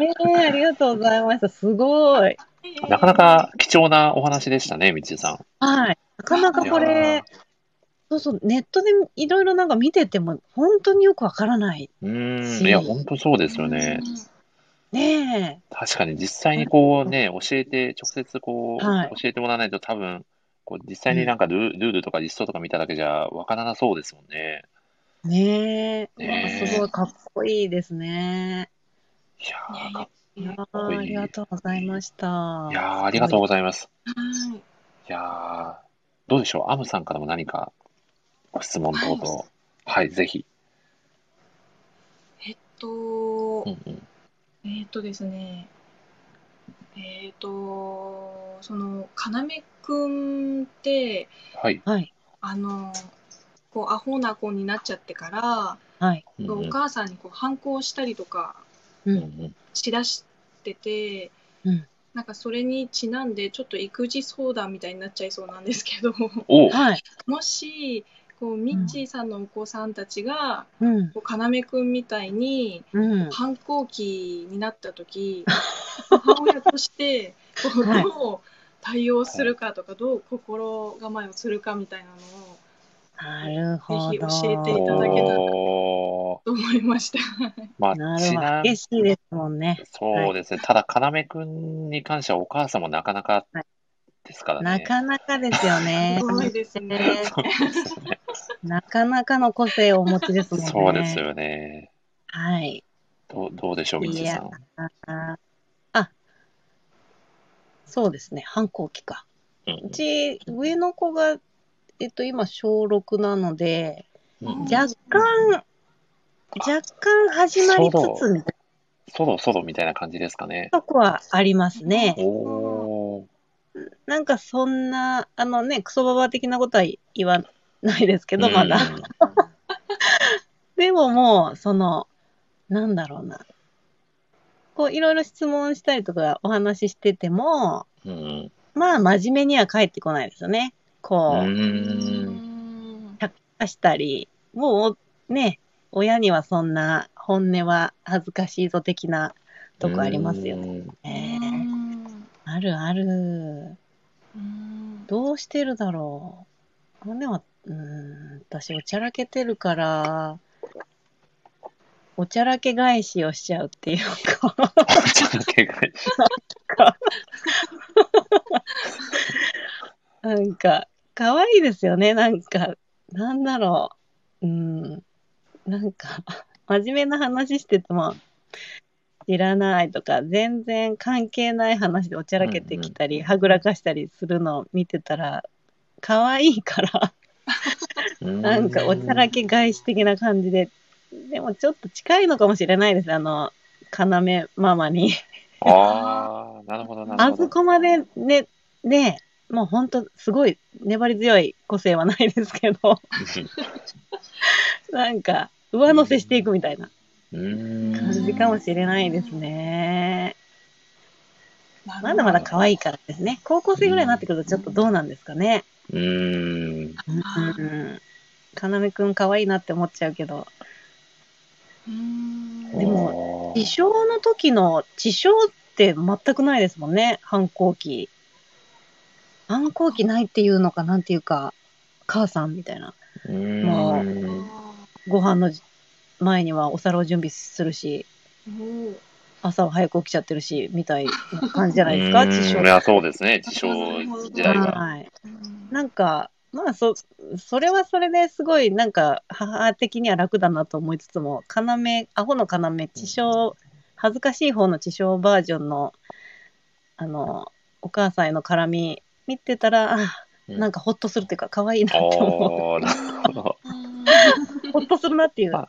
S2: えありがとうございました。すごい。
S3: て
S1: なかなか貴重なお話でしたね、道井さん。
S2: はい。なかないか
S3: やー
S2: これ、そうそう、ネットでいろいろなんか見てても、本当によくわからない。
S1: うーん、いや、本当そうですよね。。
S2: ね
S1: 確かに実際にこうね、教えて、直接こう、
S2: はい
S1: 教えてもらわないと多分、こう実際になんかル,、ルールとかリストとか見ただけじゃわからなそうですもんね。
S2: え。ねえ。
S1: ねえ
S2: なんかすごいかっこいいですね。
S1: いや
S3: いやい
S1: ー
S3: や
S1: か
S3: うん
S2: あ
S1: っこいい
S2: ーありがとうございました。
S1: いやーありがとうございます。
S3: はい
S1: いやーどうでしょう、アムさんからも何かご質問等々、はい、ぜひ。
S3: えっと
S1: う、んうん
S3: えっとですね。えっと、その、かなめくんって、
S1: はい。
S2: はい。
S3: あの、こう、アホな子になっちゃってから、
S2: はい。
S1: うんうん
S3: お母さんにこう反抗したりとか
S2: う
S1: うん
S2: ん。
S1: うん
S3: しだしてて、
S2: うん
S3: なんかそれにちなんでちょっと育児相談みたいになっちゃいそうなんですけど <laughs>
S1: おう
S2: はい。
S3: もしこうミッチーさんのお子さんたちが、
S2: うん。
S3: こうかなめくんみたいに
S2: うん。
S3: 反抗期になった時母親としてこう
S2: はい
S3: どう対応するかとか、どう心構えをするかみたいなのを
S2: なるほ
S3: ぜひ
S2: ど。
S3: 教えていただけたら
S1: おー
S3: と思いました。
S1: まあ、
S2: な
S1: ち
S2: るほ
S1: な
S2: ど。激しいですもんね。
S1: そうですね、ただ、かなめくんに関してはお母さんもなかなかですから
S2: な
S1: ね。
S2: かなかですよね
S1: <laughs>
S3: す。ごいですね。
S1: そうですよね
S2: なかなかの個性をお持ちですもんね。
S1: <laughs> そうですよね。
S2: はい。
S1: どうどうでしょう、みちさん。
S2: ああ、そうですね。反抗期か。
S1: うん
S2: うち、上の子が、えっと、今、小6なので、
S1: うん
S3: じゃ
S2: 若干、若干始まりつつみたい
S1: そろそろみたいな感じですかね。
S2: なとこはありますね。
S1: おー、
S2: なんかそんな、あのね、クソババア的なことは言わないですけど、
S1: うん
S2: まだ。でももう、その、なんだろうな。こう、いろいろ質問したりとかお話ししてても、
S1: うん。
S2: まあ、真面目には返ってこないですよね。
S1: う
S2: こう、
S1: ーん。
S2: 化したり、もうね、親にはそんな本音は恥ずかしいぞ的なとこありますよね。
S1: ね。
S3: うん
S2: あるある。
S3: うん
S2: どうしてるだろう。本音は、うーん、私おちゃらけてるから、おちゃらけ返しをしちゃうっていうか。 <laughs>
S1: ちょっと警戒し
S2: なんか、可愛いですよね。なんか、なんだろう。うん。なんか、真面目な話してても、知らないとか、全然関係ない話でおちゃらけてきたり、はぐらかしたりするのを見てたら、可愛いから、なんかおちゃらけ返し的な感じで、でもちょっと近いのかもしれないです。あの、要ママに。
S1: <laughs> ああ、なるほど、な
S2: あ
S1: るほ
S2: そ
S1: ど。
S2: こまでね、ね、もう本当すごい粘り強い個性はないですけど、 <laughs> なんか上乗せしていくみたいな
S1: うん。
S2: 感じかもしれないですね。ま
S3: ま
S2: だまだ可愛いからですね。高校生ぐらいになってくるとちょっとどうなんですかね。
S1: うん。
S2: うん。かなめくん可愛いなって思っちゃうけど、で
S1: も
S2: 自傷の時の自傷って全くないですもんね、反抗期。反抗期ないっていうのか、なんていうか、母さんみたいな。もご飯の前にはお皿を準備するし、朝は早く起きちゃってるし、みたいな感じじゃないですか、自
S1: い
S2: 称。
S1: や、そうですね、自称時代が。
S2: はい。なんか、まあ、そ、それはそれですごい、なんか、母的には楽だなと思いつつも、要、アホの要、地称、恥ずかしい方の地称バージョンの、あの、お母さんへの絡み、見てたら、あなん
S1: か、
S2: かほっとするというか、可愛いな
S1: あ
S2: って思
S1: あ、なるほど。
S2: う。ほっとするなってい
S1: ま
S2: う
S1: あ、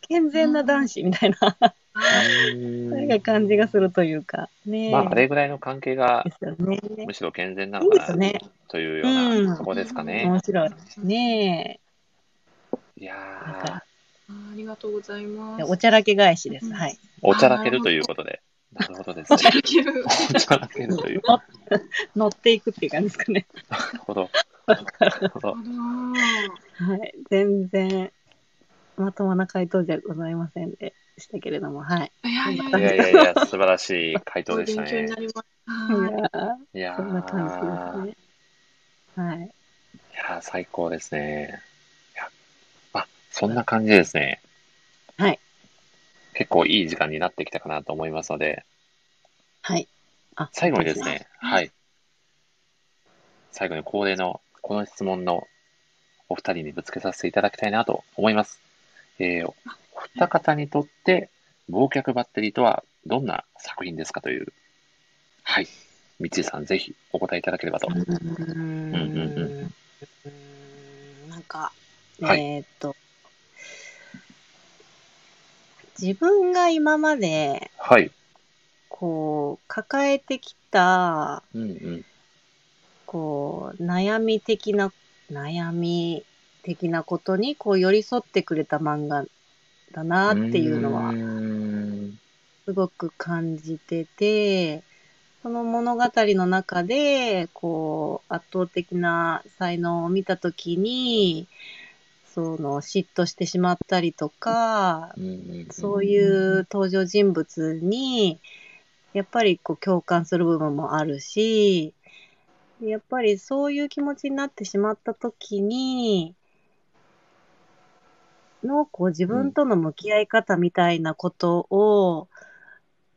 S2: <laughs> 健全な男子みたいな。それが感じがするというか、ね
S1: まあ、あれぐらいの関係が
S2: で、すよね。
S1: むしろ健全ない
S2: い
S1: の
S2: です
S1: かな、
S2: ね。
S1: というよう
S2: うん
S1: なとこですかね
S2: 面。白い。ね
S1: い
S2: え。だ
S1: や
S2: か
S3: ありがとうございま
S2: ら、
S3: す。
S2: おちゃらけ返しです。
S3: うん
S2: はい。
S1: ー、おちゃらけるということで。なるほどです
S3: お茶
S1: ね。
S3: できる。
S1: おちゃらけるという。
S2: <laughs> 乗っていくっていう感じですかね。
S1: なるほど。なるほど。
S2: はい。全然、まともな回答じゃございませんでしたけれども、はい。
S3: いやいや
S1: いやいやいや、素晴らしい回答でした
S3: 勉強に
S1: ね
S3: な。りま
S2: い
S3: す。
S2: や
S1: いや
S2: ー
S3: はい。
S2: そんな
S1: ー
S2: 感じですね。はい。
S1: いやー最高ですね。いやあ、そんな感じですね。
S2: はい。
S1: 結構いい時間になってきたかなと思いますので、
S2: はい。あ、
S1: 最後にです
S2: そう
S1: ね、はい。最後に恒例のこの質問のお二人にぶつけさせていただきたいなと思います。えーお二方にとって、忘却バッテリーとはどんな作品ですかという、はい。みちさん、ぜひお答えいただければと。
S2: う
S1: うんう
S2: ーん
S1: んうん
S2: うーんなんか、
S1: はい
S2: えーっと、自分が今まで、
S1: はい。
S2: こう、抱えてきた、
S1: うんうん。
S2: こう、悩み的な、悩み的なことに、こう、寄り添ってくれた漫画だなっていうのは
S1: ー、ん
S2: すごく感じてて、その物語の中で、こう、圧倒的な才能を見たときに、その、嫉妬してしまったりとか
S1: う、んうん
S2: そういう登場人物に、やっぱりこう共感する部分もあるし、やっぱりそういう気持ちになってしまった時に、のこう自分との向き合い方みたいなことを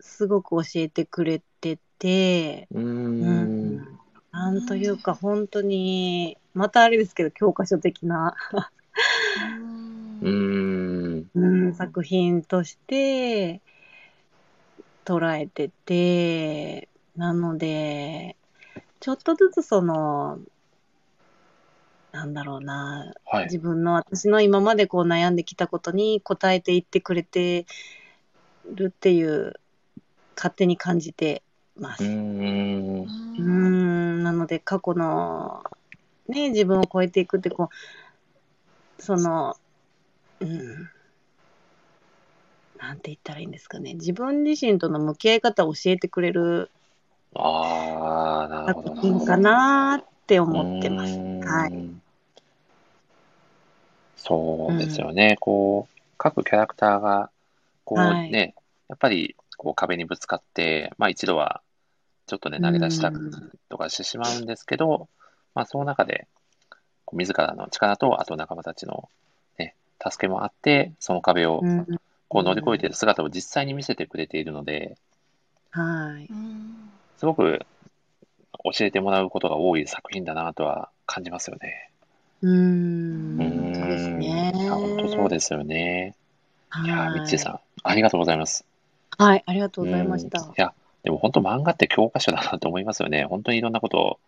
S2: すごく教えてくれてて、
S1: うー
S2: うん
S1: ん。
S2: なんというか本当に、またあれですけど教科書的な
S1: うーん。
S2: うん、作品として捉えてて、なので、ちょっとずつその、なんだろうな、
S1: はい。
S2: 自分の私の今までこう悩んできたことに答えていってくれてるっていう、勝手に感じてま
S1: う
S2: す。
S1: ーん。
S2: うーん、なので過去の、ね、自分を超えていくって、こう、その、うん、なんて言ったらいいんですかね。自分自身との向き合い方を教えてくれる
S1: ああ、なるほど
S2: 作
S1: な。
S2: 品かなーって思ってます。
S1: うーん
S2: は
S1: そうですよね。こう、各キャラクターが、こう
S2: はい
S1: ね、やっぱりこう壁にぶつかって、まあ一度はちょっとね、投げ出した
S2: うん
S1: とかしてしまうんですけど、まあその中で、こう自らの力と、あと仲間たちの、ね、助けもあって、その壁を
S2: うん、
S1: こう乗り越えている姿を実際に見せてくれているので、
S2: はい。
S3: うん
S1: すごく教えてもらうことが多い作品だなとは感じますよね。
S2: うーん。
S1: う
S3: 本
S1: ん。
S2: そうですね。
S1: いや本当そう
S2: す。
S1: ですよね。いやー、
S2: は
S1: ミ
S2: い、
S1: ッチーさん、ありがとうございます。
S2: はい、ありがとうございま
S1: う
S2: し
S1: んい
S2: た。
S1: や、でも本当漫画って教科書だなと思いますよね。本当にいろんなことを、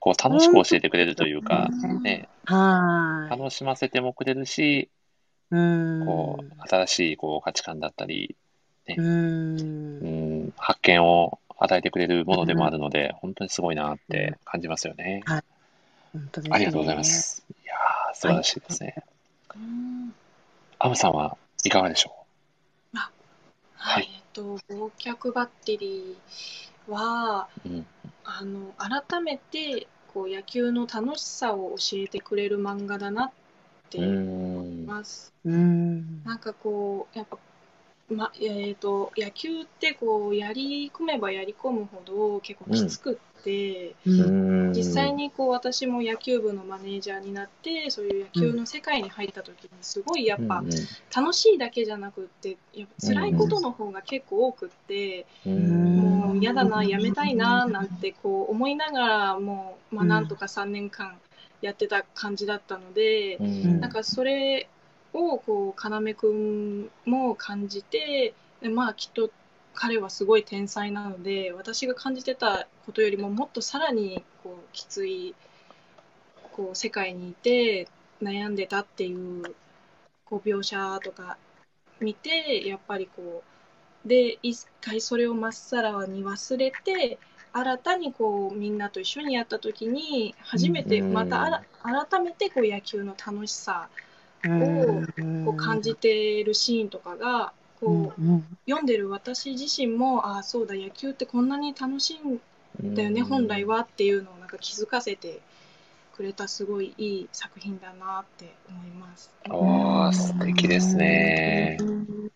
S1: こう楽しく教えてくれるというか、
S3: うん
S1: ね、
S2: はい。
S1: 楽しませてもくれるし、
S2: うーん。
S1: こう、新しいこう価値観だったり、
S2: うー。
S1: うんん、発見を与えてくれるものでもあるので、本当にすごいなって感じますよね。
S2: 本当ですね。
S1: ありがとうございま。す。いやー、素晴らしいですね。
S3: うん
S1: アムさんはいかがでしょ
S3: は
S1: はい
S3: い、えっと、忘却バッテリーは、
S1: う、うん、
S3: あの、改めて、こう、野球の楽しさを教えてくれる漫画だなって
S1: う
S3: 思い
S1: ん。
S3: ます。
S2: うーん。
S3: なんかこう、やっぱ、ま、えっと、野球って、こう、やり込めばやり込むほど、結構きつくって、
S2: うん
S3: 実際にこう私も野球部のマネージャーになってそういう野球の世界に入った時にすごいやっぱ
S1: うんうん
S3: 楽しいだけじゃなくってやっぱ辛いことの方が結構多くって
S1: うん
S2: うん
S3: もう嫌だなやめたいななんてこう思いながらもうまあなんとか3年間やってた感じだったので
S1: うん
S3: なんかそれをこう要くんも感じてでまあきっと彼はすごい天才なので私が感じてたことよりももっとさらにこうきついこう世界にいて悩んでたっていうこう描写とか見てやっぱりこうで一回それをまっさらに忘れて新たにこうみんなと一緒にやった時に初めて
S1: うん
S3: またあら改めてこう野球の楽しさを感じてるシーンとかがこう
S2: うん
S3: 読んでる私自身もああそうだ野球ってこんなに楽しいんだよね本来はっていうのをなんか気づかせてくれたすごいいい作品だなって思います。
S1: ああ、素敵ですね
S2: う。ん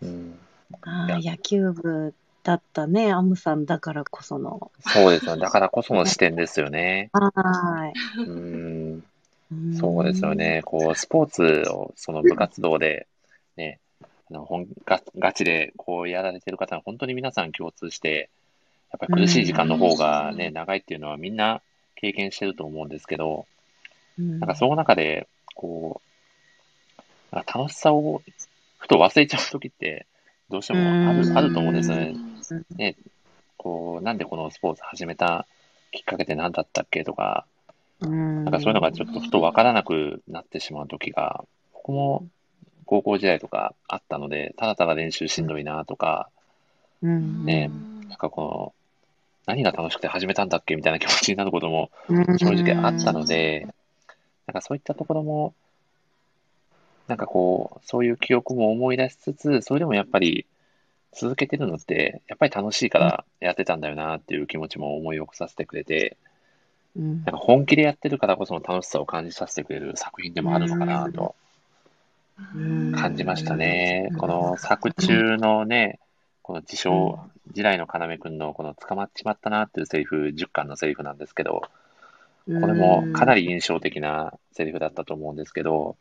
S1: うん
S2: あー野球部だったね、アムさんだからこその。
S1: そうですよね。だからこその視点ですよね。
S2: は
S1: うん、
S2: い。
S1: そうですよね。こう、スポーツを、その部活動で、ね、あの本ガガチでこうやられてる方は本当に皆さん共通して、やっぱり苦しい時間の方がね、
S3: うん
S1: 長いっていうのはみんな経験してると思うんですけど、
S2: うん。
S1: なんかその中で、こう、なんか楽しさをふと忘れちゃう時って、どうしてもあ
S2: う
S1: る、
S2: ん
S1: あると思うんですよ
S2: う
S1: ね。こう、なんでこのスポーツ始めたきっかけって何だったっけとか、
S2: うん、
S1: なんかそういうのがちょっとふとわからなくなってしまう時が、僕も高校時代とかあったので、ただただ練習しんどいなとか、
S2: うん
S1: ねなんかこの、何が楽しくて始めたんだっけみたいな気持ちになることも正直あったので、なんかそういったところも、なんかこう、そういう記憶も思い出しつつ、それでもやっぱり続けてるのって、やっぱり楽しいからやってたんだよなっていう気持ちも思い起こさせてくれて、
S2: う
S1: な
S2: ん
S1: んか本気でやってるからこその楽しさを感じさせてくれる作品でもあるのかなと
S2: うん
S1: 感じましたね
S2: う。ん
S1: この作中のね、この自称、地雷の要くんのこの捕まっちまったなっていうセリフ、10巻のセリフなんですけど、これもかな
S2: り、
S1: り印象的なセリフだったと思うんですけど、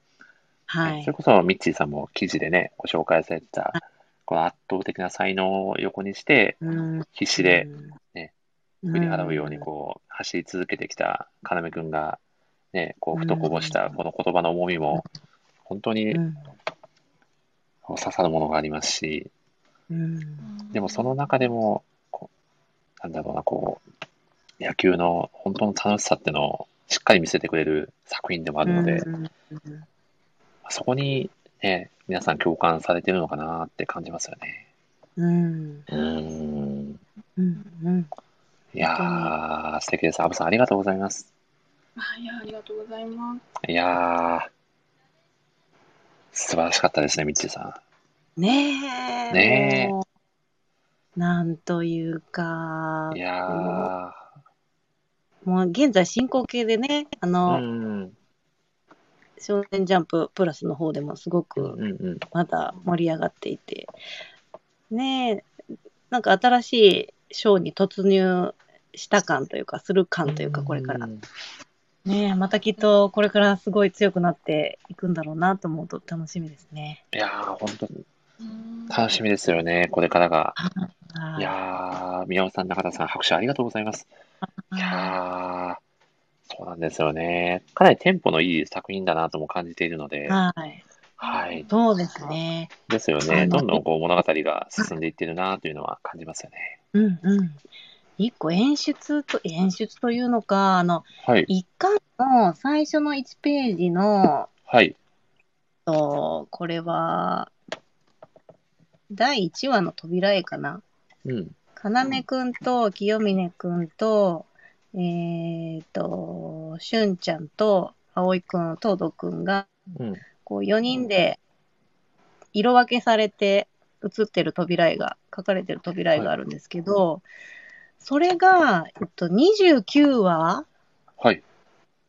S2: はい
S1: それこそミッチーさんも記事でね、ご紹介されてた、この圧倒的な才能を横にして、
S2: うん
S1: 必死でね
S2: うん、
S1: 振り払うようにこう走り続けてきた要くんが、ね、こうふとこぼしたこの言葉の重みも、本当に
S2: うん、
S1: 刺さるものがありますし、
S2: うん
S1: でもその中でも、こうなんだろうな、こう、野球の本当の楽しさってのをしっかり見せてくれる作品でもあるので、
S2: うん
S1: そこに、ね、皆さん共感されてるのかなって感じますよね。
S2: うん
S1: うん。
S2: うん
S1: いやー、素敵です。アブさん、ありがとうございます。
S3: はいやありがとうございます。
S1: いやー、素晴らしかったですね、ミッチーさ
S2: ねえ
S1: ねえ
S2: もうなんというか
S1: ん。いやー、
S2: もう現在進行形でねあ
S1: う
S2: の、
S1: ん。
S2: 少年ジャンププラスの方でもすご
S4: うん
S2: く
S4: うんうん。
S2: まだ盛り上がっていて、ねえ、なんか新しい章に突入した感というか、する感というか、これから
S4: う。ん
S2: ねえ、またきっとこれからすごい強くなっていくんだろうなと思うと楽しみですね。
S1: いやー、本当に
S3: うん
S1: 楽しみですよね、これからが。
S2: はい
S1: やー、宮尾さん、中田さん、拍手ありがとうございます。いやー、そうなんですよね。かなりテンポのいい作品だなとも感じているので、
S2: はい。
S1: はい。
S2: そうですね。
S1: ですよ
S2: あ
S1: ね。
S2: の
S1: どんどんこう物語が進んでいってるなというのは感じますよね。
S2: うんうん。一個演出と、演出というのか、あの、
S1: はい。
S2: 一巻の最初の1ページの、
S1: はい。
S2: とこれは、第1話の扉絵かな。
S4: うん。
S2: かなめくんと清峰くんと、えっ、と、しゅんちゃんと葵くん、東堂くんが、
S4: うん。
S2: こう4人で色分けされて映ってる扉絵が書かれてる扉絵があるんですけど、それが、えっと、29話
S1: はい。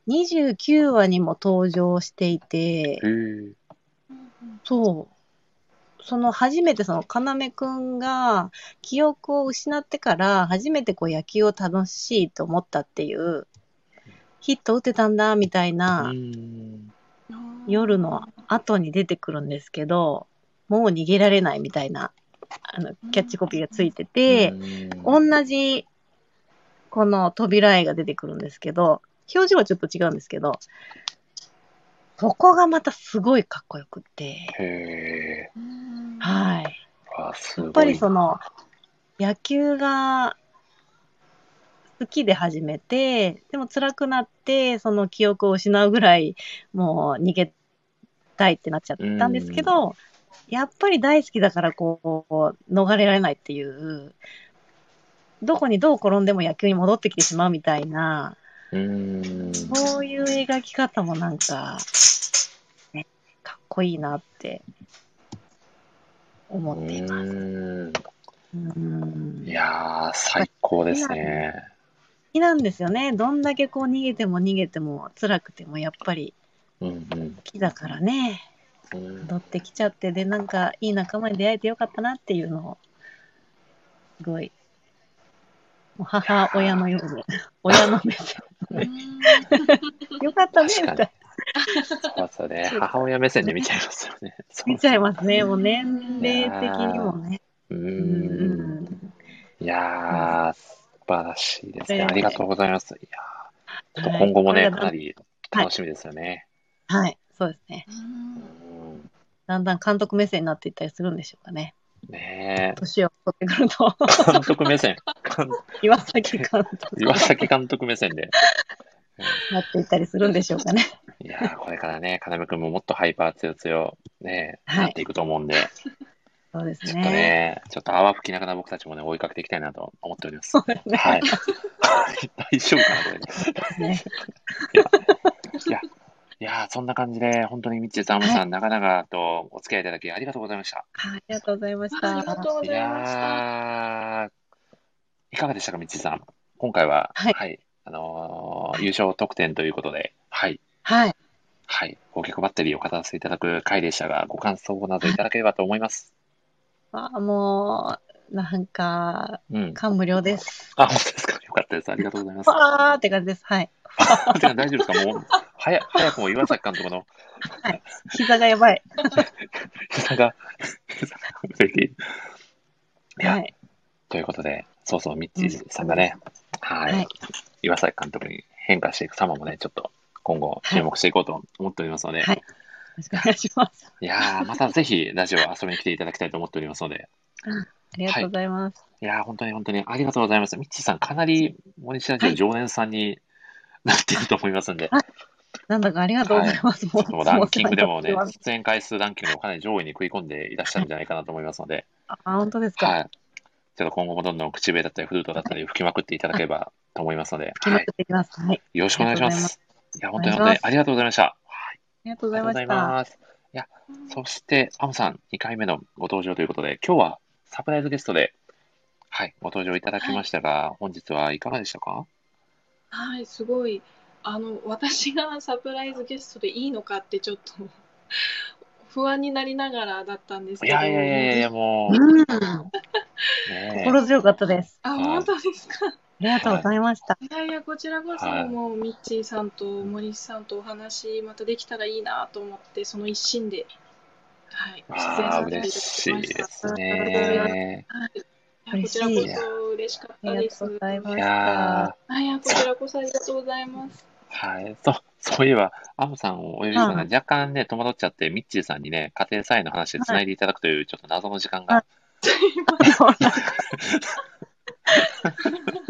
S2: 29話にも登場していて
S1: へー。
S2: そうその初めてその要くんが記憶を失ってから初めてこう野球を楽しいと思ったっていうヒット打てたんだみたいな、
S4: うん
S2: 夜の後に出てくるんですけど、もう逃げられないみたいな、あの、キャッチコピーがついてて、同じ、この扉絵が出てくるんですけど、表情はちょっと違うんですけど、そこがまたすごいかっこよくって、
S1: へ
S3: うん
S2: はい。
S1: ー。わー、す
S2: や
S1: ごい。
S2: っぱりその、野球が好きで始めて、でも辛くなって、その記憶を失うぐらい、もう逃げたいってなっちゃったんですけど、やっぱり大好きだから、こう、逃れられないっていう、どこにどう転んでも野球に戻ってきてしまうみたいな、
S4: うん。
S2: そういう描き方もなんか、ね、かっこいいなって思っています。
S4: うん
S2: うん
S1: いやー、最高ですね。
S2: 好きなんですよね。どんだけこう逃げても逃げても辛くてもやっぱり
S4: うん
S2: 好きだからね。
S4: うん。
S2: 戻ってきちゃって、で、なんかいい仲間に出会えてよかったなっていうのを、すごい、もう母親のように、親
S1: <laughs>
S2: の目線。よかったね、みたい
S1: 確
S2: な。
S1: そうですよね。母親目線で見ちゃいますよね。そう
S2: <laughs> 見ちゃいますね。もう年齢的にもね。
S4: う。
S2: うんん。
S1: いやー、素晴らしいですね。
S2: ね
S1: ありがとうございます。いやーちょっと
S2: はい
S1: 今後もね、
S2: これが
S1: かなり楽しみですよね。
S2: はい、そうですね。
S1: うん
S2: だんだん監督目線になっていったりするんでしょうかね。
S1: ね
S2: 年を取ってくると、 <laughs>
S1: え、監督目
S3: <laughs>
S1: 線、監
S2: 岩崎監督に
S1: 岩崎監督目線で。
S2: なっていったりするんでしょうかね。
S1: いやー、これからね、要くんももっとハイパー強強、ね、
S2: はい
S1: なっていくと思うんで、
S2: そうです
S1: ちょっとね、ちょっと泡吹きながら僕たちもね、追いかけていきたいなと思っております。
S2: そうですね。
S1: はい。 <laughs> 大丈夫かな、これ。
S2: ね
S1: いや、いやーそんな感じで、本当にミッチーさん、アモさん、長々とお付き合いいただきありがとうございました。
S2: はいありがとうございました。
S3: ありがとうご
S1: い
S3: ざいました。
S1: やーいかがでしたか、みっちーさん。今回は、
S2: はい
S1: あのー優勝得点ということで、はい、
S2: はい。
S1: はい、攻撃バッテリーを語らせていただく回でしたが、ご感想などいただければと思います。
S2: あもう、なんか、
S1: うん。
S2: 感無量です。
S1: あ、本当ですか。よかったです。ありがとうございます。
S2: わーって感じです。はい。
S1: てか大丈夫ですかもう、早早くも岩崎監督の
S2: 膝がやばい。
S1: 膝が、膝が触れている。いや、
S2: はい。
S1: ということで、そうそう、ミッチーさんがね、はい、
S2: はい
S1: 岩崎監督に変化していく様もね、ちょっと今後注目していこうと思っておりますので、
S2: はい
S1: い、
S2: よろしくお願いします。
S1: やー、またぜひラジオ遊びに来ていただきたいと思っておりますので、
S2: ありがとうございます。
S1: いやー、本当に本当にありがとうございます。ミッチーさん、かなり森下ラジオ常連さんになっていると思いますんで、
S2: はいなんだかありがとうございます。
S1: ちょっともうランキングでも <laughs> ね
S2: もうす、
S1: 出演回数ランキングでもかなり上位に食い込んでいらっしゃるんじゃないかなと思いますの <laughs> で、
S2: あ、本当ですか。
S1: はい。ちょっと今後もどんどん口笛だったり、フルートだったり吹きまくっていただければと思いますの <laughs> で、
S2: 決まってきます。はい。あ
S1: よろしくお願いしま。
S2: ありがとうご
S1: い
S2: ざいます
S1: や、本当に
S2: お
S1: 本当
S2: 願い
S1: に
S2: します
S1: ありがとうございました。
S2: りがとう
S1: あ
S2: ございました。は
S1: す。いや、そして、アムさん、2回目のご登場ということで、今日はサプライズゲストで、はい、ご登場いただきましたが、本日はいかがでしたか
S3: はい、すごいあの私がサプライズゲストでいいのかってちょっと <laughs> 不安になりながらだったんです
S1: い
S3: けど
S1: やいやいやいや、もう、
S2: うん、
S1: ねえ
S2: 心強かったです。
S3: あ
S1: はい
S3: 本当ですか
S2: ありがとうございました。
S3: いやいやこちらこそ
S1: はい
S3: もうミッチーさんと森さんとお話またできたらいいなと思ってその一心ではい出演
S1: ああ、
S3: させてい
S1: 嬉しいで
S3: ただきました
S1: すね。
S3: はいいやこちらこそ嬉しかったです
S2: ありがとうございま
S1: い
S2: す
S1: や
S3: はいいやこちらこそありがとうございます
S1: ーはい。そう、そういえば、アムさんをお呼びしたのは
S2: うん
S1: 若干ね、戸惑っちゃって、ミッチーさんにね、家庭菜園の話で繋いでいただくという、ちょっと謎の時間が。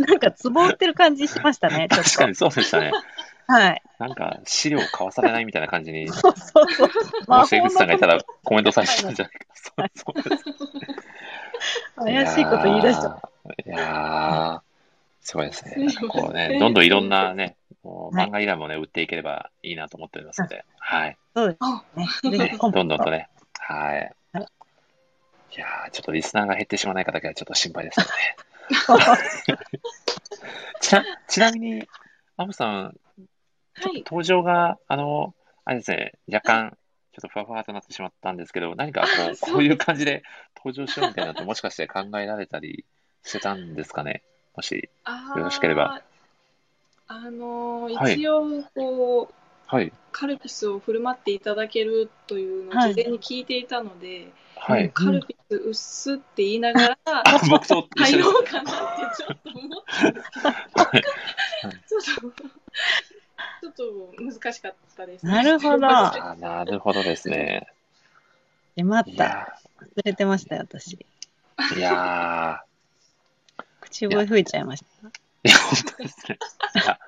S2: なんか、つぼ売ってる感じしましたね、ちょっ
S1: <laughs> 確か
S2: と。
S1: にそうでしたね。
S2: はい。
S1: なんか、資料交わされないみたいな感じに、
S2: そうそうそう。
S1: もし江口さんがいた
S2: ら。
S1: らコメントされてたんじゃないか。そうそうです。
S2: 怪しいこと言い出しちゃっ
S1: いやーいやーすごいですね。
S3: すいません
S1: こうね、どんどんいろんな
S2: <laughs>
S1: ね、もう漫画以外もね、売っていければいいなと思っておりますので、はい。
S2: た。そう
S3: あ
S2: ですね。ぜ
S1: ね
S2: ひ、
S1: ど
S2: コ
S1: ん
S2: ン
S1: どん
S2: ボ
S1: とね、はい
S2: はい。
S1: いやー、ちょっとリスナーが減ってしまわないかだけはちょっと心配
S2: <laughs>
S1: ですよね。ちなちなみに、アムさん、
S3: はい
S1: 登場が、あの、あれですね、若干、ちょっとふわふわとなってしまったんですけど、何かこ
S3: あ
S1: う、
S3: そう
S1: こういう感じで登場しようみたいなのって、もしかして考えられたりしてたんですかねもし、
S3: あー
S1: よろしければ
S3: あの
S1: はい
S3: 一応こう、
S1: はい、
S3: カルピスを振る舞っていただけるというのを
S2: はい
S3: 事前に聞いていたので、
S1: は
S2: うん
S1: い。
S3: カルピスうっすって言いな
S2: <laughs>
S3: がら、
S1: あ、僕と一緒で
S3: 入
S1: す
S3: ろ。うかなってちょっと思ったんですけど、ちょっと、ちょっと難しかったです、
S2: なるほど
S1: あーなるほどですね。
S2: しまっ
S1: い
S2: た。
S1: や
S2: 忘れてましたよ、私。
S1: ー、いやー。
S2: 口笛吹いちゃいまし
S1: いや、本当ですね。いや、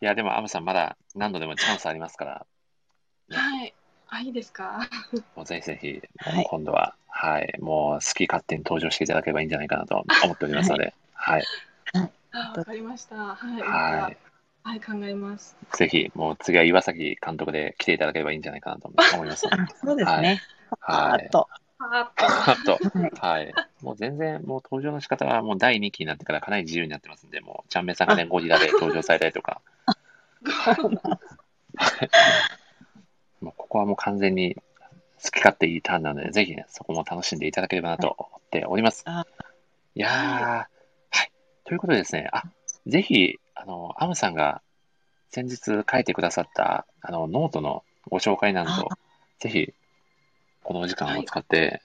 S1: いやでも、アムさん、まだ何度でもチャンスありますから、
S3: はい。あ、いいですか
S1: もうぜひぜひ、
S2: た。はい。
S1: 今度は、はい、もう好き勝手に登場していただければいいんじゃないかなと思っておりますので、はい、
S3: あ、わかりました。はい。
S1: は
S3: はい、考えます。
S1: い、ぜひ、もう次は岩崎監督で来ていただければいいんじゃないかなと思います
S2: <laughs>
S1: ので。
S2: あそうですね。
S1: は
S2: あ
S1: い。
S2: と。
S3: あ
S1: あと、
S2: はい
S1: はい。もう全然、もう登場の仕方はもう第2期になってからかなり自由になってますんで、もう、ちゃんめいさんがね、ゴリラで登場されたりとか、もうここはもう完全に好き勝手いいターンなので、ぜひね、そこも楽しんでいただければなと思っております。
S2: あ
S1: いやー、はい。ということでですね、あ、ぜひ、あの、アムさんが先日書いてくださった、あの、ノートのご紹介などを、ぜひ、このお時間を使って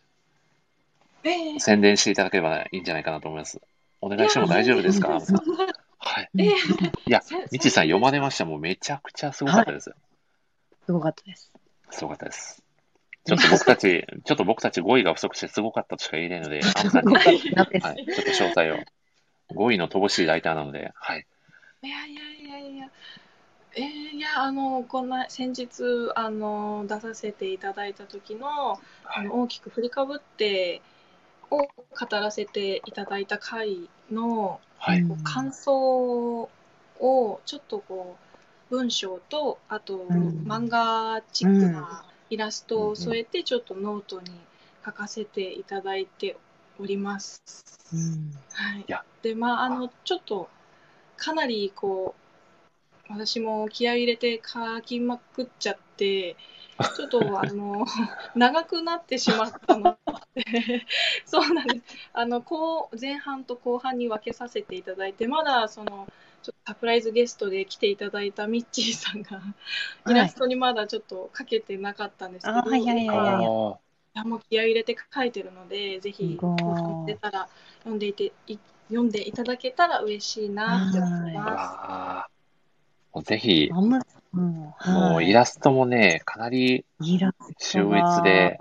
S3: ええ
S1: 宣伝していただければいいんじゃないかなと思います。お願いしても大丈夫ですかアムさん。はい。
S3: ええ
S1: いや、みちさん読まれました。もうめちゃくちゃすごかったです。
S2: すごかったです。
S1: すごかったです。ちょっと僕たち、ちょっと僕たち語彙が不足してすごかったとしか言えないので、アムさんに、はい、ち
S3: い
S2: なんです
S1: ょっと詳細を。語彙の乏しいライターなので、はい。
S3: いやいやいやいや、えーいや、あの、こんな、先日、あの、出させていただいた時の、あ
S1: はい。
S3: の、大きく振りかぶって、を語らせていただいた回の、
S1: は
S2: う
S1: い。
S2: ん
S3: こう感想を、ちょっとこう、文章と、あと、
S2: ん
S3: 漫画チックなイラスト
S1: うんう
S3: を
S1: ん
S3: 添えて、ちょっとノートに書かせていただいております。
S2: うん
S3: はい、
S1: や
S3: でまああのちょっとかなりこう私も気合い入れて書きまくっちゃってちょっとあの長くなってしまったのでそうなんですあのこう前半と後半に分けさせていただいてまだそのちょっとサプライズゲストで来ていただいたミッチーさんがイラストにまだちょっと書けてなかったんですけど、
S2: あはいはい
S1: あ
S2: やはいやいや
S1: ー
S3: いやもう気合い入れて書いてるので、ぜひ
S2: すごい
S3: 出たら読んでいてい読んでいただけたら嬉しいなって思います。
S1: わーもうぜひ、
S2: あんま、も
S1: もうイラストもね、かなり
S2: イラス
S1: 秀逸で、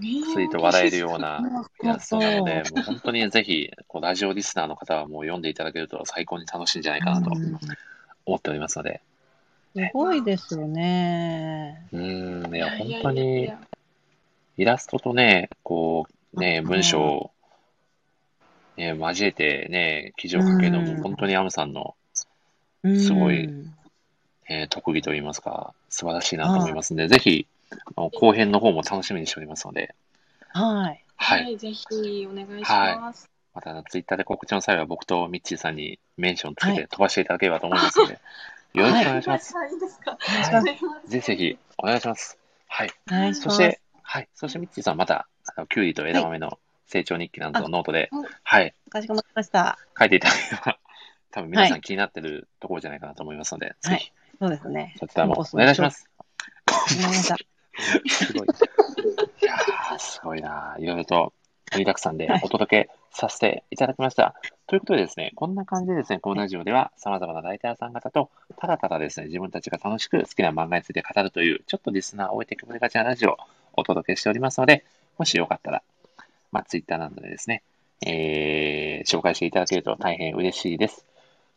S3: つ
S1: ついと笑えるよう
S2: ト
S1: な
S2: が
S1: イラストなので、もう本当にぜひ、こうラジオリスナーの方はもう読んでいただけると最高に楽しいんじゃないかなと
S2: うん
S1: 思っておりますので、
S2: すごいですよね。
S1: うーん、いや、
S3: い
S1: 本
S3: やい
S1: 当
S3: やい
S1: に
S3: や
S1: イラストとね、こう、ね、
S2: うん
S1: 文章を、ね、交えてね、記事を書けるの
S2: う
S1: も
S2: ん
S1: 本当にアムさんの、
S2: うん
S1: すごいえー特技といいますか、素晴らしいなと思いますので、ぜひ、あの後編の方も楽しみにしておりますので、
S2: はい。
S1: は。
S3: はいい、ぜひお願いします。
S1: またあの、ツイッターで告知の際は僕とミッチーさんにメンションつけ
S2: は
S1: て飛ばしていただければと思いますので、よろしくお願いします。
S3: す。いいですか。
S1: はい
S3: いします
S1: ぜひぜひお願いします。はい。
S2: お願いし
S1: そ
S2: ま
S1: し
S2: す。
S1: て、はい。そしてミッチーさんまた、あの、キュウリと枝豆の成長日記など
S2: あ
S1: のノートで
S3: うん、
S1: はい、
S2: かしこまりました。
S1: 書いていただければ、 <laughs> 多分皆さ
S2: は
S1: ん気になってるところじゃないかなと思いますので、
S2: はい
S1: ぜひ、
S2: そうですね。
S1: そちらもお願いします。
S2: ごめんなさい。
S1: すごい。いやー、すごいな。いろいろと盛りだくさんで
S2: はい
S1: お届けさせていただきました。ということでですね、こんな感じでですね、このラジオでは様々なライターさん方と、ただただですね、自分たちが楽しく好きな漫画について語るという、ちょっとリスナーを置いてくれがちなラジオをお届けしておりますので、もしよかったら、まあ、Twitter などでですね、えー、紹介していただけると大変嬉しいです。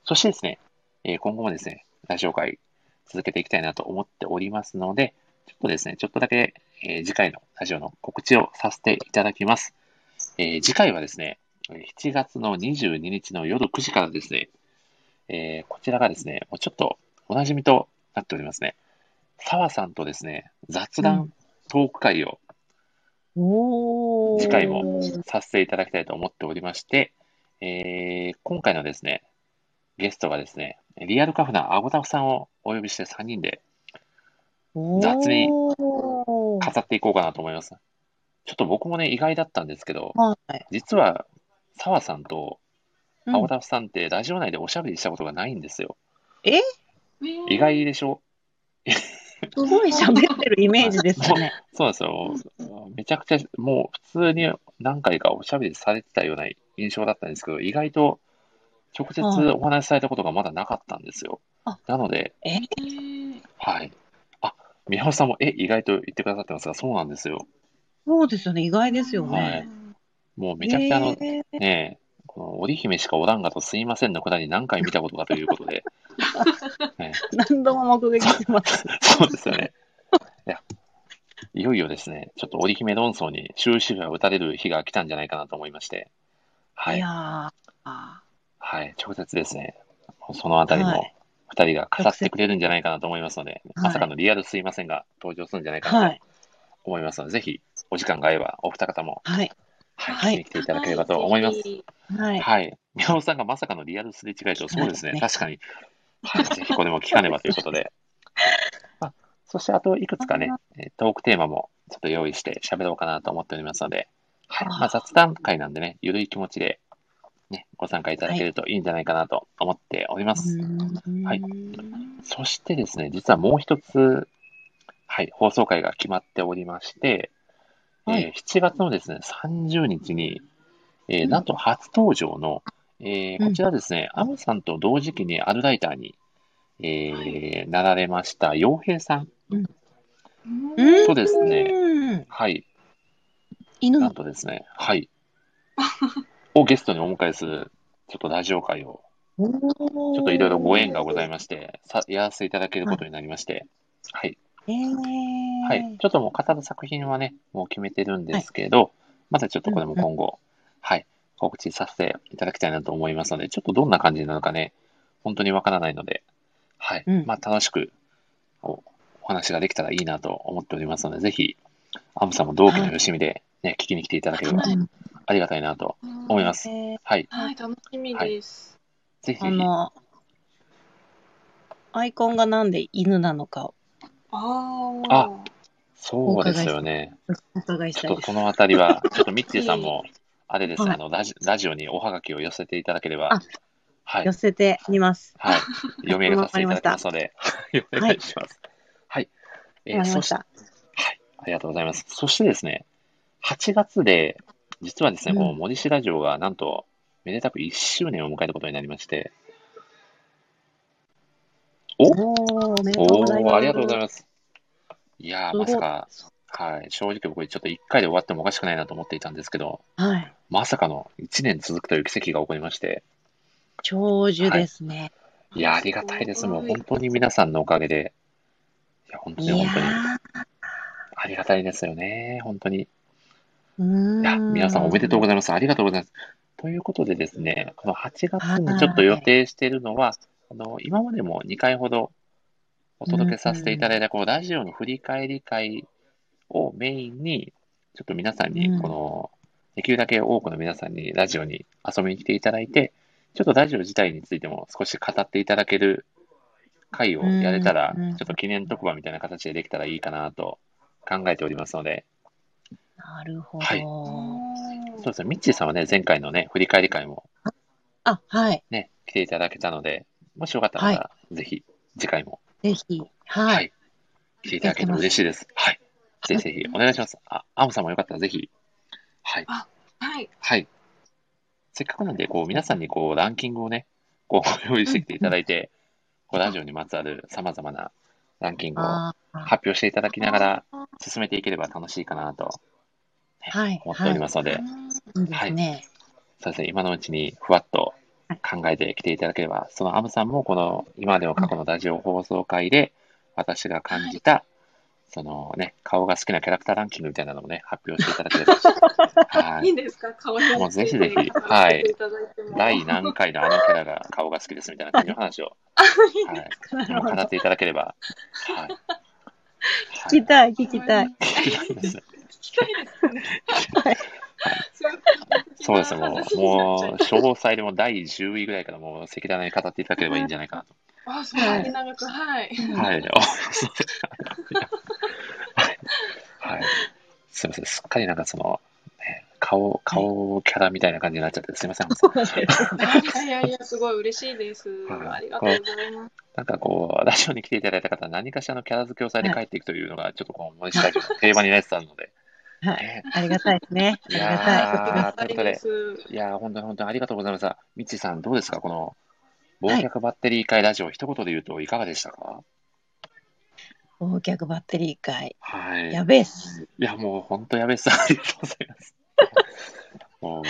S1: そしてですね、えー今後もですね、ラジオ会続けていきたいなと思っておりますので、ちょっとですね、ちょっとだけ、えー次回のラジオの告知をさせていただきます。えー次回はですね、7月の22日の夜9時からですね、えーこちらがですね、もうちょっとおなじみとなっておりますね、澤さんとですね、雑談トーク会を
S2: おー。
S1: 次回もさせていただきたいと思っておりまして、えー今回のですね、ゲストがですね、リアルカフなアゴタフさんをお呼びして3人で雑に
S2: おー
S1: 語っていこうかなと思います。ちょっと僕もね、意外だったんですけど、
S2: はい。
S1: 実は、澤さんと
S2: うん
S1: 青田さんってラジオ内でおしゃべりしたことがないんですよ。意
S3: に
S1: 外でしょ
S2: すごい喋ってるイメージですね。
S1: そうなんですよ。めちゃくちゃ、もう普通に何回かおしゃべりされてたような印象だったんですけど、意外と直接お話しされたことがまだなかったんですよ
S2: あ。
S1: なので、
S3: え
S1: はい。あ、宮本さんも、え、意外と言ってくださってますが、そうなんですよ。
S2: <laughs> そうですよね。意外ですよ
S3: ー
S1: は
S2: ね。
S1: いもうめちゃくちゃあの、
S2: えー
S1: ねえ、この織姫しかおらんがとすいませんのくだり何回見たことかということで、 <laughs> ね
S2: 何度も目撃してます。
S1: そうですよね。いや、いよいよですね、ちょっと織姫論争に終止符が打たれる日が来たんじゃないかなと思いまして、はいい、
S2: やー。
S1: はい、直接ですね、そのあたり
S2: は
S1: も
S2: い
S1: 2人が語ってくれるんじゃないかなと思いますので、
S2: はい
S1: まさかのリアルすいませんが登場するんじゃないか
S2: は
S1: なと
S2: い。
S1: 思いますので、ぜひお時間が合えばお二方も、
S2: はい。は
S1: はいい、聞きに来ていただければと思います。
S2: はい。
S1: はい。宮本さんがまさかのリアルすれ違いと、そうです
S2: は
S1: ね。
S2: い
S1: 確かに。はい。ぜひこれも聞かねばということ <laughs> で。あそして、あといくつかね、えートークテーマもちょっと用意して喋ろうかなと思っておりますので、はい。まあ、雑談会なんでね、ゆるい気持ちで、ね、ご参加いただけるといいんじゃないかなと思っております。はいそしてですね、実はもう一つ、はい、放送回が決まっておりまして、
S2: はい
S1: えー7月のですね、30日に、えーなんと初登場の、えー
S2: うん
S1: こちらですね、アムさんと同時期にアルライターに、えーなられました、洋平さん。
S3: うん。
S1: そうですね
S2: ね。
S1: はい、
S2: 犬
S1: な
S2: の
S1: んとですね、はい。をゲストにお迎えする、ちょっとラジオ会を、
S2: ちょ
S1: ちょっといろいろご縁がございまして、さやらせていただけることになりまして、はい。
S2: えー、
S1: はい、ちょっともう語る作品はね、もう決めてるんですけど、またちょっとこれも今後、はい、告知させていただきたいなと思いますので、ちょっとどんな感じなのかね、本当にわからないので、はい、
S2: うん
S1: まあ楽しくおお話ができたらいいなと思っておりますので、ぜひ、アムさんも同期のよしみで、ね、聞きに来ていただければ
S2: うん
S1: ありがたいなと思いますす。 <laughs>
S2: えー
S1: はい、
S3: はい、楽しみです。
S1: ぜひぜ
S2: あ
S1: ひ、
S2: の、アイコンがなんで犬なのかを
S3: あ
S1: あ
S3: あ。
S1: そうですよね。
S2: お伺いし
S1: ち
S2: た
S1: ょ
S2: い
S1: っと
S2: です。
S1: そのあたりは、ちょっとミッチーさん
S2: <laughs>
S1: も、あれですね、
S2: はい
S1: あのラジ、ラジオにおはがきを寄せていただければ
S2: あ、
S1: はい
S2: 寄、せてみます。
S1: はい、読み上げさせていただきますので、はいお願いします。はい。え
S2: わ
S1: ー
S2: かり
S1: そ
S2: ま
S1: し、
S2: してた。
S1: はい、ありがとうございます。そしてですね、8月で、実はですね、
S2: うん
S1: この森氏ラジオが、なんと、めでたく1周年を迎えたことになりまして、お
S2: おー、おめでとう
S1: お
S2: ございます。
S1: ー、ありがとうございます。いやー、
S2: すご
S1: ま
S2: い
S1: さか、はい、正直僕、ちょっと1回で終わってもおかしくないなと思っていたんですけど、
S2: はい。
S1: まさかの1年続くという奇跡が起こりまして、
S2: 長寿ですね。
S1: いや、ありがたいです。もう
S3: すごい
S1: 本当に皆さんのおかげで、いや、本当
S2: い、
S1: に本当に、
S2: や
S1: ありがたいですよね。本当に。い
S2: ー、うーん。
S1: や、皆さんおめでとうございます。ありがとうございます。ということでですね、この8月
S2: は
S1: に
S2: い
S1: ちょっと予定しているのは、あの、今までも2回ほどお届けさせていただいた、このラジオの振り返り会をメインに、ちょっと皆さん
S2: う
S1: に、
S2: ん
S1: この、できるだけ多くの皆さんにラジオに遊びに来ていただいて、ちょっとラジオ自体についても少し語っていただける会をやれたら、
S2: うんうんうん
S1: ちょっと記念特番みたいな形でできたらいいかなと考えておりますので、
S2: なるほど。
S1: はい
S3: うん
S1: そうですね、ミッチーさんはね、前回のね、振り返り会も
S2: あ、はい。
S1: ね、来ていただけたので、もしよかったら、
S2: は
S1: ぜひ、次回も、
S2: ぜひ。はい。
S1: はい来ていただけると嬉しいです。はい。ぜひぜひ、お願いします。あ、アムさんもよかったら、ぜひ。はい。
S3: はい。
S1: はい。せっかくなんで、こう、皆さんに、こう、ランキングをね、こう、用意してきていただいて、こう、ラジオにまつわる様々なランキングを
S2: あー
S1: 発表していただきながら、進めていければ楽しいかなと
S2: はい。。
S1: 思っておりますすので、
S2: いいですね。
S1: そうですね、今のうちにふわっと考えてきていただければ、そのアムさんもこの今までの過去のラジオ放送回で、私が感じた、そのね、顔が好きなキャラクターランキングみたいなのもね、発表していただければ、はい
S3: <laughs> い
S1: い、
S3: んですか顔に
S1: もうぜひぜひはい第何回のあのキャラが顔が好きですみたいな感じの話を、はい、
S2: なるほ
S1: 語
S2: ど。
S1: っ
S2: 聞
S1: ていただければ、はい。はい
S2: きたい、聞きたい。
S1: ですね
S3: 聞きたいですね。 <laughs>
S2: はい
S1: そうですね、もう、もう、詳細でも第10位ぐらいからもう赤裸々に語っていただければいいんじゃないかなと。
S3: う。あ、そんなに長く、はい。
S1: はい。 <laughs> あそうはいはい。すみません。すっかりなんかその、ね、顔、顔キャラみたいな感じになっちゃって、すみません。
S3: いやいや、すごい嬉しいです。
S1: はい
S3: ありがとうございます。
S1: なんかこう、ラジオに来ていただいた方、何かしらのキャラ付けをされて帰っていくというのが、ちょっとこう、森下の定番になってたので。 <laughs>
S2: はい。
S1: ね
S2: ありがたいですね。
S1: い
S2: ありがたい。
S1: やー、ということで、
S3: す。
S1: いやー、本当に本当にありがとうございました。ミッチーさん、どうですかこの、忘却バッテリー会ラジオ、一言で言うといかがでしたか
S2: 忘却バッテリー会。
S1: はい。
S2: やべえっす。
S1: いや、もう本当やべっす。 <laughs> ありがとうございます。もう、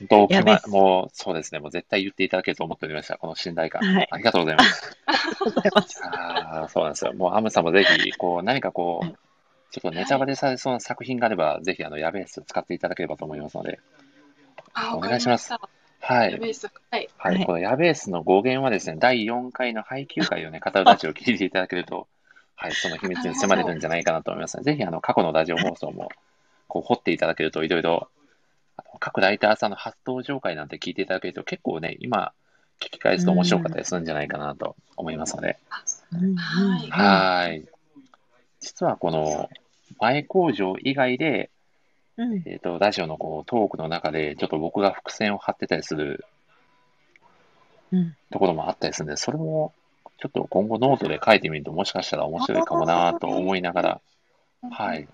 S1: 本当お決
S2: やべ
S1: ま
S2: っ、す
S1: もう、そうですね。もう絶対言っていただけると思っておりました。この信頼感。
S2: はい
S1: ありがとうございます。
S2: ありがとうございます。
S1: <laughs> ああ、そうなんですよ。もう、アムさんもぜひ、こう、何かこう
S2: はい、
S1: ちょっとネタバレされそうな作品があれば、ぜひ、あの、やべっす使っていただければと思いますので。
S3: あ
S1: お願いします
S3: わか
S1: はい。
S3: りましたやべえっすはい。
S1: は。
S2: はいい
S1: このやべっすの語源はですね、第4回の配給会をね、語るラジオを聞いていただける <laughs> と、はい、その秘密に迫れるんじゃないかなと思いますので、ぜひ、あの、過去のラジオ放送も、こう、掘っていただけると、いろいろ、あの各ライターさんの初登場会なんて聞いていただけると、結構ね、今、聞き返すと面白かったりするんじゃないかなと思いますので、
S3: はい
S2: うん
S1: はい。実は、この、前工場以外で、
S2: うん。
S1: えっ、と、ラジオのこう、トークの中で、ちょっと僕が伏線を張ってたりする
S2: うん。
S1: ところもあったりするんで、それもちょっと今後ノートで書いてみるともしかしたら面白いかもなと思いながら、はい。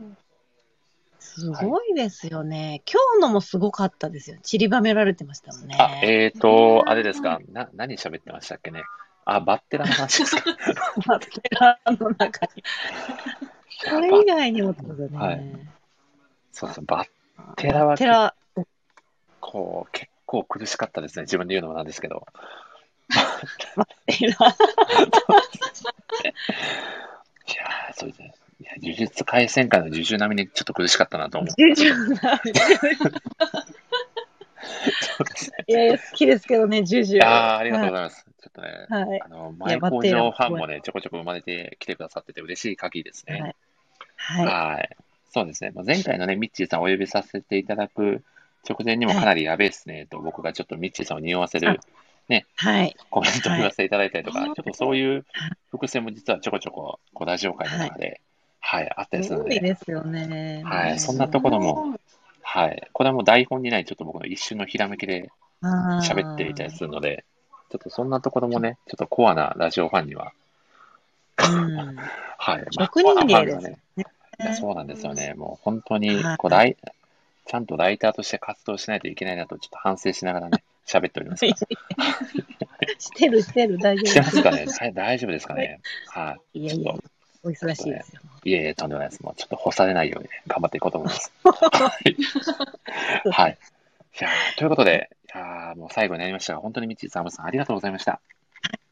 S2: すごいですよね。今日のもすごかったですよ。散りばめられてましたもんね。
S1: あ、えーと、あれですか、な、何喋ってましたっけね。あ、バッテラの話ですか。
S2: <laughs> バッテラーの中に。これ以外にもってことね。
S1: はいそうそう、バッテラは
S2: テ
S1: 結
S2: ラ、
S1: 構、結構苦しかったですね。自分で言うのもなんですけど。
S2: テ
S1: いや
S2: ラ。
S1: ー、そうですね。いや、呪術廻戦界の呪術並みにちょっと苦しかったなと思う。
S2: ジュジュが
S1: そうですね。
S2: いやいや、好きですけどね、ジュジュ。
S1: あー、ありがとうございます。ちょっとね、
S2: はい。はい。
S1: あの、
S2: いや
S1: 前
S2: バッ
S1: 工
S2: テラ
S1: 場ファンもね、ちょこちょこ生まれてきてくださってて嬉しい限りですね。
S2: はい。
S1: はい。そうですね。まあ前回のね、ミッチーさんをお呼びさせていただく直前にもかなりやべえっすね、と僕がちょっとミッチーさんを匂わせる
S2: はい。
S1: コメントを言わせていただいたりとか、
S3: はい
S1: ちょっとそういう伏線も実はちょこちょこ、こうラジオ界の中で、はい、あったりす
S2: す
S1: るの
S2: ご
S1: で、
S2: いですよね。
S1: はいそんなところもはい。これはもう台本にないちょっと僕の一瞬のひらめきで喋っていたりするので、ちょっとそんなところもね、ちょっとコアなラジオファンには、
S2: うん。
S1: はい。
S2: 職人芸で
S1: まあコ
S2: す
S1: アなファンがね
S2: ね
S1: いやそうなんですよね。もう本当に
S2: はい
S1: こうライ、ちゃんとライターとして活動しないといけないなと、ちょっと反省しながら
S2: <laughs>
S1: ね、喋っておりますが。
S2: してる、してる、大丈夫
S1: してますかね大大丈夫ですかねはい
S2: やいや、お忙しいですよ。
S1: い。いえいえ、とんでもないです。もうちょっと干されないようにね、頑張っていこうと思い
S2: <laughs>
S1: ます。はい。はい。いやーということで、いやーもう最後になりましたが、本当にミッチーさん、アムさん、ありがとうございました。
S2: あ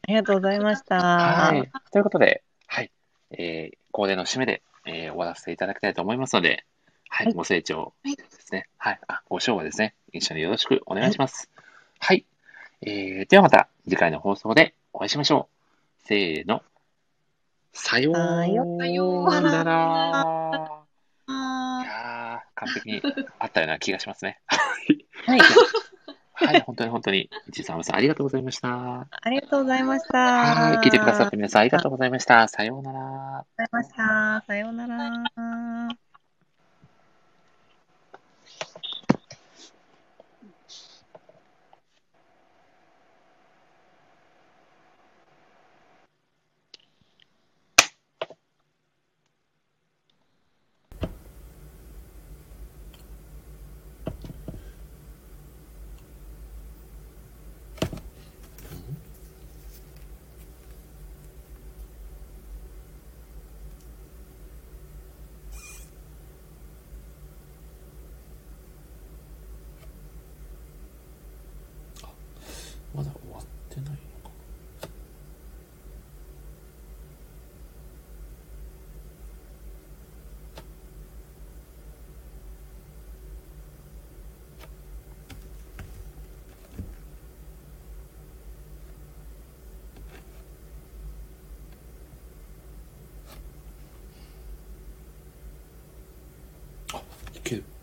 S2: りがとうございました。
S1: はい。ということで、はい。えー、恒例の締めで、えー、終わらせていただきたいと思いますので、は。
S2: はいい
S1: ご清聴
S3: はい
S1: ですね。はい。あ、ご賞はですね、一緒によろしくお願いします。はい。えー、ではまた次回の放送でお会いしましょう。せーの。さよう
S2: さよ
S3: さようなら
S1: なら。い
S2: は
S1: やー、完璧にあったような気がしますね。
S2: い。
S1: ははい、本当に本当に。みちさん、さんありがとうございました。
S2: ありがとうございました。
S1: はい、聞いてくださっ
S2: あ
S1: て
S2: り
S1: 皆さんありがとうございました。さようなら。
S2: がとうございました。さようなら。
S1: まだ終わってないのか。あ、いける。